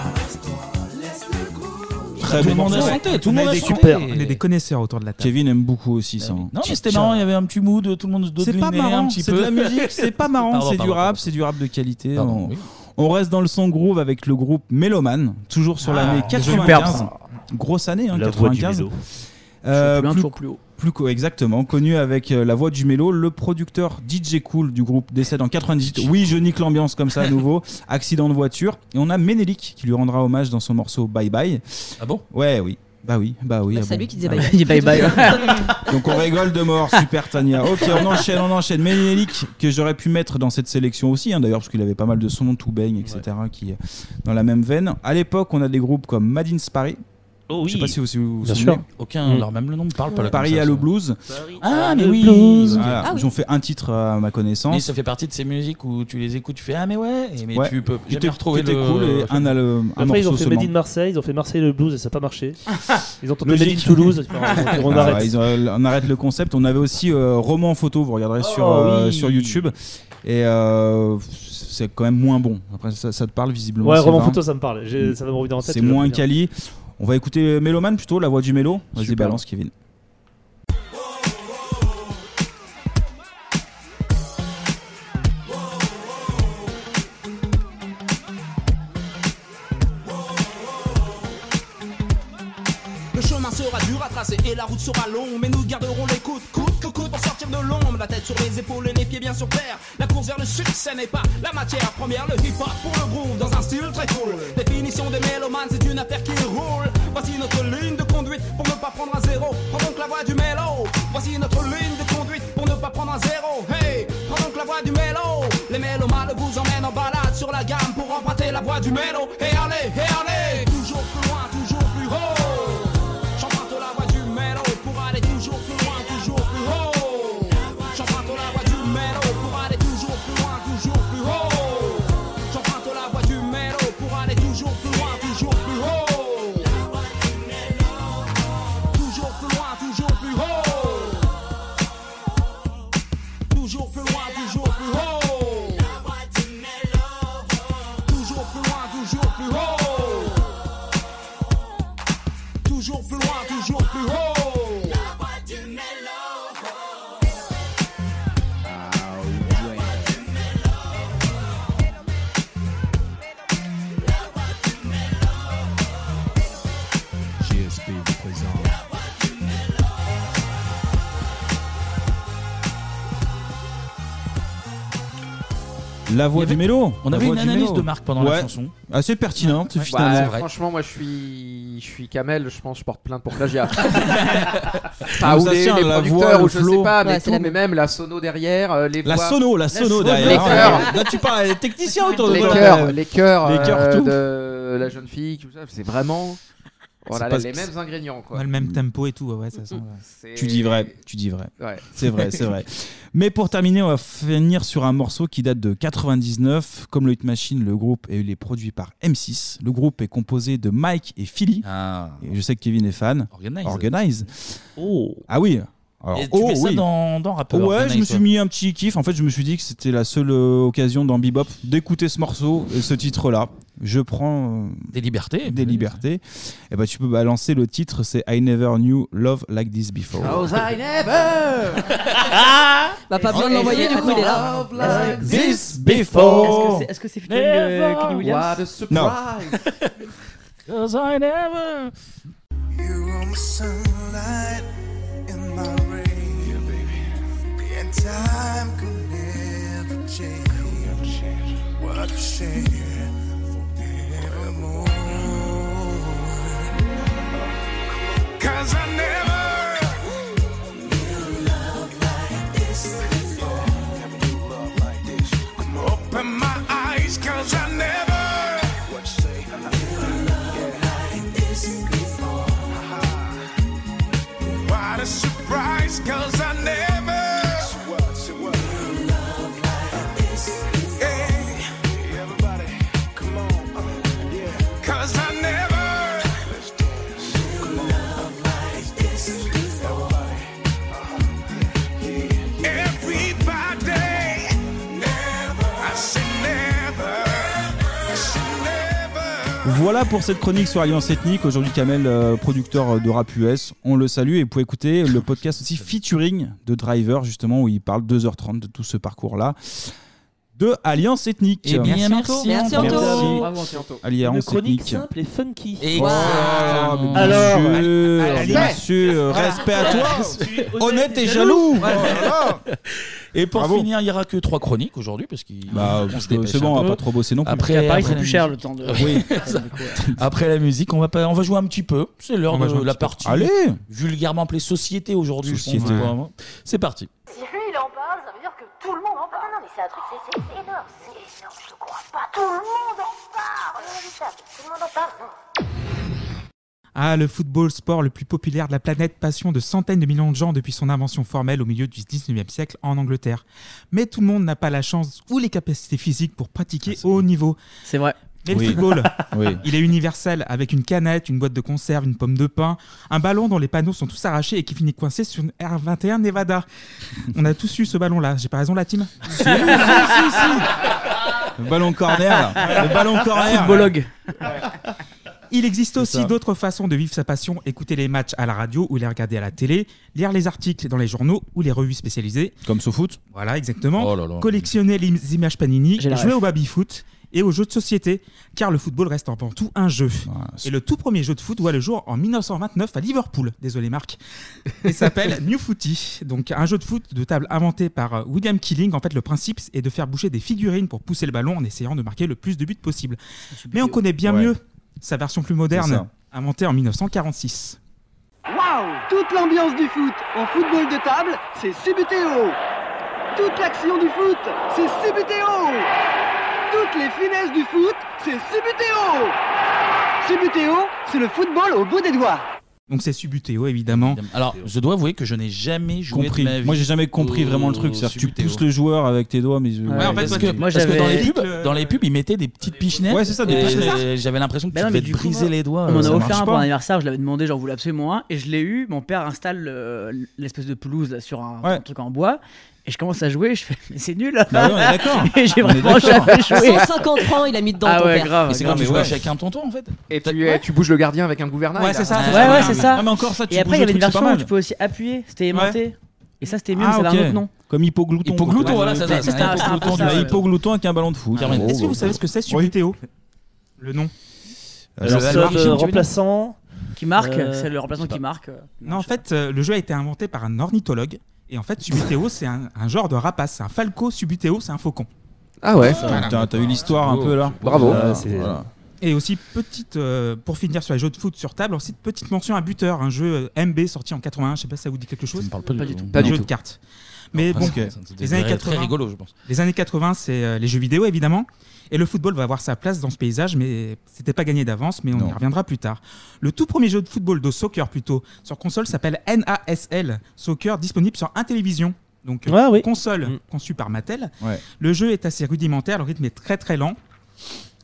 [SPEAKER 12] Laisse le goût
[SPEAKER 7] Très
[SPEAKER 1] Tout
[SPEAKER 7] bon
[SPEAKER 1] le monde a
[SPEAKER 7] morceau.
[SPEAKER 1] chanté, tout le
[SPEAKER 7] On est
[SPEAKER 1] monde a
[SPEAKER 7] des
[SPEAKER 1] chanté.
[SPEAKER 7] super.
[SPEAKER 11] On est des connaisseurs autour de la table.
[SPEAKER 7] Kevin aime beaucoup aussi ça. hein.
[SPEAKER 1] Non, mais c'était marrant. Il y avait un petit mood. Tout le monde se
[SPEAKER 7] C'est pas
[SPEAKER 1] dodelinait un
[SPEAKER 7] marrant,
[SPEAKER 1] petit
[SPEAKER 7] c'est
[SPEAKER 1] peu.
[SPEAKER 7] de la musique, c'est pas marrant,
[SPEAKER 1] Pardon,
[SPEAKER 7] c'est du
[SPEAKER 1] pardon.
[SPEAKER 7] rap, c'est du rap de qualité.
[SPEAKER 1] Pardon,
[SPEAKER 7] on, on reste dans le son groove avec le groupe Meloman, toujours sur l'année 95.
[SPEAKER 1] Ah, superbe.
[SPEAKER 7] Grosse année, hein,
[SPEAKER 1] La voix du
[SPEAKER 7] 95.
[SPEAKER 1] mélo.
[SPEAKER 7] Euh, plus,
[SPEAKER 1] Toujours plus loin, toujours plus haut.
[SPEAKER 7] plus co- exactement, connu avec euh, la voix du mélo, le producteur DJ Cool du groupe décède en 98. Oui, je nique l'ambiance comme ça à nouveau. Accident de voiture. Et on a Ménélic qui lui rendra hommage dans son morceau Bye Bye.
[SPEAKER 1] Ah bon
[SPEAKER 7] Ouais, oui. Bah oui, bah oui.
[SPEAKER 25] Bah,
[SPEAKER 7] ah
[SPEAKER 25] c'est
[SPEAKER 7] bon.
[SPEAKER 25] lui qui disait
[SPEAKER 7] Ah
[SPEAKER 25] bye
[SPEAKER 7] oui.
[SPEAKER 25] bye. Il dit bye bye.
[SPEAKER 7] Donc on rigole de mort, super Tania. Ok, on enchaîne, on enchaîne. Ménélic, que j'aurais pu mettre dans cette sélection aussi, hein, d'ailleurs, parce qu'il avait pas mal de sons, tout baigne, etc., qui dans la même veine. À l'époque, on a des groupes comme Madin's Paris.
[SPEAKER 1] Oh
[SPEAKER 7] Je sais
[SPEAKER 1] oui.
[SPEAKER 7] pas si vous vous, vous
[SPEAKER 1] Bien
[SPEAKER 7] souvenez. Mm.
[SPEAKER 1] sûr. Aucun, alors même le nom me parle pas, là, comme
[SPEAKER 7] Paris
[SPEAKER 1] ça,
[SPEAKER 7] à le
[SPEAKER 1] ça.
[SPEAKER 7] blues.
[SPEAKER 1] Ah, mais
[SPEAKER 7] le
[SPEAKER 1] oui.
[SPEAKER 7] blues. Voilà,
[SPEAKER 1] Ah oui.
[SPEAKER 7] Ils ont fait un titre à ma connaissance.
[SPEAKER 1] Mais ça fait partie de ces musiques où tu les écoutes, tu fais ah mais ouais, et- mais
[SPEAKER 7] Ouais.
[SPEAKER 1] tu peux
[SPEAKER 7] Qui
[SPEAKER 1] jamais
[SPEAKER 7] était-
[SPEAKER 1] retrouver
[SPEAKER 7] qui était
[SPEAKER 1] le.
[SPEAKER 7] cool et un al- un
[SPEAKER 8] Après, ils ont
[SPEAKER 7] morceau
[SPEAKER 8] fait
[SPEAKER 7] seulement.
[SPEAKER 8] Made in Marseille, ils ont fait Marseille le blues et ça n'a pas marché. Ils ont tenté Made in
[SPEAKER 7] Logique.
[SPEAKER 8] Toulouse, on
[SPEAKER 7] Ah,
[SPEAKER 8] arrête.
[SPEAKER 7] ils ont- on arrête le concept. On avait aussi euh, roman photo, vous regarderez sur, euh,
[SPEAKER 8] oui.
[SPEAKER 7] sur YouTube. Et euh, c'est quand même moins bon. Après, ça, ça te parle visiblement.
[SPEAKER 8] Ouais,
[SPEAKER 7] Sylvain.
[SPEAKER 8] roman photo, ça me parle. J'ai- ça va me revenir en tête,
[SPEAKER 7] C'est
[SPEAKER 8] je vais
[SPEAKER 7] moins
[SPEAKER 8] le dire.
[SPEAKER 7] quali. On va écouter Méloman plutôt, la voix du mélo. Vas-y,
[SPEAKER 8] Super.
[SPEAKER 7] balance, Kevin.
[SPEAKER 12] Le chemin sera dur à tracer et la route sera longue, mais nous garderons les coudes, coûte que coûte pour sortir de l'ombre. La tête sur les épaules et les pieds bien sur terre. La course vers le succès n'est pas la matière première. Le hip hop pour le groove dans un style très cool. Définition des mélomanes, c'est une affaire qui roule. Voici notre ligne de conduite pour ne pas prendre un zéro. Prends donc la voie du mélo. Voici notre ligne de conduite pour ne pas prendre un zéro. Hey, prends donc la voie du mélo. Les mélomanes vous emmènent en balade sur la gamme pour emprunter la voie du mélo. Et allez, et allez, toujours plus loin, toujours plus haut. J'emprunte la voie du mélo pour aller toujours plus loin, toujours plus haut. J'emprunte la voie du mélo pour aller toujours plus loin, toujours plus haut. J'emprunte la voie du mélo pour aller toujours plus loin, toujours plus haut. Toujours plus loin, toujours plus haut. Toujours plus loin, toujours plus haut. Toujours plus loin, toujours plus haut.
[SPEAKER 7] La voix
[SPEAKER 1] Il y
[SPEAKER 7] du
[SPEAKER 1] avait-
[SPEAKER 7] mélo.
[SPEAKER 1] on
[SPEAKER 7] La
[SPEAKER 1] avait
[SPEAKER 7] voix
[SPEAKER 1] une
[SPEAKER 7] du
[SPEAKER 1] analyse
[SPEAKER 7] mélo.
[SPEAKER 1] de Marc pendant la
[SPEAKER 7] Ouais.
[SPEAKER 1] chanson.
[SPEAKER 7] Assez pertinente,
[SPEAKER 10] Ouais.
[SPEAKER 7] finalement.
[SPEAKER 10] Bah,
[SPEAKER 7] C'est vrai.
[SPEAKER 10] franchement, moi je suis, je suis Kamel, je pense que je porte plainte pour plagiat.
[SPEAKER 7] Ah,
[SPEAKER 10] ah, ou
[SPEAKER 7] ça
[SPEAKER 10] les,
[SPEAKER 7] tient,
[SPEAKER 10] les
[SPEAKER 7] la
[SPEAKER 10] producteurs,
[SPEAKER 7] voix,
[SPEAKER 10] ou
[SPEAKER 7] le
[SPEAKER 10] je
[SPEAKER 7] flow.
[SPEAKER 10] sais pas, mais,
[SPEAKER 7] Ouais,
[SPEAKER 10] tout,
[SPEAKER 7] c'est la
[SPEAKER 10] mais même la sono derrière, euh, les
[SPEAKER 7] La
[SPEAKER 10] voix-
[SPEAKER 7] sono, la sono
[SPEAKER 10] Les
[SPEAKER 7] derrière.
[SPEAKER 10] chœurs,
[SPEAKER 7] Là, tu parles à des techniciens autour de
[SPEAKER 10] les
[SPEAKER 7] toi.
[SPEAKER 10] chœurs, les chœurs,
[SPEAKER 7] Les chœurs,
[SPEAKER 10] euh,
[SPEAKER 7] tout.
[SPEAKER 10] de la jeune fille, tout ça, c'est vraiment voilà,
[SPEAKER 11] C'est pas-
[SPEAKER 10] les mêmes ingrédients quoi.
[SPEAKER 11] Ouais, le
[SPEAKER 9] Mm.
[SPEAKER 11] même tempo et tout, ouais, ouais, ça sent. ouais.
[SPEAKER 7] Tu dis vrai, tu dis vrai.
[SPEAKER 10] Ouais.
[SPEAKER 7] C'est vrai, c'est vrai. Mais pour terminer, on va finir sur un morceau qui date de 99. Comme le Hit Machine, le groupe est, il est produit par M6. Le groupe est composé de Mike et Philly. Et je sais que Kevin est fan.
[SPEAKER 1] Ah. Organize.
[SPEAKER 7] Organize.
[SPEAKER 8] Oh.
[SPEAKER 7] Ah oui. Alors,
[SPEAKER 1] Et tu
[SPEAKER 7] oh,
[SPEAKER 1] mets ça
[SPEAKER 7] oui.
[SPEAKER 1] dans, dans Rapper,
[SPEAKER 7] Ouais,
[SPEAKER 1] Organize,
[SPEAKER 7] je me suis
[SPEAKER 1] toi.
[SPEAKER 7] mis un petit kiff. En fait, je me suis dit que c'était la seule euh, occasion dans Bebop d'écouter ce morceau et ce titre-là. Je prends euh,
[SPEAKER 1] des libertés.
[SPEAKER 7] Des libertés. Et bah, tu peux balancer le titre. C'est I Never Knew Love Like This Before.
[SPEAKER 12] Cause I never.
[SPEAKER 4] Bah, pas besoin de l'envoyer, du coup, il est là.
[SPEAKER 7] This before.
[SPEAKER 9] Est-ce que c'est- est-ce que c'est featuring, euh,
[SPEAKER 12] Never.
[SPEAKER 9] Kenny Williams
[SPEAKER 12] What a
[SPEAKER 7] Non.
[SPEAKER 12] Cause I never. You are my sunlight in my rain. Yeah, baby. And time could never change. What we share forevermore. Cause I never knew love like this before. Never knew love like this. Open my eyes, cause I never. What you say? What a surprise, cause I never Hey. Cause I never Everybody Never I said never I said never
[SPEAKER 7] Voilà pour cette chronique sur Alliance Ethnique. Aujourd'hui, Kamel, euh, producteur de rap US, on le salue et vous pouvez écouter le podcast aussi featuring de Driver, justement, où il parle 2h30 de tout ce parcours-là de Alliance Ethnique.
[SPEAKER 1] Eh bien, Merci, merci, Anto. merci, Anto.
[SPEAKER 7] Merci.
[SPEAKER 1] Bravo, Anto.
[SPEAKER 8] Une
[SPEAKER 7] Alliance
[SPEAKER 8] chronique
[SPEAKER 7] Ethnique.
[SPEAKER 8] simple et funky.
[SPEAKER 1] Oh,
[SPEAKER 7] Ah, mais bien
[SPEAKER 8] Alors,
[SPEAKER 7] sûr,
[SPEAKER 8] à- à-
[SPEAKER 7] bien sûr, respect à toi, honnête et jaloux. Oh là là.
[SPEAKER 1] Et pour
[SPEAKER 7] Bravo.
[SPEAKER 1] finir, il n'y aura que trois chroniques aujourd'hui parce qu'il
[SPEAKER 7] Bah,
[SPEAKER 1] on se
[SPEAKER 7] c'est
[SPEAKER 1] dépêche
[SPEAKER 7] bon, on
[SPEAKER 1] un
[SPEAKER 7] va
[SPEAKER 1] peu.
[SPEAKER 7] pas trop bosser non plus.
[SPEAKER 1] Après,
[SPEAKER 7] Et après, il
[SPEAKER 1] après
[SPEAKER 7] faut
[SPEAKER 1] la
[SPEAKER 7] plus cher,
[SPEAKER 1] musique.
[SPEAKER 7] le temps de-
[SPEAKER 1] Oui.
[SPEAKER 7] Ça, du coup, ouais.
[SPEAKER 1] après la musique, on va pas, on va jouer un petit peu. C'est l'heure
[SPEAKER 7] On va jouer
[SPEAKER 1] de
[SPEAKER 7] un
[SPEAKER 1] la
[SPEAKER 7] petit peu.
[SPEAKER 1] partie.
[SPEAKER 7] Allez
[SPEAKER 1] vulgairement appelée société aujourd'hui. je pense,
[SPEAKER 7] Société.
[SPEAKER 1] quoi, hein. C'est parti.
[SPEAKER 14] Si lui il en parle, ça veut dire que tout le monde en parle. Non, non, mais c'est un truc, c'est- c'est c'est énorme, c'est énorme, je te crois pas. Tout le monde en parle. Tout le monde en parle. non.
[SPEAKER 11] Ah, le football, sport le plus populaire de la planète, passion de centaines de millions de gens depuis son invention formelle au milieu du 19e siècle en Angleterre. Mais tout le monde n'a pas la chance ou les capacités physiques pour pratiquer au haut niveau.
[SPEAKER 9] Ah, C'est vrai.
[SPEAKER 11] Mais
[SPEAKER 9] Oui.
[SPEAKER 11] le football,
[SPEAKER 9] Oui.
[SPEAKER 11] il est universel, avec une canette, une boîte de conserve, une pomme de pain, un ballon dont les panneaux sont tous arrachés et qui finit coincé sur une R21 Nevada. On a tous eu ce ballon-là, j'ai pas raison la team
[SPEAKER 7] Le ballon corner, là. Le ballon corner.
[SPEAKER 11] Footballogue.
[SPEAKER 7] Ouais.
[SPEAKER 11] Il existe
[SPEAKER 7] C'est
[SPEAKER 11] aussi
[SPEAKER 7] ça.
[SPEAKER 11] d'autres façons de vivre sa passion, écouter les matchs à la radio ou les regarder à la télé, lire les articles dans les journaux ou les revues spécialisées.
[SPEAKER 7] Comme SoFoot.
[SPEAKER 11] Voilà, exactement.
[SPEAKER 7] Oh là là.
[SPEAKER 11] Collectionner les images Panini,
[SPEAKER 7] J'ai la
[SPEAKER 11] jouer
[SPEAKER 7] ref.
[SPEAKER 11] au baby-foot et aux jeux de société, car le football reste avant tout un jeu. et le tout premier jeu de foot voit le jour en 1929 à Liverpool, désolé Marc, et s'appelle New Footy. Donc un jeu de foot de table inventé par euh, William Killing. En fait, le principe est de faire bouger des figurines pour pousser le ballon en essayant de marquer le plus de buts possible. Mais on connaît bien mieux sa version plus
[SPEAKER 7] C'est
[SPEAKER 11] moderne,
[SPEAKER 7] ça.
[SPEAKER 11] inventée en 1946.
[SPEAKER 24] Waouh Toute l'ambiance du foot en football de table, c'est CBTO. Toute l'action du foot, c'est CBTO. Toutes les finesses du foot, c'est CBTO. CBTO, c'est le football au bout des doigts.
[SPEAKER 11] Donc c'est Subutéo évidemment.
[SPEAKER 1] Alors, je dois avouer que je n'ai jamais joué
[SPEAKER 7] Compris.
[SPEAKER 1] de ma vie
[SPEAKER 7] Moi, j'ai jamais compris
[SPEAKER 1] au-
[SPEAKER 7] vraiment le truc. C'est-à-dire que tu
[SPEAKER 1] Subutéo.
[SPEAKER 7] pousses le joueur avec tes doigts, mais.
[SPEAKER 1] Ouais, en fait, parce que, parce que dans, les pubs, dans les pubs, ils mettaient des petites pichenettes.
[SPEAKER 7] Ouais, c'est ça, des
[SPEAKER 1] et
[SPEAKER 7] pichenettes.
[SPEAKER 1] J'avais l'impression que
[SPEAKER 9] Bah
[SPEAKER 1] tu
[SPEAKER 9] non, mais
[SPEAKER 1] devais te
[SPEAKER 9] du coup,
[SPEAKER 1] briser
[SPEAKER 9] moi,
[SPEAKER 1] les doigts.
[SPEAKER 9] On m'en
[SPEAKER 1] euh,
[SPEAKER 9] a
[SPEAKER 1] ça
[SPEAKER 9] offert
[SPEAKER 1] marche
[SPEAKER 9] un pour
[SPEAKER 1] pas.
[SPEAKER 9] mon anniversaire, je l'avais demandé, j'en voulais absolument un, et je l'ai eu. Mon père installe euh, l'espèce de pelouse là, sur un, un truc en bois. Et je commence à jouer, je fais, mais c'est nul!
[SPEAKER 1] Bah ouais, on est d'accord.
[SPEAKER 9] Et j'ai
[SPEAKER 1] On est
[SPEAKER 9] vraiment
[SPEAKER 1] d'accord.
[SPEAKER 9] jamais joué!
[SPEAKER 4] 150 francs, il a mis dedans,
[SPEAKER 9] Ah
[SPEAKER 4] ton
[SPEAKER 9] ouais,
[SPEAKER 4] père.
[SPEAKER 9] grave!
[SPEAKER 1] Et c'est quand
[SPEAKER 9] grave.
[SPEAKER 1] tu joues avec un tonton en fait.
[SPEAKER 10] Et tu, euh, tu bouges le gardien avec un gouvernail.
[SPEAKER 9] Ouais,
[SPEAKER 10] là.
[SPEAKER 9] c'est ça, c'est ça. Ouais, ouais, c'est
[SPEAKER 10] Ah,
[SPEAKER 9] ça. Et après, il y avait une version où tu peux aussi appuyer, c'était aimanté. Et ça, c'était mieux,
[SPEAKER 7] Ah,
[SPEAKER 9] mais ça avait un autre nom.
[SPEAKER 7] Comme hypoglouton.
[SPEAKER 9] Hypoglouton, voilà, c'est ça, c'est un- c'est un peu ça,
[SPEAKER 7] Un
[SPEAKER 9] ouais.
[SPEAKER 7] hypoglouton avec un ballon de foot.
[SPEAKER 11] Carmen, est-ce que vous savez ce que c'est Subutéo Le nom
[SPEAKER 7] Euh,
[SPEAKER 8] Alors, ça,
[SPEAKER 11] marque,
[SPEAKER 8] de
[SPEAKER 11] tu veux dire
[SPEAKER 8] remplaçant
[SPEAKER 9] Qui marque,
[SPEAKER 11] Euh,
[SPEAKER 9] c'est le remplaçant
[SPEAKER 11] je sais
[SPEAKER 9] qui
[SPEAKER 11] pas.
[SPEAKER 9] marque. euh,
[SPEAKER 11] Non, en fait, euh, le jeu a été inventé par un ornithologue. Et en fait, Subutéo, c'est un, un genre de rapace. C'est un falco, Subutéo, c'est un faucon.
[SPEAKER 10] Ah ouais.
[SPEAKER 7] T'as t'as eu l'histoire un peu là Voilà, voilà.
[SPEAKER 11] Et aussi, petite, euh, pour finir sur les jeux de foot sur table, aussi petite mention à Buteur, un jeu euh, MB sorti en 81, je sais pas si ça vous dit quelque chose.
[SPEAKER 1] parle pas du tout.
[SPEAKER 11] Pas
[SPEAKER 1] Pas
[SPEAKER 11] du
[SPEAKER 1] du
[SPEAKER 11] jeu
[SPEAKER 1] tout.
[SPEAKER 11] de cartes. Mais
[SPEAKER 1] Non,
[SPEAKER 11] bon,
[SPEAKER 1] parce que ça nous
[SPEAKER 11] les
[SPEAKER 1] était
[SPEAKER 11] années
[SPEAKER 1] très
[SPEAKER 11] 80,
[SPEAKER 1] rigolo, je pense.
[SPEAKER 11] Les années 80, c'est euh, les jeux vidéo évidemment. Et le football va avoir sa place dans ce paysage, mais c'était pas gagné d'avance, mais on y reviendra plus tard. Le tout premier jeu de football, de soccer plutôt, sur console s'appelle NASL, soccer disponible sur Intellivision. Donc euh, console conçue par Mattel.
[SPEAKER 7] Ouais.
[SPEAKER 11] Le jeu est assez rudimentaire, le rythme est très très lent.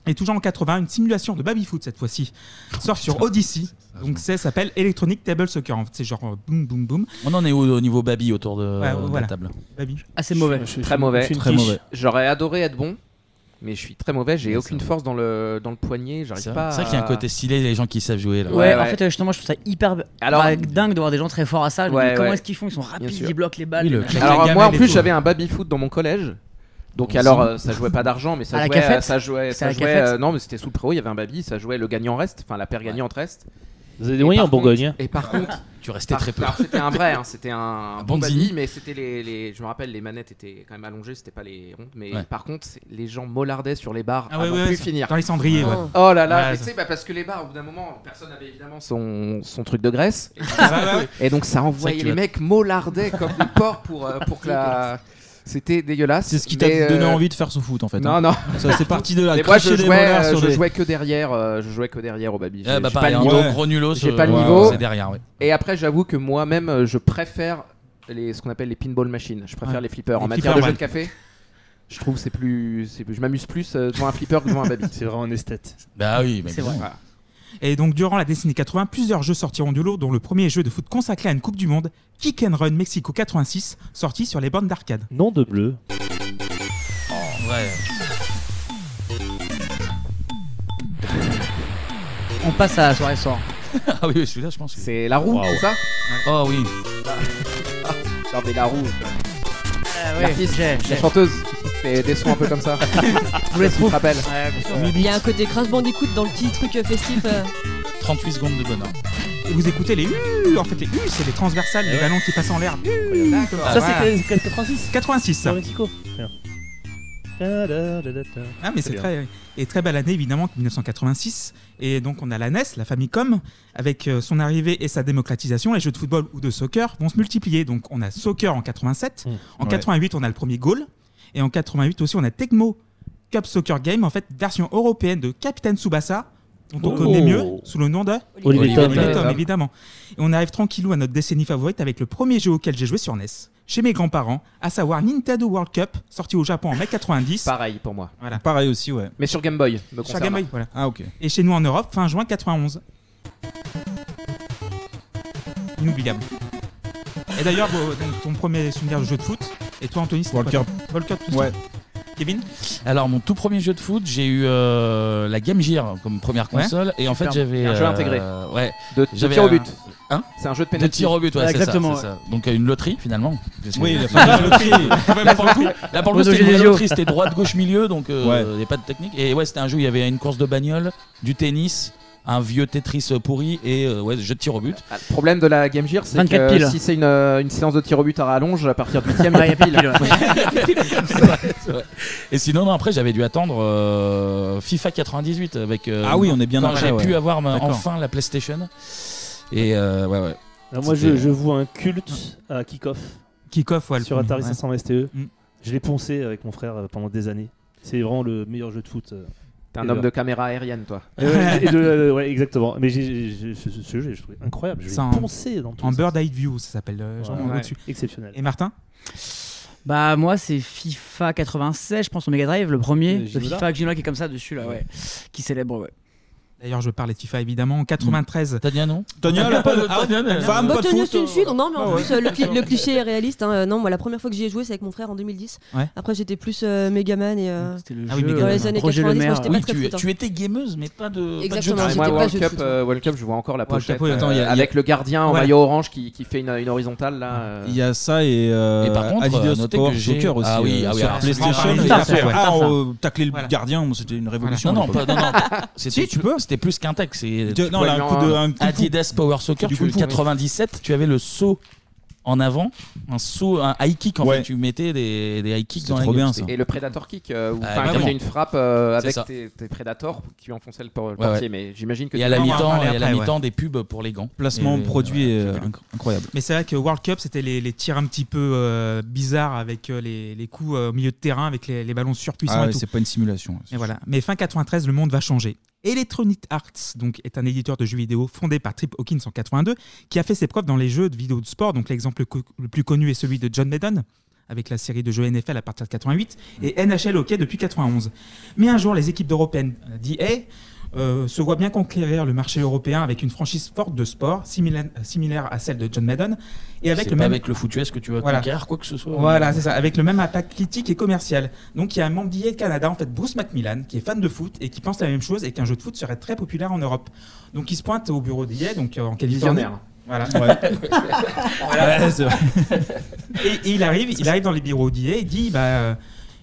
[SPEAKER 11] Et toujours en 80, une simulation de baby-foot cette fois-ci sort sur Odyssey. Donc ça s'appelle Electronic Table Soccer. En fait, c'est genre euh, boum boum boum.
[SPEAKER 1] On en est au, au niveau Babi autour de,
[SPEAKER 11] Ouais,
[SPEAKER 1] de
[SPEAKER 11] voilà.
[SPEAKER 1] euh, la table.
[SPEAKER 11] Baby.
[SPEAKER 9] Assez mauvais.
[SPEAKER 10] Très mauvais.
[SPEAKER 1] Très mauvais.
[SPEAKER 10] J'aurais adoré être bon, mais je suis très mauvais. J'ai aucune force dans le, dans le poignet. J'arrive
[SPEAKER 1] C'est
[SPEAKER 10] pas.
[SPEAKER 1] vrai c'est vrai qu'il y a un
[SPEAKER 10] à-
[SPEAKER 1] côté stylé, les gens qui savent jouer là.
[SPEAKER 9] Ouais, en fait, euh, justement, je trouve ça hyper
[SPEAKER 10] Alors-
[SPEAKER 9] bah, dingue de voir des gens très forts à ça. Je me
[SPEAKER 10] Ouais,
[SPEAKER 9] dis, comment
[SPEAKER 10] ouais.
[SPEAKER 9] est-ce qu'ils font Ils sont
[SPEAKER 10] Bien
[SPEAKER 9] rapides,
[SPEAKER 10] sûr.
[SPEAKER 9] ils bloquent les balles. ils-
[SPEAKER 10] Alors moi en plus j'avais un baby foot dans mon collège. Donc
[SPEAKER 9] Aussi.
[SPEAKER 10] alors euh, ça jouait pas d'argent mais
[SPEAKER 9] À
[SPEAKER 10] ça
[SPEAKER 9] la
[SPEAKER 10] jouait euh,
[SPEAKER 9] cafette
[SPEAKER 10] ça jouait
[SPEAKER 9] C'était
[SPEAKER 10] ça
[SPEAKER 9] à la
[SPEAKER 10] jouait
[SPEAKER 9] cafette
[SPEAKER 10] euh, non mais c'était sous le préau, il y avait un baby, ça jouait le gagnant reste, enfin la paire gagnante reste.
[SPEAKER 8] Vous avez
[SPEAKER 10] Et
[SPEAKER 8] des moyens
[SPEAKER 10] par
[SPEAKER 8] en Bourgogne.
[SPEAKER 10] contre- Et par contre,
[SPEAKER 1] Tu restais
[SPEAKER 10] par-
[SPEAKER 1] très peu.
[SPEAKER 10] alors, C'était un vrai, hein, c'était un
[SPEAKER 1] Un
[SPEAKER 10] bon
[SPEAKER 1] Bonzini.
[SPEAKER 10] baby, mais c'était les, les- je me rappelle, les manettes étaient quand même allongées, c'était pas les rondes. Mais
[SPEAKER 11] Ouais.
[SPEAKER 10] par contre, c'est- les gens mollardaient sur les barres
[SPEAKER 11] Ah
[SPEAKER 10] à
[SPEAKER 11] ouais,
[SPEAKER 10] n'en
[SPEAKER 11] ouais,
[SPEAKER 10] plus
[SPEAKER 11] c'est-
[SPEAKER 10] finir.
[SPEAKER 11] dans les cendriers, ouais.
[SPEAKER 10] Oh là là,
[SPEAKER 11] Ouais,
[SPEAKER 10] mais
[SPEAKER 11] ça-
[SPEAKER 10] tu sais, bah, parce que les barres, au bout d'un moment, personne n'avait évidemment son, son truc de graisse. Et,
[SPEAKER 11] ouais.
[SPEAKER 10] et donc ça envoyait
[SPEAKER 11] C'est vrai que tu
[SPEAKER 10] les
[SPEAKER 11] vas-
[SPEAKER 10] mecs mollardaient comme des porcs pour, euh, pour que la. C'était dégueulasse.
[SPEAKER 7] C'est ce qui t'a
[SPEAKER 10] mais,
[SPEAKER 7] donné
[SPEAKER 10] euh,
[SPEAKER 7] envie de faire ce foot en fait.
[SPEAKER 10] Non,
[SPEAKER 7] hein.
[SPEAKER 10] non.
[SPEAKER 7] Ça, C'est parti de là.
[SPEAKER 10] Mais moi,
[SPEAKER 7] cracher
[SPEAKER 10] je
[SPEAKER 7] des
[SPEAKER 10] jouais,
[SPEAKER 7] molars
[SPEAKER 10] euh,
[SPEAKER 7] sur
[SPEAKER 10] je
[SPEAKER 7] des-
[SPEAKER 10] jouais que derrière, euh, je jouais que derrière au baby.
[SPEAKER 1] Ah,
[SPEAKER 10] J'ai-
[SPEAKER 1] bah,
[SPEAKER 10] j'ai
[SPEAKER 1] pareil,
[SPEAKER 7] hein.
[SPEAKER 10] le
[SPEAKER 1] un
[SPEAKER 10] niveau.
[SPEAKER 1] gros gros nulos,
[SPEAKER 10] J'ai
[SPEAKER 1] euh,
[SPEAKER 10] pas le
[SPEAKER 1] ouais,
[SPEAKER 10] niveau.
[SPEAKER 1] c'est derrière, ouais.
[SPEAKER 10] Et après, j'avoue que moi-même, euh, je préfère les, ce qu'on appelle les pinball machines. Je préfère
[SPEAKER 11] Ouais.
[SPEAKER 10] les flippers.
[SPEAKER 11] Les
[SPEAKER 10] en matière
[SPEAKER 11] flippers,
[SPEAKER 10] de jeu
[SPEAKER 11] ouais.
[SPEAKER 10] de café, je trouve c'est plus, c'est plus- je m'amuse plus euh, devant un flipper que devant un baby.
[SPEAKER 8] C'est vraiment un esthète.
[SPEAKER 1] Bah oui, mais
[SPEAKER 11] C'est
[SPEAKER 1] bon.
[SPEAKER 11] vrai. Et donc, durant la décennie 80, plusieurs jeux sortiront du lot, dont le premier jeu de foot consacré à une Coupe du Monde, Kick and Run Mexico 86, sorti sur les bandes d'arcade.
[SPEAKER 8] Nom de bleu.
[SPEAKER 1] Ouais.
[SPEAKER 9] On passe à la soirée soir.
[SPEAKER 1] ah oui, celui-là, je pense. que-
[SPEAKER 10] C'est la roue,
[SPEAKER 1] Waouh.
[SPEAKER 10] c'est ça
[SPEAKER 1] Oh oui.
[SPEAKER 10] Non, mais la roue.
[SPEAKER 11] Euh,
[SPEAKER 9] ouais,
[SPEAKER 10] L'artiste,
[SPEAKER 9] j'ai- j'ai.
[SPEAKER 10] la chanteuse. C'est des sons un peu comme ça. euh, Ah,
[SPEAKER 9] Bulletproof.
[SPEAKER 10] Je rappelle.
[SPEAKER 9] Ouais, bien sûr.
[SPEAKER 4] Il y a un côté Crash Bandicoot dans le petit truc euh, festif. euh.
[SPEAKER 1] 38 secondes de bonheur.
[SPEAKER 11] Et vous écoutez les U, en fait, les U, c'est les transversales, les ballons qui passent en l'air. U, comme
[SPEAKER 8] Ça, c'est
[SPEAKER 11] voilà.
[SPEAKER 8] quel- 86
[SPEAKER 11] 86, ça.
[SPEAKER 8] Dans Mexico. Bien. Da, da, da, da, da.
[SPEAKER 11] Ah, mais c'est
[SPEAKER 8] bien.
[SPEAKER 11] très, et très belle année, évidemment, 1986. Et donc, on a la NES, la Famicom, avec euh, son arrivée et sa démocratisation, les jeux de football ou de soccer vont se multiplier. Donc, on a soccer en
[SPEAKER 8] Mmh.
[SPEAKER 11] 87, en
[SPEAKER 7] Ouais.
[SPEAKER 11] 88, on a le premier goal, et en 88 aussi, on a Tecmo Cup Soccer Game, en fait, version européenne de Captain Tsubasa, dont on
[SPEAKER 8] Oh.
[SPEAKER 11] connaît mieux sous le nom de
[SPEAKER 8] Olivier Tom.
[SPEAKER 11] Olivier Tom,
[SPEAKER 8] Tom.
[SPEAKER 11] évidemment. Et on arrive tranquillou à notre décennie favorite avec le premier jeu auquel j'ai joué sur NES, chez mes grands-parents, à savoir Nintendo World Cup, sorti au Japon en mai 90.
[SPEAKER 10] Pareil pour moi.
[SPEAKER 11] Voilà.
[SPEAKER 7] Pareil aussi, ouais.
[SPEAKER 10] Mais sur Game Boy, me
[SPEAKER 11] Sur
[SPEAKER 10] concernant.
[SPEAKER 11] Game Boy, voilà.
[SPEAKER 7] Ah ok.
[SPEAKER 11] Et chez nous en Europe, fin juin 91. Inoubliable. Et d'ailleurs, vos- donc, ton premier souvenir de jeu de foot, et toi Anthony, c'était
[SPEAKER 7] World
[SPEAKER 11] quoi
[SPEAKER 7] Cup.
[SPEAKER 11] ton- World Cup, tout ça
[SPEAKER 7] Ouais.
[SPEAKER 11] Kevin
[SPEAKER 1] Alors, mon tout premier jeu de foot, j'ai eu euh, la Game Gear comme première
[SPEAKER 11] Ouais.
[SPEAKER 1] console. Et en fait,
[SPEAKER 10] Superbe.
[SPEAKER 1] j'avais.
[SPEAKER 10] Un jeu
[SPEAKER 1] euh,
[SPEAKER 10] intégré.
[SPEAKER 1] ouais.
[SPEAKER 10] De- de
[SPEAKER 1] J'avais
[SPEAKER 10] tir au
[SPEAKER 1] un-
[SPEAKER 10] but.
[SPEAKER 1] Hein
[SPEAKER 10] C'est un jeu de
[SPEAKER 1] De
[SPEAKER 10] penalty.
[SPEAKER 1] tir au but, ouais,
[SPEAKER 10] Ouais,
[SPEAKER 1] c'est ça,
[SPEAKER 10] exactement,
[SPEAKER 1] c'est
[SPEAKER 10] ouais.
[SPEAKER 1] ça. Donc, euh, une loterie finalement.
[SPEAKER 7] Oui, la
[SPEAKER 1] Parce que-
[SPEAKER 7] fameuse loterie.
[SPEAKER 1] Là, pour le coup- Là, pour le
[SPEAKER 7] Aux
[SPEAKER 1] coup, c'était une
[SPEAKER 7] Ogilvio.
[SPEAKER 1] vraie loterie. C'était droite, gauche, milieu. Donc, euh, il
[SPEAKER 7] Ouais.
[SPEAKER 1] n'y avait pas de technique. Et ouais, c'était un jeu où il y avait une course de bagnole, du tennis. Un vieux Tetris pourri et euh, ouais, jeu de tir au but.
[SPEAKER 10] Le problème de la Game Gear, c'est
[SPEAKER 1] 24
[SPEAKER 10] que
[SPEAKER 1] piles.
[SPEAKER 10] si c'est une, euh, une séance de tir au but à rallonge, à partir du 8ème,
[SPEAKER 1] Ouais,
[SPEAKER 10] il y a plus de
[SPEAKER 1] y a plus de
[SPEAKER 10] piles.
[SPEAKER 1] C'est vrai, c'est vrai. Et sinon, non, après, j'avais dû attendre euh, FIFA 98 avec. euh,
[SPEAKER 7] Ah oui, on est bien
[SPEAKER 1] quand
[SPEAKER 7] après,
[SPEAKER 1] J'ai
[SPEAKER 7] ouais.
[SPEAKER 1] pu avoir ma-
[SPEAKER 7] D'accord.
[SPEAKER 1] enfin la PlayStation. Et euh, ouais, ouais.
[SPEAKER 8] Alors moi, je,
[SPEAKER 1] C'était- euh,
[SPEAKER 8] je vois un culte à Kickoff.
[SPEAKER 11] Kickoff, ouais. le
[SPEAKER 8] Sur
[SPEAKER 11] premier,
[SPEAKER 8] Atari
[SPEAKER 11] ouais. Mm.
[SPEAKER 8] 500 STE. E. Je l'ai poncé avec mon frère euh, pendant des années. C'est vraiment le meilleur jeu de foot. euh,
[SPEAKER 10] T'es un
[SPEAKER 8] ever.
[SPEAKER 10] homme de caméra aérienne, toi.
[SPEAKER 8] Et ouais, et de- euh, ouais, exactement. Mais j'ai- j'ai- ce ce- ce jeu, je trouvé incroyable. Je l'ai
[SPEAKER 11] C'est en-
[SPEAKER 8] poncé dans tout
[SPEAKER 11] En
[SPEAKER 8] ça.
[SPEAKER 11] Bird Eye View, ça s'appelle. euh, genre,
[SPEAKER 8] Ouais.
[SPEAKER 11] au-dessus.
[SPEAKER 8] Exceptionnel.
[SPEAKER 11] Et Martin
[SPEAKER 9] Bah moi c'est FIFA 96 je pense au Mega Drive le premier
[SPEAKER 11] Le
[SPEAKER 9] le
[SPEAKER 11] Ginola.
[SPEAKER 9] FIFA avec Ginola qui est comme ça dessus là ouais qui célèbre ouais.
[SPEAKER 11] D'ailleurs, je parlais de FIFA évidemment en 93.
[SPEAKER 1] Tania, non
[SPEAKER 7] Tania, elle a pas de- ah, femme,
[SPEAKER 4] Bah,
[SPEAKER 7] pas de
[SPEAKER 4] tenue,
[SPEAKER 7] foot,
[SPEAKER 4] c'est une chute. Non, mais en
[SPEAKER 7] Ah ouais.
[SPEAKER 4] plus, euh, le, cli- le cliché est réaliste. hein. Euh, Non, moi, la première fois que j'y ai joué, c'est avec mon frère en 2010.
[SPEAKER 11] Ouais.
[SPEAKER 4] Après, j'étais plus euh, Megaman et. euh,
[SPEAKER 1] Ah
[SPEAKER 11] le jeu,
[SPEAKER 4] dans
[SPEAKER 11] Ah Megaman.
[SPEAKER 4] les années
[SPEAKER 11] Roger Le
[SPEAKER 4] 90, moi,
[SPEAKER 11] Maire.
[SPEAKER 4] j'étais
[SPEAKER 11] Oui,
[SPEAKER 4] pas très
[SPEAKER 11] tu-
[SPEAKER 4] foot, hein.
[SPEAKER 1] Tu étais gameuse, mais pas de. pas de jeu de
[SPEAKER 4] Exactement,
[SPEAKER 1] foot.
[SPEAKER 10] Ah, moi, World Cup, euh, World Cup, je vois encore la
[SPEAKER 1] World
[SPEAKER 10] pochette
[SPEAKER 1] Cup, oui, attends, il y a-
[SPEAKER 10] euh,
[SPEAKER 1] il y a-
[SPEAKER 10] avec le gardien en
[SPEAKER 1] Ouais.
[SPEAKER 10] maillot orange qui, qui fait une, une horizontale là. euh.
[SPEAKER 7] Il y a ça et, euh,
[SPEAKER 1] Et par contre,
[SPEAKER 7] Adidas
[SPEAKER 1] euh, notez
[SPEAKER 7] Power
[SPEAKER 1] que j'ai-
[SPEAKER 7] Soccer aussi.
[SPEAKER 1] Ah oui,
[SPEAKER 7] euh,
[SPEAKER 1] ah oui,
[SPEAKER 7] sur
[SPEAKER 1] alors,
[SPEAKER 7] PlayStation.
[SPEAKER 1] c'est
[SPEAKER 7] et
[SPEAKER 1] pas-
[SPEAKER 7] après,
[SPEAKER 1] ouais.
[SPEAKER 7] ah,
[SPEAKER 1] Voilà.
[SPEAKER 7] euh, tacler le gardien, bon, c'était une révolution.
[SPEAKER 1] Non,
[SPEAKER 7] à
[SPEAKER 1] non,
[SPEAKER 7] l'époque.
[SPEAKER 1] pas, non, non. C'était plus- C'était plus qu'un tech. c'est-
[SPEAKER 7] hein. Tu- non, là, un coup de- un coup de-
[SPEAKER 1] Adidas Power Soccer,
[SPEAKER 7] Du
[SPEAKER 1] tu,
[SPEAKER 7] coup,
[SPEAKER 1] 97, tu avais le saut en avant, un saut, un high kick en
[SPEAKER 7] Ouais.
[SPEAKER 1] fait. Tu mettais des, des high kicks dans la
[SPEAKER 7] trop
[SPEAKER 1] gueule,
[SPEAKER 7] bien,
[SPEAKER 1] c'était-
[SPEAKER 10] Et le Predator Kick, euh, où
[SPEAKER 1] Ah,
[SPEAKER 10] enfin,
[SPEAKER 1] vraiment.
[SPEAKER 10] t'as fait une frappe euh,
[SPEAKER 1] C'est
[SPEAKER 10] avec
[SPEAKER 1] ça.
[SPEAKER 10] tes, tes Predators qui enfonçaient le, por- le
[SPEAKER 1] Ouais,
[SPEAKER 10] portier,
[SPEAKER 1] ouais.
[SPEAKER 10] mais j'imagine que...
[SPEAKER 1] Et à
[SPEAKER 10] tu-
[SPEAKER 1] la
[SPEAKER 10] Non, on va en
[SPEAKER 1] mi-temps,
[SPEAKER 10] parler
[SPEAKER 1] et à la
[SPEAKER 10] après, ouais.
[SPEAKER 1] mi-temps des pubs pour les gants.
[SPEAKER 7] Placement
[SPEAKER 1] Et-
[SPEAKER 7] produit est, euh, inc- incroyable.
[SPEAKER 11] Mais c'est vrai que World Cup, c'était les, les tirs un petit peu euh, bizarres avec euh, les, les coups euh, au milieu de terrain, avec les, les ballons surpuissants
[SPEAKER 7] Ah
[SPEAKER 11] et
[SPEAKER 7] ouais,
[SPEAKER 11] tout.
[SPEAKER 7] c'est pas une simulation.
[SPEAKER 11] Et voilà. Mais fin 93, le monde va changer. Electronic Arts donc, est un éditeur de jeux vidéo fondé par Trip Hawkins en 82 qui a fait ses preuves dans les jeux de vidéo de sport. Donc l'exemple co- le plus connu est celui de John Madden avec la série de jeux NFL à partir de 88 et NHL Hockey depuis 91. Mais un jour, les équipes européennes euh, d'EA euh, se voient bien conquérir le marché européen avec une franchise forte de sport similaire, euh, similaire à celle de John Madden et avec
[SPEAKER 1] C'est
[SPEAKER 11] le
[SPEAKER 1] pas
[SPEAKER 11] même
[SPEAKER 1] avec le foot US que tu vas conquérir quoi que ce soit.
[SPEAKER 11] voilà, c'est ça, avec le même impact critique et commercial. Donc il y a un membre d'IA Canada, en fait Bruce Macmillan, qui est fan de foot et qui pense la même chose et qu'un jeu de foot serait très populaire en Europe. Donc il se pointe au bureau d'IA, donc euh, en Californie.
[SPEAKER 10] Visionnaire.
[SPEAKER 11] Voilà.
[SPEAKER 10] Ouais.
[SPEAKER 11] Voilà.
[SPEAKER 10] Ouais, c'est vrai.
[SPEAKER 11] Et, et il arrive, il arrive dans les bureaux d'IA et dit bah euh,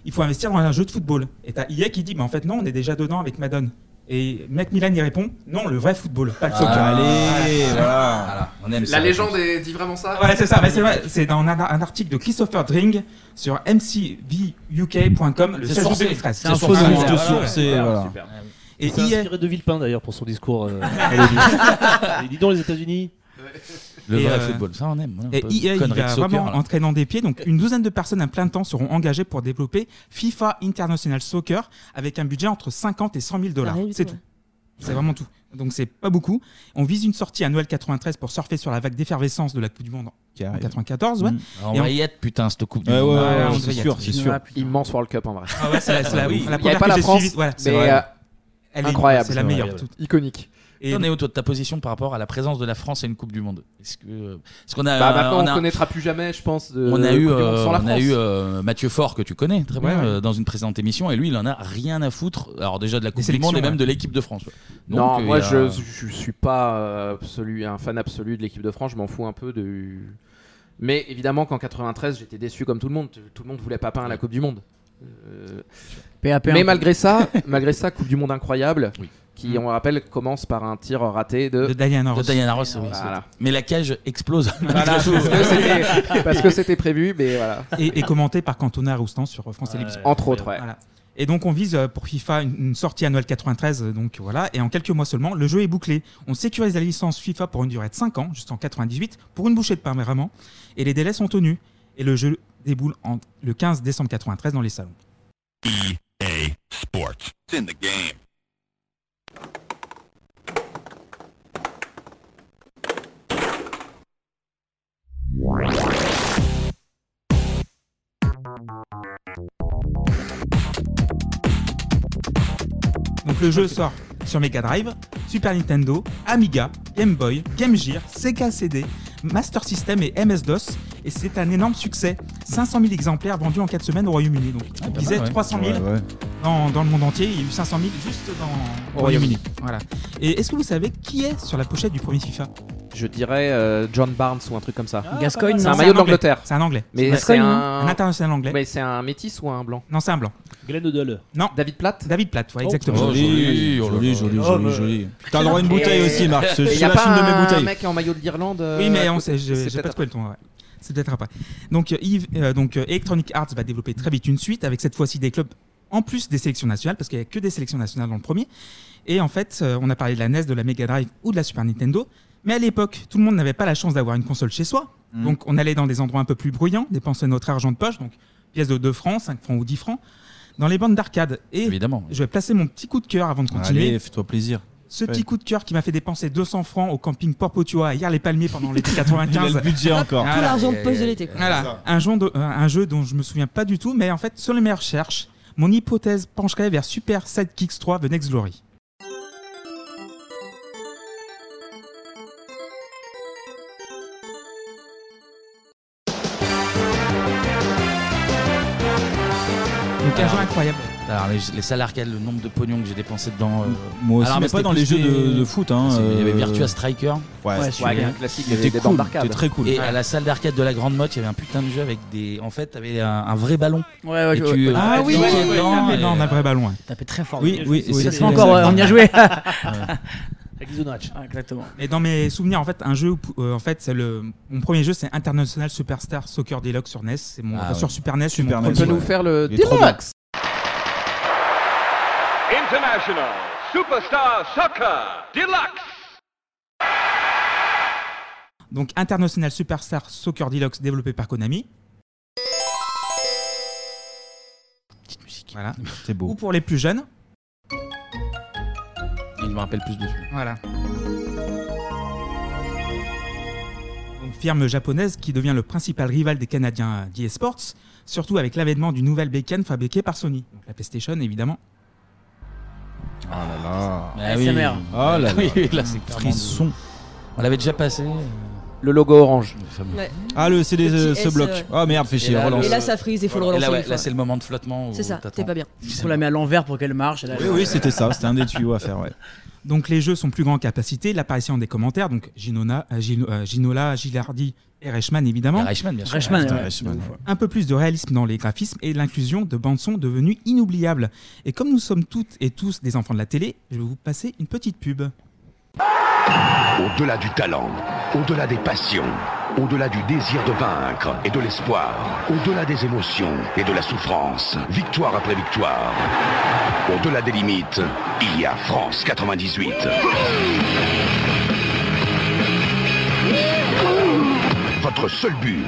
[SPEAKER 11] il faut investir dans un jeu de football. Et t'as IA qui dit bah en fait non, on est déjà dedans avec Madone. Et Macmillan y répond non, le vrai football, pas le soccer.
[SPEAKER 7] Ah. Allez, voilà.
[SPEAKER 11] Ah. On aime
[SPEAKER 10] La
[SPEAKER 11] ça,
[SPEAKER 10] légende est- dit vraiment ça
[SPEAKER 11] Ouais, c'est ça, mais Bah, c'est vrai, c'est dans un, un article de Christopher Dring sur mcvuk.com, le
[SPEAKER 8] C'est
[SPEAKER 11] 16 août
[SPEAKER 8] sourcé.
[SPEAKER 11] 2013.
[SPEAKER 8] C'est un faux Ah, source
[SPEAKER 11] Voilà, voilà,
[SPEAKER 8] de
[SPEAKER 11] voilà,
[SPEAKER 8] source,
[SPEAKER 11] voilà,
[SPEAKER 8] et voilà.
[SPEAKER 11] Ah, super.
[SPEAKER 8] Et
[SPEAKER 11] Et
[SPEAKER 8] il
[SPEAKER 11] EA
[SPEAKER 8] inspiré de Villepin d'ailleurs pour son discours. euh, à l'ONU. Et dis donc les États-Unis.
[SPEAKER 1] Le
[SPEAKER 11] Et,
[SPEAKER 1] vrai
[SPEAKER 11] euh,
[SPEAKER 1] football, ça on aime. voilà, un
[SPEAKER 11] Et
[SPEAKER 1] peu
[SPEAKER 11] EA, il
[SPEAKER 1] conneries de
[SPEAKER 11] va
[SPEAKER 1] soccer,
[SPEAKER 11] vraiment
[SPEAKER 23] hein.
[SPEAKER 1] là.
[SPEAKER 11] en traînant des pieds. Donc, une douzaine de personnes à plein temps seront engagées pour développer FIFA International Soccer avec un budget entre 50 et 100 000 dollars. C'est tout. C'est vraiment tout. Donc, c'est pas beaucoup. On vise une sortie à Noël 93 pour surfer sur la vague d'effervescence de la Coupe du Monde
[SPEAKER 7] Qui
[SPEAKER 11] en
[SPEAKER 7] arrive.
[SPEAKER 11] 94. Ouais.
[SPEAKER 7] Mm.
[SPEAKER 1] Alors,
[SPEAKER 11] Et
[SPEAKER 1] on
[SPEAKER 11] on-
[SPEAKER 1] va y être putain cette coupe. du
[SPEAKER 7] Ouais, ouais,
[SPEAKER 1] Monde.
[SPEAKER 7] ouais,
[SPEAKER 1] Ah,
[SPEAKER 7] ouais,
[SPEAKER 1] on
[SPEAKER 7] c'est
[SPEAKER 1] va y
[SPEAKER 7] sûr,
[SPEAKER 1] être.
[SPEAKER 7] c'est sûr.
[SPEAKER 10] Immense World Cup en vrai.
[SPEAKER 11] Ah ouais, c'est la- c'est la-
[SPEAKER 1] Oui.
[SPEAKER 11] la
[SPEAKER 10] Il n'y avait
[SPEAKER 11] première
[SPEAKER 10] pas
[SPEAKER 11] que
[SPEAKER 10] la
[SPEAKER 11] j'ai
[SPEAKER 10] France,
[SPEAKER 11] suivie. Voilà, c'est
[SPEAKER 10] mais
[SPEAKER 11] vrai.
[SPEAKER 10] euh,
[SPEAKER 11] Elle est-
[SPEAKER 10] incroyable.
[SPEAKER 11] c'est la meilleure. Tout-
[SPEAKER 10] Iconique.
[SPEAKER 1] Et on est où toi, de ta position par rapport à la présence de la France à une Coupe du Monde Est-ce que ce qu'on a
[SPEAKER 10] Bah, maintenant, on
[SPEAKER 1] a-
[SPEAKER 10] connaîtra plus jamais, je pense, de-
[SPEAKER 1] on a
[SPEAKER 10] Coupe
[SPEAKER 1] eu
[SPEAKER 10] du Monde
[SPEAKER 1] euh,
[SPEAKER 10] sans la
[SPEAKER 1] on a
[SPEAKER 10] France.
[SPEAKER 1] eu euh, Mathieu Faure que tu connais très bien
[SPEAKER 10] Ouais, ouais.
[SPEAKER 1] euh, dans une précédente émission et lui il en a rien à foutre. Alors déjà de la Coupe du
[SPEAKER 10] sélections,
[SPEAKER 1] Monde et même
[SPEAKER 10] ouais.
[SPEAKER 1] de l'équipe de France. ouais. Donc,
[SPEAKER 10] non,
[SPEAKER 1] euh,
[SPEAKER 10] moi
[SPEAKER 1] il a-
[SPEAKER 10] je, je suis pas euh, absolu, un fan absolu de l'équipe de France, je m'en fous un peu de. Mais évidemment qu'en 93, j'étais déçu comme tout le monde. Tout le monde voulait Papin à la Coupe du Monde. Euh,
[SPEAKER 9] PAP,
[SPEAKER 10] Mais
[SPEAKER 9] hein.
[SPEAKER 10] malgré ça, malgré ça, Coupe du Monde incroyable, qui
[SPEAKER 1] Mm.
[SPEAKER 10] on le rappelle commence par un tir raté de,
[SPEAKER 11] de Diana
[SPEAKER 1] de Diana Ross. oui,
[SPEAKER 10] Voilà.
[SPEAKER 1] c'est- Mais la cage explose.
[SPEAKER 10] Voilà, parce que c'était- parce que c'était prévu, mais voilà.
[SPEAKER 11] et, et commenté par Cantona Roustan sur France
[SPEAKER 10] Ouais,
[SPEAKER 11] Télévisions.
[SPEAKER 10] entre autres, ouais.
[SPEAKER 11] Voilà. Et donc on vise euh, pour FIFA une, une sortie annuelle 93, euh, donc voilà. Et en quelques mois seulement, le jeu est bouclé. On sécurise la licence FIFA pour une durée de 5 ans, jusqu'en 98, pour une bouchée de pain vraiment. Et les délais sont tenus. Et le jeu déboule en- le 15 décembre 93 dans les salons.
[SPEAKER 6] EA Sports. It's in the game.
[SPEAKER 11] Donc le jeu sort sur Mega Drive, Super Nintendo, Amiga, Game Boy, Game Gear, Sega CD, Master System et MS-DOS. Et c'est un énorme succès. 500 000 exemplaires vendus en 4 semaines au Royaume-Uni. Donc on
[SPEAKER 7] Ah, pas
[SPEAKER 11] disait
[SPEAKER 7] mal, ouais.
[SPEAKER 11] 300 000
[SPEAKER 7] Ouais, ouais.
[SPEAKER 11] Dans, dans le monde entier. Il y a eu 500 000 juste dans, au Royaume-Uni. Voilà. Et est-ce que vous savez qui est sur la pochette du premier FIFA
[SPEAKER 10] Je dirais euh, John Barnes ou un truc comme ça.
[SPEAKER 11] Ah, Gascoigne,
[SPEAKER 10] c'est
[SPEAKER 11] non.
[SPEAKER 10] un
[SPEAKER 11] C'est un
[SPEAKER 10] maillot
[SPEAKER 11] Anglais.
[SPEAKER 10] d'Angleterre.
[SPEAKER 11] C'est un Anglais. C'est
[SPEAKER 10] Mais c'est
[SPEAKER 11] Gascoigne,
[SPEAKER 10] un...
[SPEAKER 11] non Un international anglais.
[SPEAKER 10] Mais c'est un métis ou un blanc
[SPEAKER 11] Non, c'est un blanc.
[SPEAKER 8] Glenn O'Dell.
[SPEAKER 11] Non.
[SPEAKER 10] David Platt
[SPEAKER 11] David Platt, ouais,
[SPEAKER 7] Oh,
[SPEAKER 11] exactement.
[SPEAKER 7] joli, joli, joli, Oh, joli, joli. T'as le droit à une bouteille aussi, Marc. Je
[SPEAKER 10] Et
[SPEAKER 7] je
[SPEAKER 10] y a
[SPEAKER 7] lâche
[SPEAKER 10] pas
[SPEAKER 7] une de mes
[SPEAKER 10] un
[SPEAKER 7] bouteilles.
[SPEAKER 10] mec en maillot de l'Irlande euh,
[SPEAKER 11] Oui, mais
[SPEAKER 10] à
[SPEAKER 11] on
[SPEAKER 10] côté
[SPEAKER 11] sait, je-
[SPEAKER 10] C'est
[SPEAKER 11] j'ai pas
[SPEAKER 10] peut-être-
[SPEAKER 11] trouvé le temps. ouais. C'est peut-être après. Donc, euh, Yves, euh, donc euh, Electronic Arts va développer très vite une suite avec cette fois-ci des clubs en plus des sélections nationales, parce qu'il n'y a que des sélections nationales dans le premier. Et en fait, euh, on a parlé de la NES, de la Mega Drive ou de la Super Nintendo. Mais à l'époque, tout le monde n'avait pas la chance d'avoir une console chez soi.
[SPEAKER 7] Mhm.
[SPEAKER 11] Donc, on allait dans des endroits un peu plus bruyants, dépenser notre argent de poche, donc pièces de 2 francs, 5 francs ou 10 francs, dans les bandes d'arcade. Et
[SPEAKER 1] Évidemment.
[SPEAKER 11] je vais placer mon petit coup de cœur avant de continuer.
[SPEAKER 7] Allez, fais-toi plaisir.
[SPEAKER 11] Ce
[SPEAKER 7] Ouais.
[SPEAKER 11] petit coup de cœur qui m'a fait dépenser 200 francs au camping Porpotua hier les palmiers pendant l'été 95.
[SPEAKER 7] Il a le budget encore.
[SPEAKER 11] Voilà.
[SPEAKER 7] Tout l'argent de poche de l'été, quoi. C'est
[SPEAKER 11] Voilà.
[SPEAKER 7] ça.
[SPEAKER 11] Un jeu, de- un- un jeu dont je me souviens pas du tout, mais en fait, sur les mes recherches, mon hypothèse pencherait vers Super Sidekicks 3 The Next Glory. Donc un jeu incroyable.
[SPEAKER 1] Alors les, les salles arcade, le nombre de pognon que j'ai dépensé dedans. euh,
[SPEAKER 7] Moi aussi,
[SPEAKER 1] alors,
[SPEAKER 7] mais
[SPEAKER 1] c'était
[SPEAKER 7] pas dans
[SPEAKER 1] plus
[SPEAKER 7] les jeux de-
[SPEAKER 1] des-
[SPEAKER 7] de foot, hein,
[SPEAKER 1] C'est- Il y avait
[SPEAKER 7] euh,
[SPEAKER 1] Virtua Striker.
[SPEAKER 7] Ouais, Ouais, celui-là. ouais, un classique, il y avait
[SPEAKER 1] C'était
[SPEAKER 7] des
[SPEAKER 1] cool,
[SPEAKER 7] bornes d'arcade.
[SPEAKER 1] c'était très cool. Et
[SPEAKER 7] Ouais.
[SPEAKER 1] à la salle d'arcade de la Grande Motte, il y avait un putain de jeu avec des. En fait, t'avais un, un vrai ballon.
[SPEAKER 9] Ouais,
[SPEAKER 1] Et
[SPEAKER 9] ouais, je-
[SPEAKER 1] tu, euh,
[SPEAKER 9] Ah oui,
[SPEAKER 1] tu
[SPEAKER 9] ouais,
[SPEAKER 1] tapais
[SPEAKER 9] ouais,
[SPEAKER 1] dedans
[SPEAKER 9] ouais,
[SPEAKER 1] et-
[SPEAKER 11] non, on a un vrai ballon. ouais.
[SPEAKER 9] Tapait très fort.
[SPEAKER 11] Oui, oui,
[SPEAKER 1] Et
[SPEAKER 11] oui,
[SPEAKER 1] c'est-
[SPEAKER 11] c'est-
[SPEAKER 1] c'est-
[SPEAKER 9] encore, euh, on y a joué.
[SPEAKER 1] Ouais.
[SPEAKER 8] Avec les Onoach.
[SPEAKER 11] Ah,
[SPEAKER 9] exactement.
[SPEAKER 11] Et dans mes souvenirs, en fait, un jeu, où, euh, en fait, c'est le mon premier jeu, c'est International Superstar Soccer Deluxe sur NES. C'est mon
[SPEAKER 10] Ah
[SPEAKER 11] enfin,
[SPEAKER 10] ouais.
[SPEAKER 11] sur Super NES. c'est
[SPEAKER 10] Super
[SPEAKER 11] mon
[SPEAKER 10] NES,
[SPEAKER 11] premier
[SPEAKER 10] ouais.
[SPEAKER 11] jeu.
[SPEAKER 10] faire le
[SPEAKER 11] Il est trop bien.
[SPEAKER 10] Deluxe.
[SPEAKER 15] International Superstar Soccer Deluxe.
[SPEAKER 11] Donc International Superstar Soccer Deluxe développé par Konami. Petite musique. Voilà.
[SPEAKER 7] C'est beau.
[SPEAKER 11] Ou pour les plus jeunes.
[SPEAKER 1] Il me rappelle plus de celui
[SPEAKER 11] Voilà. Une firme japonaise qui devient le principal rival des Canadiens d'EA Sports, surtout avec l'avènement d'une nouvelle bécane fabriquée par Sony. Donc la PlayStation, évidemment.
[SPEAKER 1] Oh là là.
[SPEAKER 11] Ah oui. ASMR.
[SPEAKER 1] Oh là là.
[SPEAKER 11] Oui,
[SPEAKER 1] là,
[SPEAKER 11] là,
[SPEAKER 1] c'est
[SPEAKER 11] c'est
[SPEAKER 1] frisson. On l'avait déjà passé.
[SPEAKER 10] Le logo orange.
[SPEAKER 4] Ouais.
[SPEAKER 7] Ah, le CD
[SPEAKER 4] Le
[SPEAKER 7] euh,
[SPEAKER 4] petit
[SPEAKER 7] se
[SPEAKER 4] S,
[SPEAKER 7] bloque.
[SPEAKER 4] ouais.
[SPEAKER 7] Ah merde, fais chier,
[SPEAKER 4] Et là,
[SPEAKER 7] relance.
[SPEAKER 4] le- et là, ça frise, il faut le
[SPEAKER 1] Et
[SPEAKER 4] relancer
[SPEAKER 1] là, ouais,
[SPEAKER 4] une
[SPEAKER 1] là
[SPEAKER 4] fois.
[SPEAKER 1] c'est le moment de flottement. où
[SPEAKER 4] C'est ça,
[SPEAKER 1] t'attends.
[SPEAKER 4] t'es pas bien.
[SPEAKER 9] On la met à l'envers pour qu'elle marche. elle a-
[SPEAKER 7] Oui, oui, c'était ça, c'était un des tuyaux à faire, ouais.
[SPEAKER 11] Donc les jeux sont plus grands en capacité, l'apparition des commentaires, donc Ginona, euh, Gino- euh, Ginola, Gilardi et Reichmann évidemment.
[SPEAKER 1] Et Reichmann, bien sûr.
[SPEAKER 9] Reichmann,
[SPEAKER 11] Putain,
[SPEAKER 9] ouais.
[SPEAKER 11] Reichmann.
[SPEAKER 9] De ouf, ouais.
[SPEAKER 11] Un peu plus de réalisme dans les graphismes et l'inclusion de bandes-son devenues inoubliables. Et comme nous sommes toutes et tous des enfants de la télé, je vais vous passer une petite pub.
[SPEAKER 16] Au-delà du talent, au-delà des passions, au-delà du désir de vaincre et de l'espoir, au-delà des émotions et de la souffrance, victoire après victoire, au-delà des limites, il y a France 98. Votre seul but,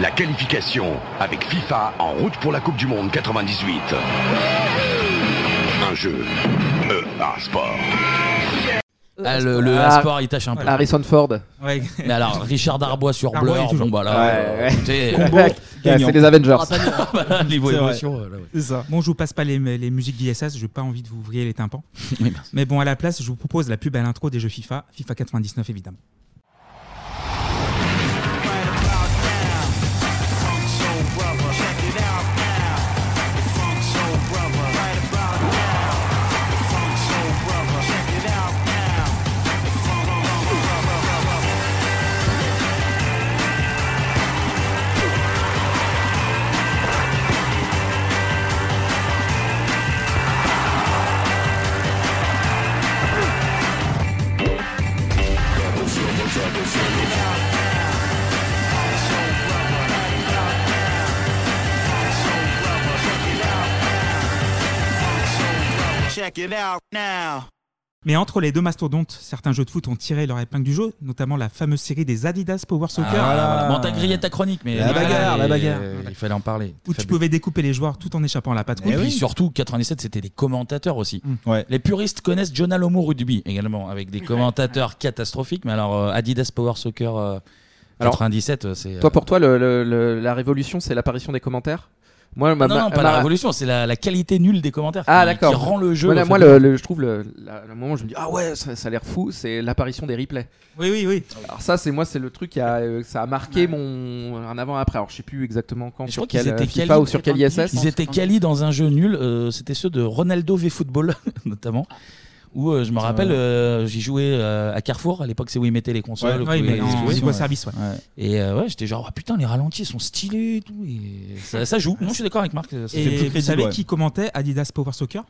[SPEAKER 16] la qualification avec FIFA en route pour la Coupe du Monde 98. Un jeu, EA Sport.
[SPEAKER 1] Ah, le, le
[SPEAKER 10] Ah,
[SPEAKER 1] sport, il tâche un peu.
[SPEAKER 10] Harrison Ford.
[SPEAKER 11] Ouais.
[SPEAKER 1] Mais alors, Richard Darbois sur
[SPEAKER 10] Darbois,
[SPEAKER 1] Blur,
[SPEAKER 10] il joue.
[SPEAKER 1] bon bah là,
[SPEAKER 10] Ouais, ouais.
[SPEAKER 1] écoutez, euh,
[SPEAKER 10] Combo, Ouais, gagnant. c'est les Avengers.
[SPEAKER 1] Bah là, niveau
[SPEAKER 11] C'est vrai.
[SPEAKER 1] émotion, euh, là, ouais.
[SPEAKER 11] C'est ça. Bon, je vous passe pas les, les musiques d'ISS, j'ai pas envie de vous vriller les tympans.
[SPEAKER 1] Oui, merci.
[SPEAKER 11] Mais bon, à la place, je vous propose la pub à l'intro des jeux FIFA, FIFA 99 évidemment.
[SPEAKER 6] Check it out now.
[SPEAKER 11] Mais entre les deux mastodontes, certains jeux de foot ont tiré leur épingle du jeu, notamment la fameuse série des Adidas Power Soccer.
[SPEAKER 1] Ah, voilà, voilà. Bon, t'as grillé ta chronique, mais
[SPEAKER 11] La
[SPEAKER 1] il fallait-
[SPEAKER 11] bagarre, la bagarre.
[SPEAKER 1] Il fallait en parler.
[SPEAKER 11] Où tu pouvais découper les joueurs tout en échappant à la patrouille.
[SPEAKER 1] Et puis surtout, 97, c'était des commentateurs aussi.
[SPEAKER 11] Mm.
[SPEAKER 1] Les puristes connaissent John Alomo Rugby également, avec des commentateurs catastrophiques. Mais alors, euh, Adidas Power Soccer euh,
[SPEAKER 10] Alors,
[SPEAKER 1] 97, euh, c'est. euh,
[SPEAKER 10] Toi, pour toi, le- le- le- la révolution, c'est l'apparition des commentaires moi, ma-
[SPEAKER 1] non, non,
[SPEAKER 10] ma-
[SPEAKER 1] pas
[SPEAKER 10] ma-
[SPEAKER 1] la révolution, c'est la, la qualité nulle des commentaires
[SPEAKER 10] Ah,
[SPEAKER 1] qui,
[SPEAKER 10] d'accord.
[SPEAKER 1] qui rend le jeu.
[SPEAKER 10] Voilà,
[SPEAKER 1] en fait,
[SPEAKER 10] moi, le, le- je trouve le, la- le moment où je me dis ah ouais, ça, ça a l'air fou, c'est l'apparition des replays.
[SPEAKER 11] Oui, oui, oui.
[SPEAKER 10] Alors ça, c'est moi, c'est le truc qui a, euh, ça a marqué mon un avant après. Alors je sais plus exactement quand,
[SPEAKER 1] Je
[SPEAKER 10] sur
[SPEAKER 1] crois qu'ils
[SPEAKER 10] quel euh,
[SPEAKER 1] étaient
[SPEAKER 10] FIFA
[SPEAKER 1] quali-
[SPEAKER 10] ou sur quel ISS.
[SPEAKER 1] Ils étaient quali dans un jeu nul. euh, C'était ceux de Ronaldo V Football, notamment. Où euh, je me rappelle, euh, j'y jouais euh, à Carrefour. À l'époque, c'est où ils mettaient les consoles.
[SPEAKER 11] Ouais,
[SPEAKER 1] où
[SPEAKER 11] ouais,
[SPEAKER 1] ils
[SPEAKER 11] mais
[SPEAKER 1] les
[SPEAKER 11] en
[SPEAKER 1] jouaient.
[SPEAKER 11] libre-service, ouais.
[SPEAKER 1] Et euh, ouais, j'étais genre, Ah, putain, les ralentis sont stylés et tout. Et ça, ça joue. Non, je suis d'accord avec Marc. Ça fait plus
[SPEAKER 11] Et vous
[SPEAKER 1] crédible,
[SPEAKER 11] savez
[SPEAKER 1] ouais.
[SPEAKER 11] qui commentait Adidas Power Soccer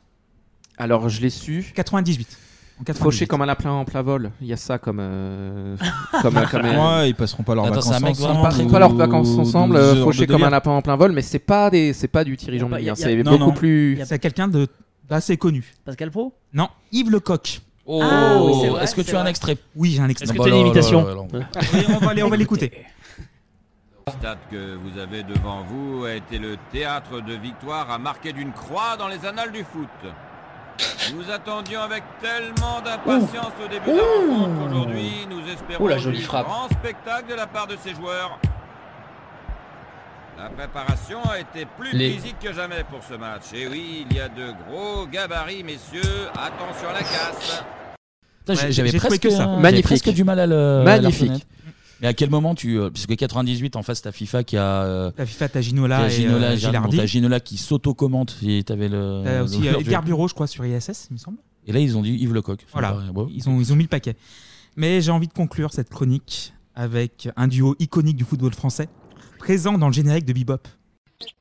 [SPEAKER 10] Alors je l'ai su.
[SPEAKER 11] 98. En 98.
[SPEAKER 10] Fauché comme un lapin en plat vol. Il y a ça comme. euh, comme, euh, comme euh,
[SPEAKER 7] Ouais, ils passeront pas leurs
[SPEAKER 10] Attends,
[SPEAKER 7] vacances
[SPEAKER 10] c'est un mec
[SPEAKER 7] ensemble
[SPEAKER 10] vraiment- Ils passeront
[SPEAKER 7] ou-
[SPEAKER 10] pas leurs vacances ensemble.
[SPEAKER 7] ou ce
[SPEAKER 10] euh,
[SPEAKER 7] genre
[SPEAKER 10] Fauché
[SPEAKER 7] de
[SPEAKER 10] comme un
[SPEAKER 7] délire.
[SPEAKER 10] lapin en plein vol, mais c'est pas des, c'est pas du Thierry jean
[SPEAKER 9] Il y a- il y a-
[SPEAKER 10] C'est
[SPEAKER 9] non,
[SPEAKER 10] beaucoup
[SPEAKER 9] non.
[SPEAKER 10] plus.
[SPEAKER 9] Il y a-
[SPEAKER 11] C'est quelqu'un de assez connu.
[SPEAKER 9] Pascal Pro
[SPEAKER 11] Non, Yves Lecoq.
[SPEAKER 1] Oh,
[SPEAKER 9] Ah, oui, c'est vrai,
[SPEAKER 1] est-ce que
[SPEAKER 9] c'est
[SPEAKER 1] tu as un
[SPEAKER 9] vrai.
[SPEAKER 1] extrait
[SPEAKER 11] Oui, j'ai un extrait.
[SPEAKER 1] Est-ce que Ah, t'as bah une là, imitation là, là, là, là.
[SPEAKER 11] Oui, on va aller- on va l'écouter.
[SPEAKER 17] Le stade que vous avez devant vous a été le théâtre de victoires à marquer d'une croix dans les annales du foot. Nous attendions avec tellement d'impatience le début de la rencontre aujourd'hui. Nous espérons
[SPEAKER 22] Ouh, la jolie
[SPEAKER 17] vivre
[SPEAKER 22] frappe.
[SPEAKER 17] un grand spectacle de la part de ces joueurs. La préparation a été plus
[SPEAKER 22] Les-
[SPEAKER 17] physique que jamais pour ce match. Et oui, il y a de gros gabarits, messieurs. Attention à la casse.
[SPEAKER 1] Putain, j'ai-
[SPEAKER 17] Ouais,
[SPEAKER 1] J'avais
[SPEAKER 17] j'ai trouvé
[SPEAKER 1] presque,
[SPEAKER 17] que ça.
[SPEAKER 1] j'avais
[SPEAKER 17] Magnifique.
[SPEAKER 1] presque du mal à le. à
[SPEAKER 17] Magnifique.
[SPEAKER 1] le reconnaître. Mais à quel moment tu. euh, Puisque 98, en face, t'as FIFA qui a. euh,
[SPEAKER 11] T'as FIFA, t'as Ginola
[SPEAKER 1] t'as
[SPEAKER 11] et,
[SPEAKER 1] Ginola,
[SPEAKER 11] euh,
[SPEAKER 1] Gérard-
[SPEAKER 11] Gilardi.
[SPEAKER 1] bon, t'as Ginola qui s'auto-commente. Et t'avais le.
[SPEAKER 11] T'as aussi
[SPEAKER 1] le-
[SPEAKER 11] euh, Edgar Bureau, je crois, sur ISS, il me semble.
[SPEAKER 1] Et là, ils ont dit Yves Lecoq. Ça
[SPEAKER 11] Voilà,
[SPEAKER 1] me paraît- bon.
[SPEAKER 11] ils ont, ils ont mis le paquet. Mais j'ai envie de conclure cette chronique avec un duo iconique du football français, présent dans le générique de Bebop.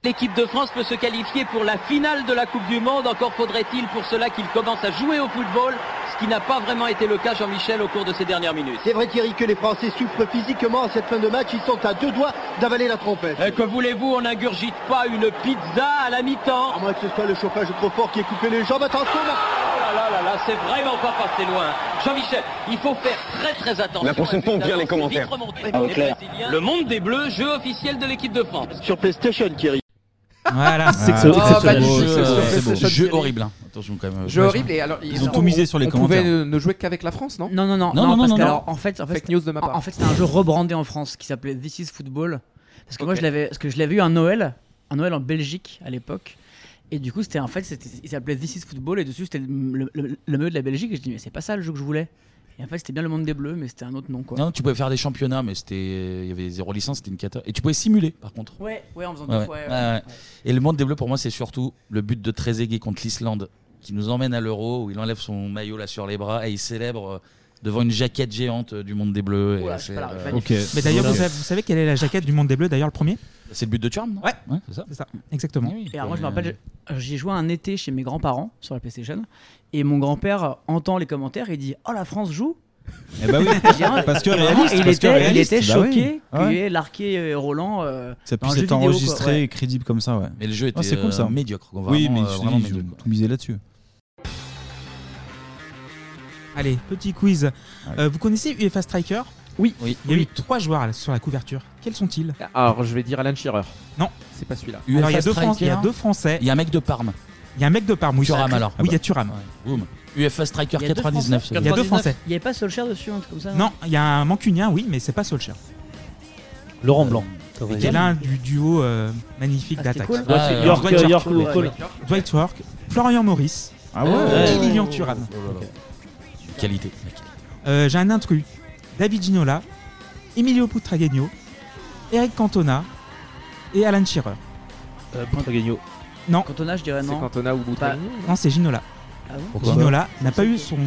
[SPEAKER 5] L'équipe de France peut se qualifier pour la finale de la Coupe du Monde. Encore faudrait-il pour cela qu'il commence à jouer au football, ce qui n'a pas vraiment été le cas, Jean-Michel, au cours de ces dernières minutes.
[SPEAKER 19] C'est vrai Thierry que les Français souffrent physiquement à cette fin de match, ils sont à deux doigts d'avaler la trompette.
[SPEAKER 5] Et Eh, que voulez-vous, on n'ingurgite pas une pizza à la mi-temps
[SPEAKER 19] À moins que ce soit le chauffage trop fort qui ait coupé les jambes, attention Marc-
[SPEAKER 5] Oh là là là là, c'est vraiment pas passé loin. Jean-Michel, il faut faire très très attention.
[SPEAKER 20] Là, pour son ton, bien les commentaires. Ah,
[SPEAKER 5] Les
[SPEAKER 20] clair.
[SPEAKER 5] Brésiliens, Le monde des Bleus, jeu officiel de l'équipe de France.
[SPEAKER 19] Sur PlayStation Thierry.
[SPEAKER 7] Voilà,
[SPEAKER 1] c'est
[SPEAKER 7] Ah,
[SPEAKER 11] Oh,
[SPEAKER 1] exceptionnel.
[SPEAKER 7] magnifique,
[SPEAKER 1] Jeu,
[SPEAKER 7] c'est
[SPEAKER 1] euh,
[SPEAKER 7] sur
[SPEAKER 1] c'est beau.
[SPEAKER 7] PlayStation
[SPEAKER 1] Jeu
[SPEAKER 7] Thierry.
[SPEAKER 1] horrible. hein. Attention quand même.
[SPEAKER 10] Jeu horrible et alors
[SPEAKER 1] ils ont euh, tout misé sur les
[SPEAKER 10] on pouvait
[SPEAKER 1] commentaires.
[SPEAKER 10] ne- ne jouer qu'avec la France, non
[SPEAKER 9] Non, non, non,
[SPEAKER 10] non,
[SPEAKER 9] parce
[SPEAKER 10] non,
[SPEAKER 9] que
[SPEAKER 10] non.
[SPEAKER 9] alors, en fait, en fait,
[SPEAKER 10] Fake news de ma part.
[SPEAKER 9] En, en fait, c'était un jeu rebrandé en France qui s'appelait This is Football. Parce que moi,
[SPEAKER 10] Ok.
[SPEAKER 9] je l'avais, parce que je l'avais eu un Noël, un Noël en Belgique à l'époque. Et du coup, c'était en fait, c'était- il s'appelait This is Football et dessus, c'était le, le, le maillot de la Belgique. Et je dis, mais c'est pas ça le jeu que je voulais. Et en fait, c'était bien le monde des Bleus, mais c'était un autre nom, quoi.
[SPEAKER 1] Non, tu pouvais faire des championnats, mais c'était, il y avait zéro licence, c'était une cata. Et tu pouvais simuler, par contre.
[SPEAKER 9] Ouais, ouais, en faisant
[SPEAKER 1] Ouais,
[SPEAKER 9] deux fois,
[SPEAKER 1] ouais.
[SPEAKER 9] ouais,
[SPEAKER 1] Ouais, ouais. Et le monde des Bleus, pour moi, c'est surtout le but de Trezeguet contre l'Islande, qui nous emmène à l'Euro, où il enlève son maillot là sur les bras et il célèbre euh, devant une jaquette géante euh, du monde des Bleus. Et
[SPEAKER 11] Oula,
[SPEAKER 1] c'est,
[SPEAKER 11] je sais pas,
[SPEAKER 1] euh,
[SPEAKER 11] magnifique. Mais d'ailleurs, vous,
[SPEAKER 1] voilà.
[SPEAKER 11] savez- vous savez quelle est la jaquette du Monde des Bleus, d'ailleurs, le premier
[SPEAKER 1] Bah, c'est le but de Charm, non
[SPEAKER 11] Ouais,
[SPEAKER 1] c'est ça. Eh
[SPEAKER 11] exactement.
[SPEAKER 9] Et alors, moi,
[SPEAKER 7] Euh,
[SPEAKER 9] je me rappelle, je- j'y ai joué un été chez mes grands-parents sur la PlayStation. Et mon grand-père euh, entend les commentaires et dit Oh, la France joue
[SPEAKER 7] Eh bah oui,
[SPEAKER 9] Et je dis, Ah,
[SPEAKER 7] parce que
[SPEAKER 9] et vraiment,
[SPEAKER 7] réaliste,
[SPEAKER 9] et il,
[SPEAKER 7] parce que
[SPEAKER 9] était, il
[SPEAKER 7] réaliste,
[SPEAKER 9] était
[SPEAKER 7] bah oui.
[SPEAKER 9] choqué
[SPEAKER 7] Ah ouais.
[SPEAKER 9] qu'il y ait l'arqué euh, Roland. euh,
[SPEAKER 7] Ça
[SPEAKER 9] dans un
[SPEAKER 7] puisse
[SPEAKER 9] jeu
[SPEAKER 7] être
[SPEAKER 9] vidéo, quoi.
[SPEAKER 7] enregistré
[SPEAKER 9] Ouais.
[SPEAKER 7] et crédible comme ça, ouais.
[SPEAKER 1] Mais le jeu
[SPEAKER 7] Ah,
[SPEAKER 1] était,
[SPEAKER 7] c'est cool, ça.
[SPEAKER 1] euh, médiocre, quoi,
[SPEAKER 7] oui,
[SPEAKER 1] vraiment,
[SPEAKER 7] mais
[SPEAKER 1] euh,
[SPEAKER 7] je te
[SPEAKER 1] vraiment
[SPEAKER 7] dis, ils ont tout misé là-dessus.
[SPEAKER 11] Allez, petit quiz. Euh, vous connaissez UEFA Striker
[SPEAKER 9] Oui.
[SPEAKER 11] Il y a eu trois joueurs à la- sur la couverture. Quels sont-ils
[SPEAKER 10] Alors, je vais Ah, dire Alan Shearer.
[SPEAKER 11] Non.
[SPEAKER 10] C'est pas celui-là.
[SPEAKER 11] Alors, il, y a deux Fran- il y a deux Français.
[SPEAKER 1] Il y a un mec de Parme.
[SPEAKER 11] Il y a un mec de Parme. oui.
[SPEAKER 1] Thuram, alors.
[SPEAKER 11] Oui, il y a Turam.
[SPEAKER 1] Boum. UFA Striker
[SPEAKER 11] Il y a deux
[SPEAKER 1] 99.
[SPEAKER 11] Français.
[SPEAKER 1] c'est
[SPEAKER 11] Il y a deux Français.
[SPEAKER 9] Il n'y avait pas Solskjaer dessus, un truc comme ça
[SPEAKER 11] Non, il y a un Mancunien, oui, mais c'est pas Solskjaer.
[SPEAKER 8] Laurent Blanc.
[SPEAKER 11] Et qui est l'un du duo euh, magnifique
[SPEAKER 8] Ah, c'était
[SPEAKER 11] d'attaque.
[SPEAKER 8] cool. Ouais, c'est York,
[SPEAKER 11] Dwight
[SPEAKER 8] York,
[SPEAKER 11] York, York,
[SPEAKER 8] Cole.
[SPEAKER 11] Dwight York, Florian Maurice, euh,
[SPEAKER 7] Ah ouais. Ouais.
[SPEAKER 11] Lilian
[SPEAKER 7] Oh.
[SPEAKER 11] Thuram.
[SPEAKER 1] Qualité.
[SPEAKER 11] Euh, J'ai un intrus. David Ginola, Emilio Putragueño, Eric Cantona et Alan Shearer.
[SPEAKER 8] Boutregueño.
[SPEAKER 11] Non.
[SPEAKER 9] Cantona, je dirais non.
[SPEAKER 10] C'est Cantona ou Boutregueño
[SPEAKER 8] Bah,
[SPEAKER 11] Non, c'est Ginola.
[SPEAKER 9] Ah bon
[SPEAKER 1] Pourquoi
[SPEAKER 11] Ginola n'a pas eu son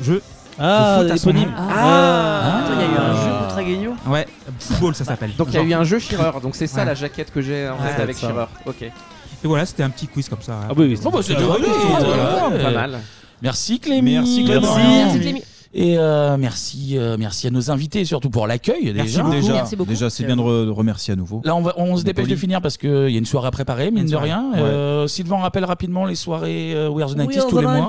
[SPEAKER 11] jeu.
[SPEAKER 8] Ah,
[SPEAKER 11] de foot à son
[SPEAKER 8] éponyme.
[SPEAKER 11] nom.
[SPEAKER 8] Ah. Ah.
[SPEAKER 9] Attends, il y a eu un jeu Putragueño
[SPEAKER 11] Ouais, football ça s'appelle.
[SPEAKER 10] Donc, il y a
[SPEAKER 11] Genre.
[SPEAKER 10] eu un jeu Shearer, donc c'est ça
[SPEAKER 11] Ouais.
[SPEAKER 10] la jaquette que j'ai en
[SPEAKER 11] Ouais,
[SPEAKER 10] tête avec
[SPEAKER 11] ça.
[SPEAKER 10] Shearer. Ok.
[SPEAKER 11] Et voilà, c'était un petit quiz comme ça.
[SPEAKER 8] Ah oui, oui,
[SPEAKER 1] Bon, bah, c'est drôle, voilà.
[SPEAKER 10] Pas mal.
[SPEAKER 1] Merci Clémy.
[SPEAKER 11] Merci, Clémy.
[SPEAKER 1] Merci.
[SPEAKER 11] Merci,
[SPEAKER 7] Clémy.
[SPEAKER 1] Et euh, merci, euh, merci à nos invités, surtout pour l'accueil.
[SPEAKER 7] Merci
[SPEAKER 1] déjà.
[SPEAKER 7] beaucoup. Déjà, déjà, c'est bien de re- de remercier à nouveau.
[SPEAKER 1] Là, on, va- on se
[SPEAKER 7] est
[SPEAKER 1] dépêche
[SPEAKER 7] poli.
[SPEAKER 1] de finir parce qu'il y a une soirée à préparer, mine
[SPEAKER 7] Une
[SPEAKER 1] de
[SPEAKER 7] soirée.
[SPEAKER 1] rien.
[SPEAKER 7] Ouais.
[SPEAKER 1] Euh, Sylvain, on rappelle rapidement les soirées euh, We Are the 90s tous les mois.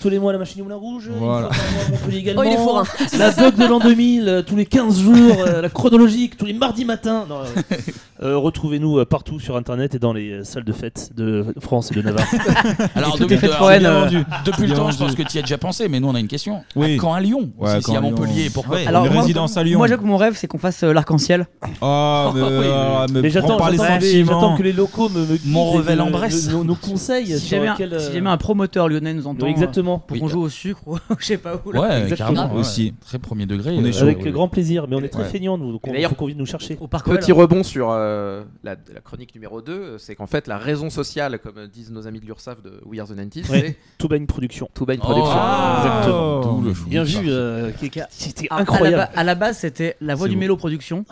[SPEAKER 8] tous les mois la machine au moulin rouge.
[SPEAKER 1] Voilà.
[SPEAKER 8] Montpellier
[SPEAKER 1] Oh,
[SPEAKER 8] également.
[SPEAKER 1] il est forain.
[SPEAKER 9] hein.
[SPEAKER 8] La Doc de l'an 2000, euh, tous les 15 jours, euh, la chronologique, tous les mardis matins. Non, euh, euh, Retrouvez-nous euh, partout sur internet et dans les euh, salles de fête de France et de Navarre.
[SPEAKER 1] Alors,
[SPEAKER 8] Et toutes
[SPEAKER 1] depuis,
[SPEAKER 8] les fêtes
[SPEAKER 1] de-
[SPEAKER 8] foraines,
[SPEAKER 1] alors,
[SPEAKER 8] euh,
[SPEAKER 1] depuis le
[SPEAKER 8] bien
[SPEAKER 1] temps, je pense
[SPEAKER 8] vendues.
[SPEAKER 1] que tu y as déjà pensé, mais nous, on a une question.
[SPEAKER 7] Oui.
[SPEAKER 1] À quand à Lyon
[SPEAKER 7] Ouais,
[SPEAKER 1] Si- Si
[SPEAKER 7] quand
[SPEAKER 1] à
[SPEAKER 7] à Lyon.
[SPEAKER 1] Montpellier, pourquoi
[SPEAKER 7] Ouais,
[SPEAKER 1] pas
[SPEAKER 7] une résidence à Lyon.
[SPEAKER 9] Moi, je crois que mon rêve, c'est qu'on fasse euh, l'arc-en-ciel.
[SPEAKER 7] Ah, mais,
[SPEAKER 8] Oui,
[SPEAKER 7] ah,
[SPEAKER 8] mais-
[SPEAKER 7] mais
[SPEAKER 8] mais j'attends
[SPEAKER 7] prends pas les
[SPEAKER 8] j'attends-
[SPEAKER 7] sentiments.
[SPEAKER 8] j'attends que les locaux me, me guident et euh, me- me- Nous, nous conseillent
[SPEAKER 9] Si
[SPEAKER 8] sur
[SPEAKER 9] jamais, un,
[SPEAKER 8] quel, euh,
[SPEAKER 9] si jamais un promoteur lyonnais nous entend.
[SPEAKER 8] Oui, exactement.
[SPEAKER 9] euh, Pour
[SPEAKER 8] Oui,
[SPEAKER 9] qu'on joue au sucre ou je sais pas où. là.
[SPEAKER 1] Ouais,
[SPEAKER 8] Exactement. Ah,
[SPEAKER 1] carrément. ouais.
[SPEAKER 7] Ah, Aussi.
[SPEAKER 1] Très premier degré. euh,
[SPEAKER 7] On est chaud,
[SPEAKER 8] Avec
[SPEAKER 7] oui.
[SPEAKER 8] grand plaisir, mais on est très
[SPEAKER 10] Ouais.
[SPEAKER 8] feignants, nous.
[SPEAKER 10] Et
[SPEAKER 8] qu'on-
[SPEAKER 10] d'ailleurs,
[SPEAKER 8] qu'on vient nous chercher.
[SPEAKER 10] Petit rebond sur euh, la, la chronique numéro 2, c'est qu'en fait, la raison sociale, comme euh, disent nos amis de l'URSAF de We Are the 90s,
[SPEAKER 8] Ouais.
[SPEAKER 10] c'est.
[SPEAKER 8] Tout Bain Production.
[SPEAKER 10] Tout Bain Production.
[SPEAKER 7] Oh.
[SPEAKER 8] Exactement.
[SPEAKER 10] D'où le
[SPEAKER 8] Ah, Bien
[SPEAKER 10] choix.
[SPEAKER 8] vu. euh, qui- qui- C'était incroyable.
[SPEAKER 9] Ah, À la, ba- à la base, c'était la voix
[SPEAKER 8] C'est
[SPEAKER 9] du
[SPEAKER 8] beau.
[SPEAKER 9] Mélo Production.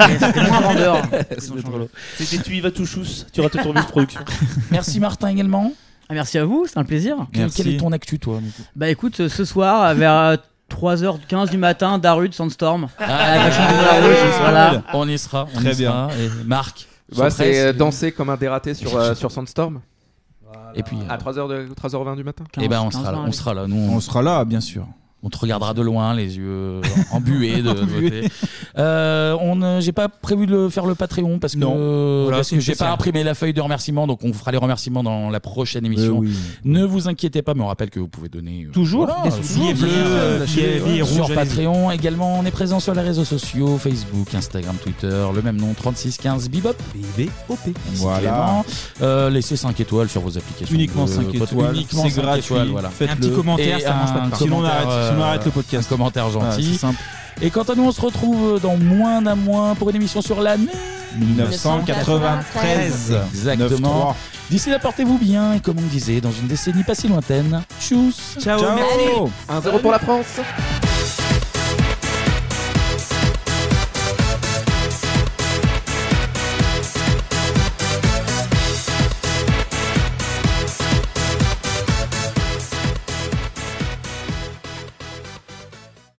[SPEAKER 9] Mais c'était moins vendeur. Ils ont
[SPEAKER 8] C'est
[SPEAKER 9] changé.
[SPEAKER 8] drôle. C'était tu y vas tout chousse, tu rates ton bus production.
[SPEAKER 1] Merci Martin également.
[SPEAKER 9] Ah, merci à vous, c'est un plaisir.
[SPEAKER 1] Quel- Merci. quel est ton actu, toi, du coup
[SPEAKER 9] Bah écoute, euh, ce soir, euh, vers euh, 3h15 du matin, Darud Sandstorm.
[SPEAKER 1] Ah,
[SPEAKER 9] à la machine de la rouge, voilà.
[SPEAKER 1] On y sera. on
[SPEAKER 10] Très
[SPEAKER 1] y sera. Et Marc.
[SPEAKER 10] Bah,
[SPEAKER 1] sans
[SPEAKER 10] c'est euh,
[SPEAKER 1] presse.
[SPEAKER 10] danser comme un dératé sur, euh, sur Sandstorm.
[SPEAKER 1] Et puis.
[SPEAKER 10] À 3h, 3h20 du matin.
[SPEAKER 1] Eh ben on sera là, on sera là, nous on,
[SPEAKER 7] sera là bien sûr.
[SPEAKER 1] On te regardera de loin, les yeux embués de de côté. Euh, on, euh, j'ai pas prévu de le- faire le Patreon parce que, euh,
[SPEAKER 7] Voilà,
[SPEAKER 1] parce
[SPEAKER 7] c'est
[SPEAKER 1] que j'ai
[SPEAKER 7] spécial.
[SPEAKER 1] pas imprimé la feuille de remerciements, donc on fera les remerciements dans la prochaine émission.
[SPEAKER 7] Euh, oui.
[SPEAKER 1] Ne vous inquiétez pas, mais on rappelle que vous pouvez donner euh,
[SPEAKER 7] Toujours
[SPEAKER 1] voilà,
[SPEAKER 7] des
[SPEAKER 1] euh,
[SPEAKER 7] sous- billets
[SPEAKER 1] bleus,
[SPEAKER 7] bleus,
[SPEAKER 1] euh,
[SPEAKER 7] lâchez les-
[SPEAKER 1] billets
[SPEAKER 7] ouais.
[SPEAKER 1] sur
[SPEAKER 7] rouges,
[SPEAKER 1] Patreon. Également, on est présent sur les réseaux sociaux Facebook, Instagram, Twitter, le même nom 3615 Bibop.
[SPEAKER 11] BIBOP.
[SPEAKER 1] Voilà. Euh, laissez 5 étoiles sur vos applications.
[SPEAKER 7] Uniquement
[SPEAKER 1] de
[SPEAKER 7] 5
[SPEAKER 1] podcast.
[SPEAKER 7] étoiles,
[SPEAKER 1] Uniquement
[SPEAKER 7] c'est
[SPEAKER 1] 5
[SPEAKER 7] gratuit.
[SPEAKER 1] étoiles, voilà.
[SPEAKER 7] Faites-le. Un petit commentaire, euh,
[SPEAKER 1] Et
[SPEAKER 7] ça mange pas de
[SPEAKER 1] un
[SPEAKER 7] pain. Sinon, on
[SPEAKER 1] commentaire, euh,
[SPEAKER 7] arrête- sinon, on arrête le podcast.
[SPEAKER 1] Un commentaire
[SPEAKER 7] Ah,
[SPEAKER 1] gentil.
[SPEAKER 7] c'est simple.
[SPEAKER 1] Et quant à nous, on se retrouve dans moins d'un mois pour une émission sur l'année
[SPEAKER 7] 1993.
[SPEAKER 1] Exactement.
[SPEAKER 7] 9-3.
[SPEAKER 1] D'ici là, portez-vous bien et comme on disait, dans une décennie pas si lointaine, tchuss
[SPEAKER 10] Ciao. Allez, 1-0 pour la France.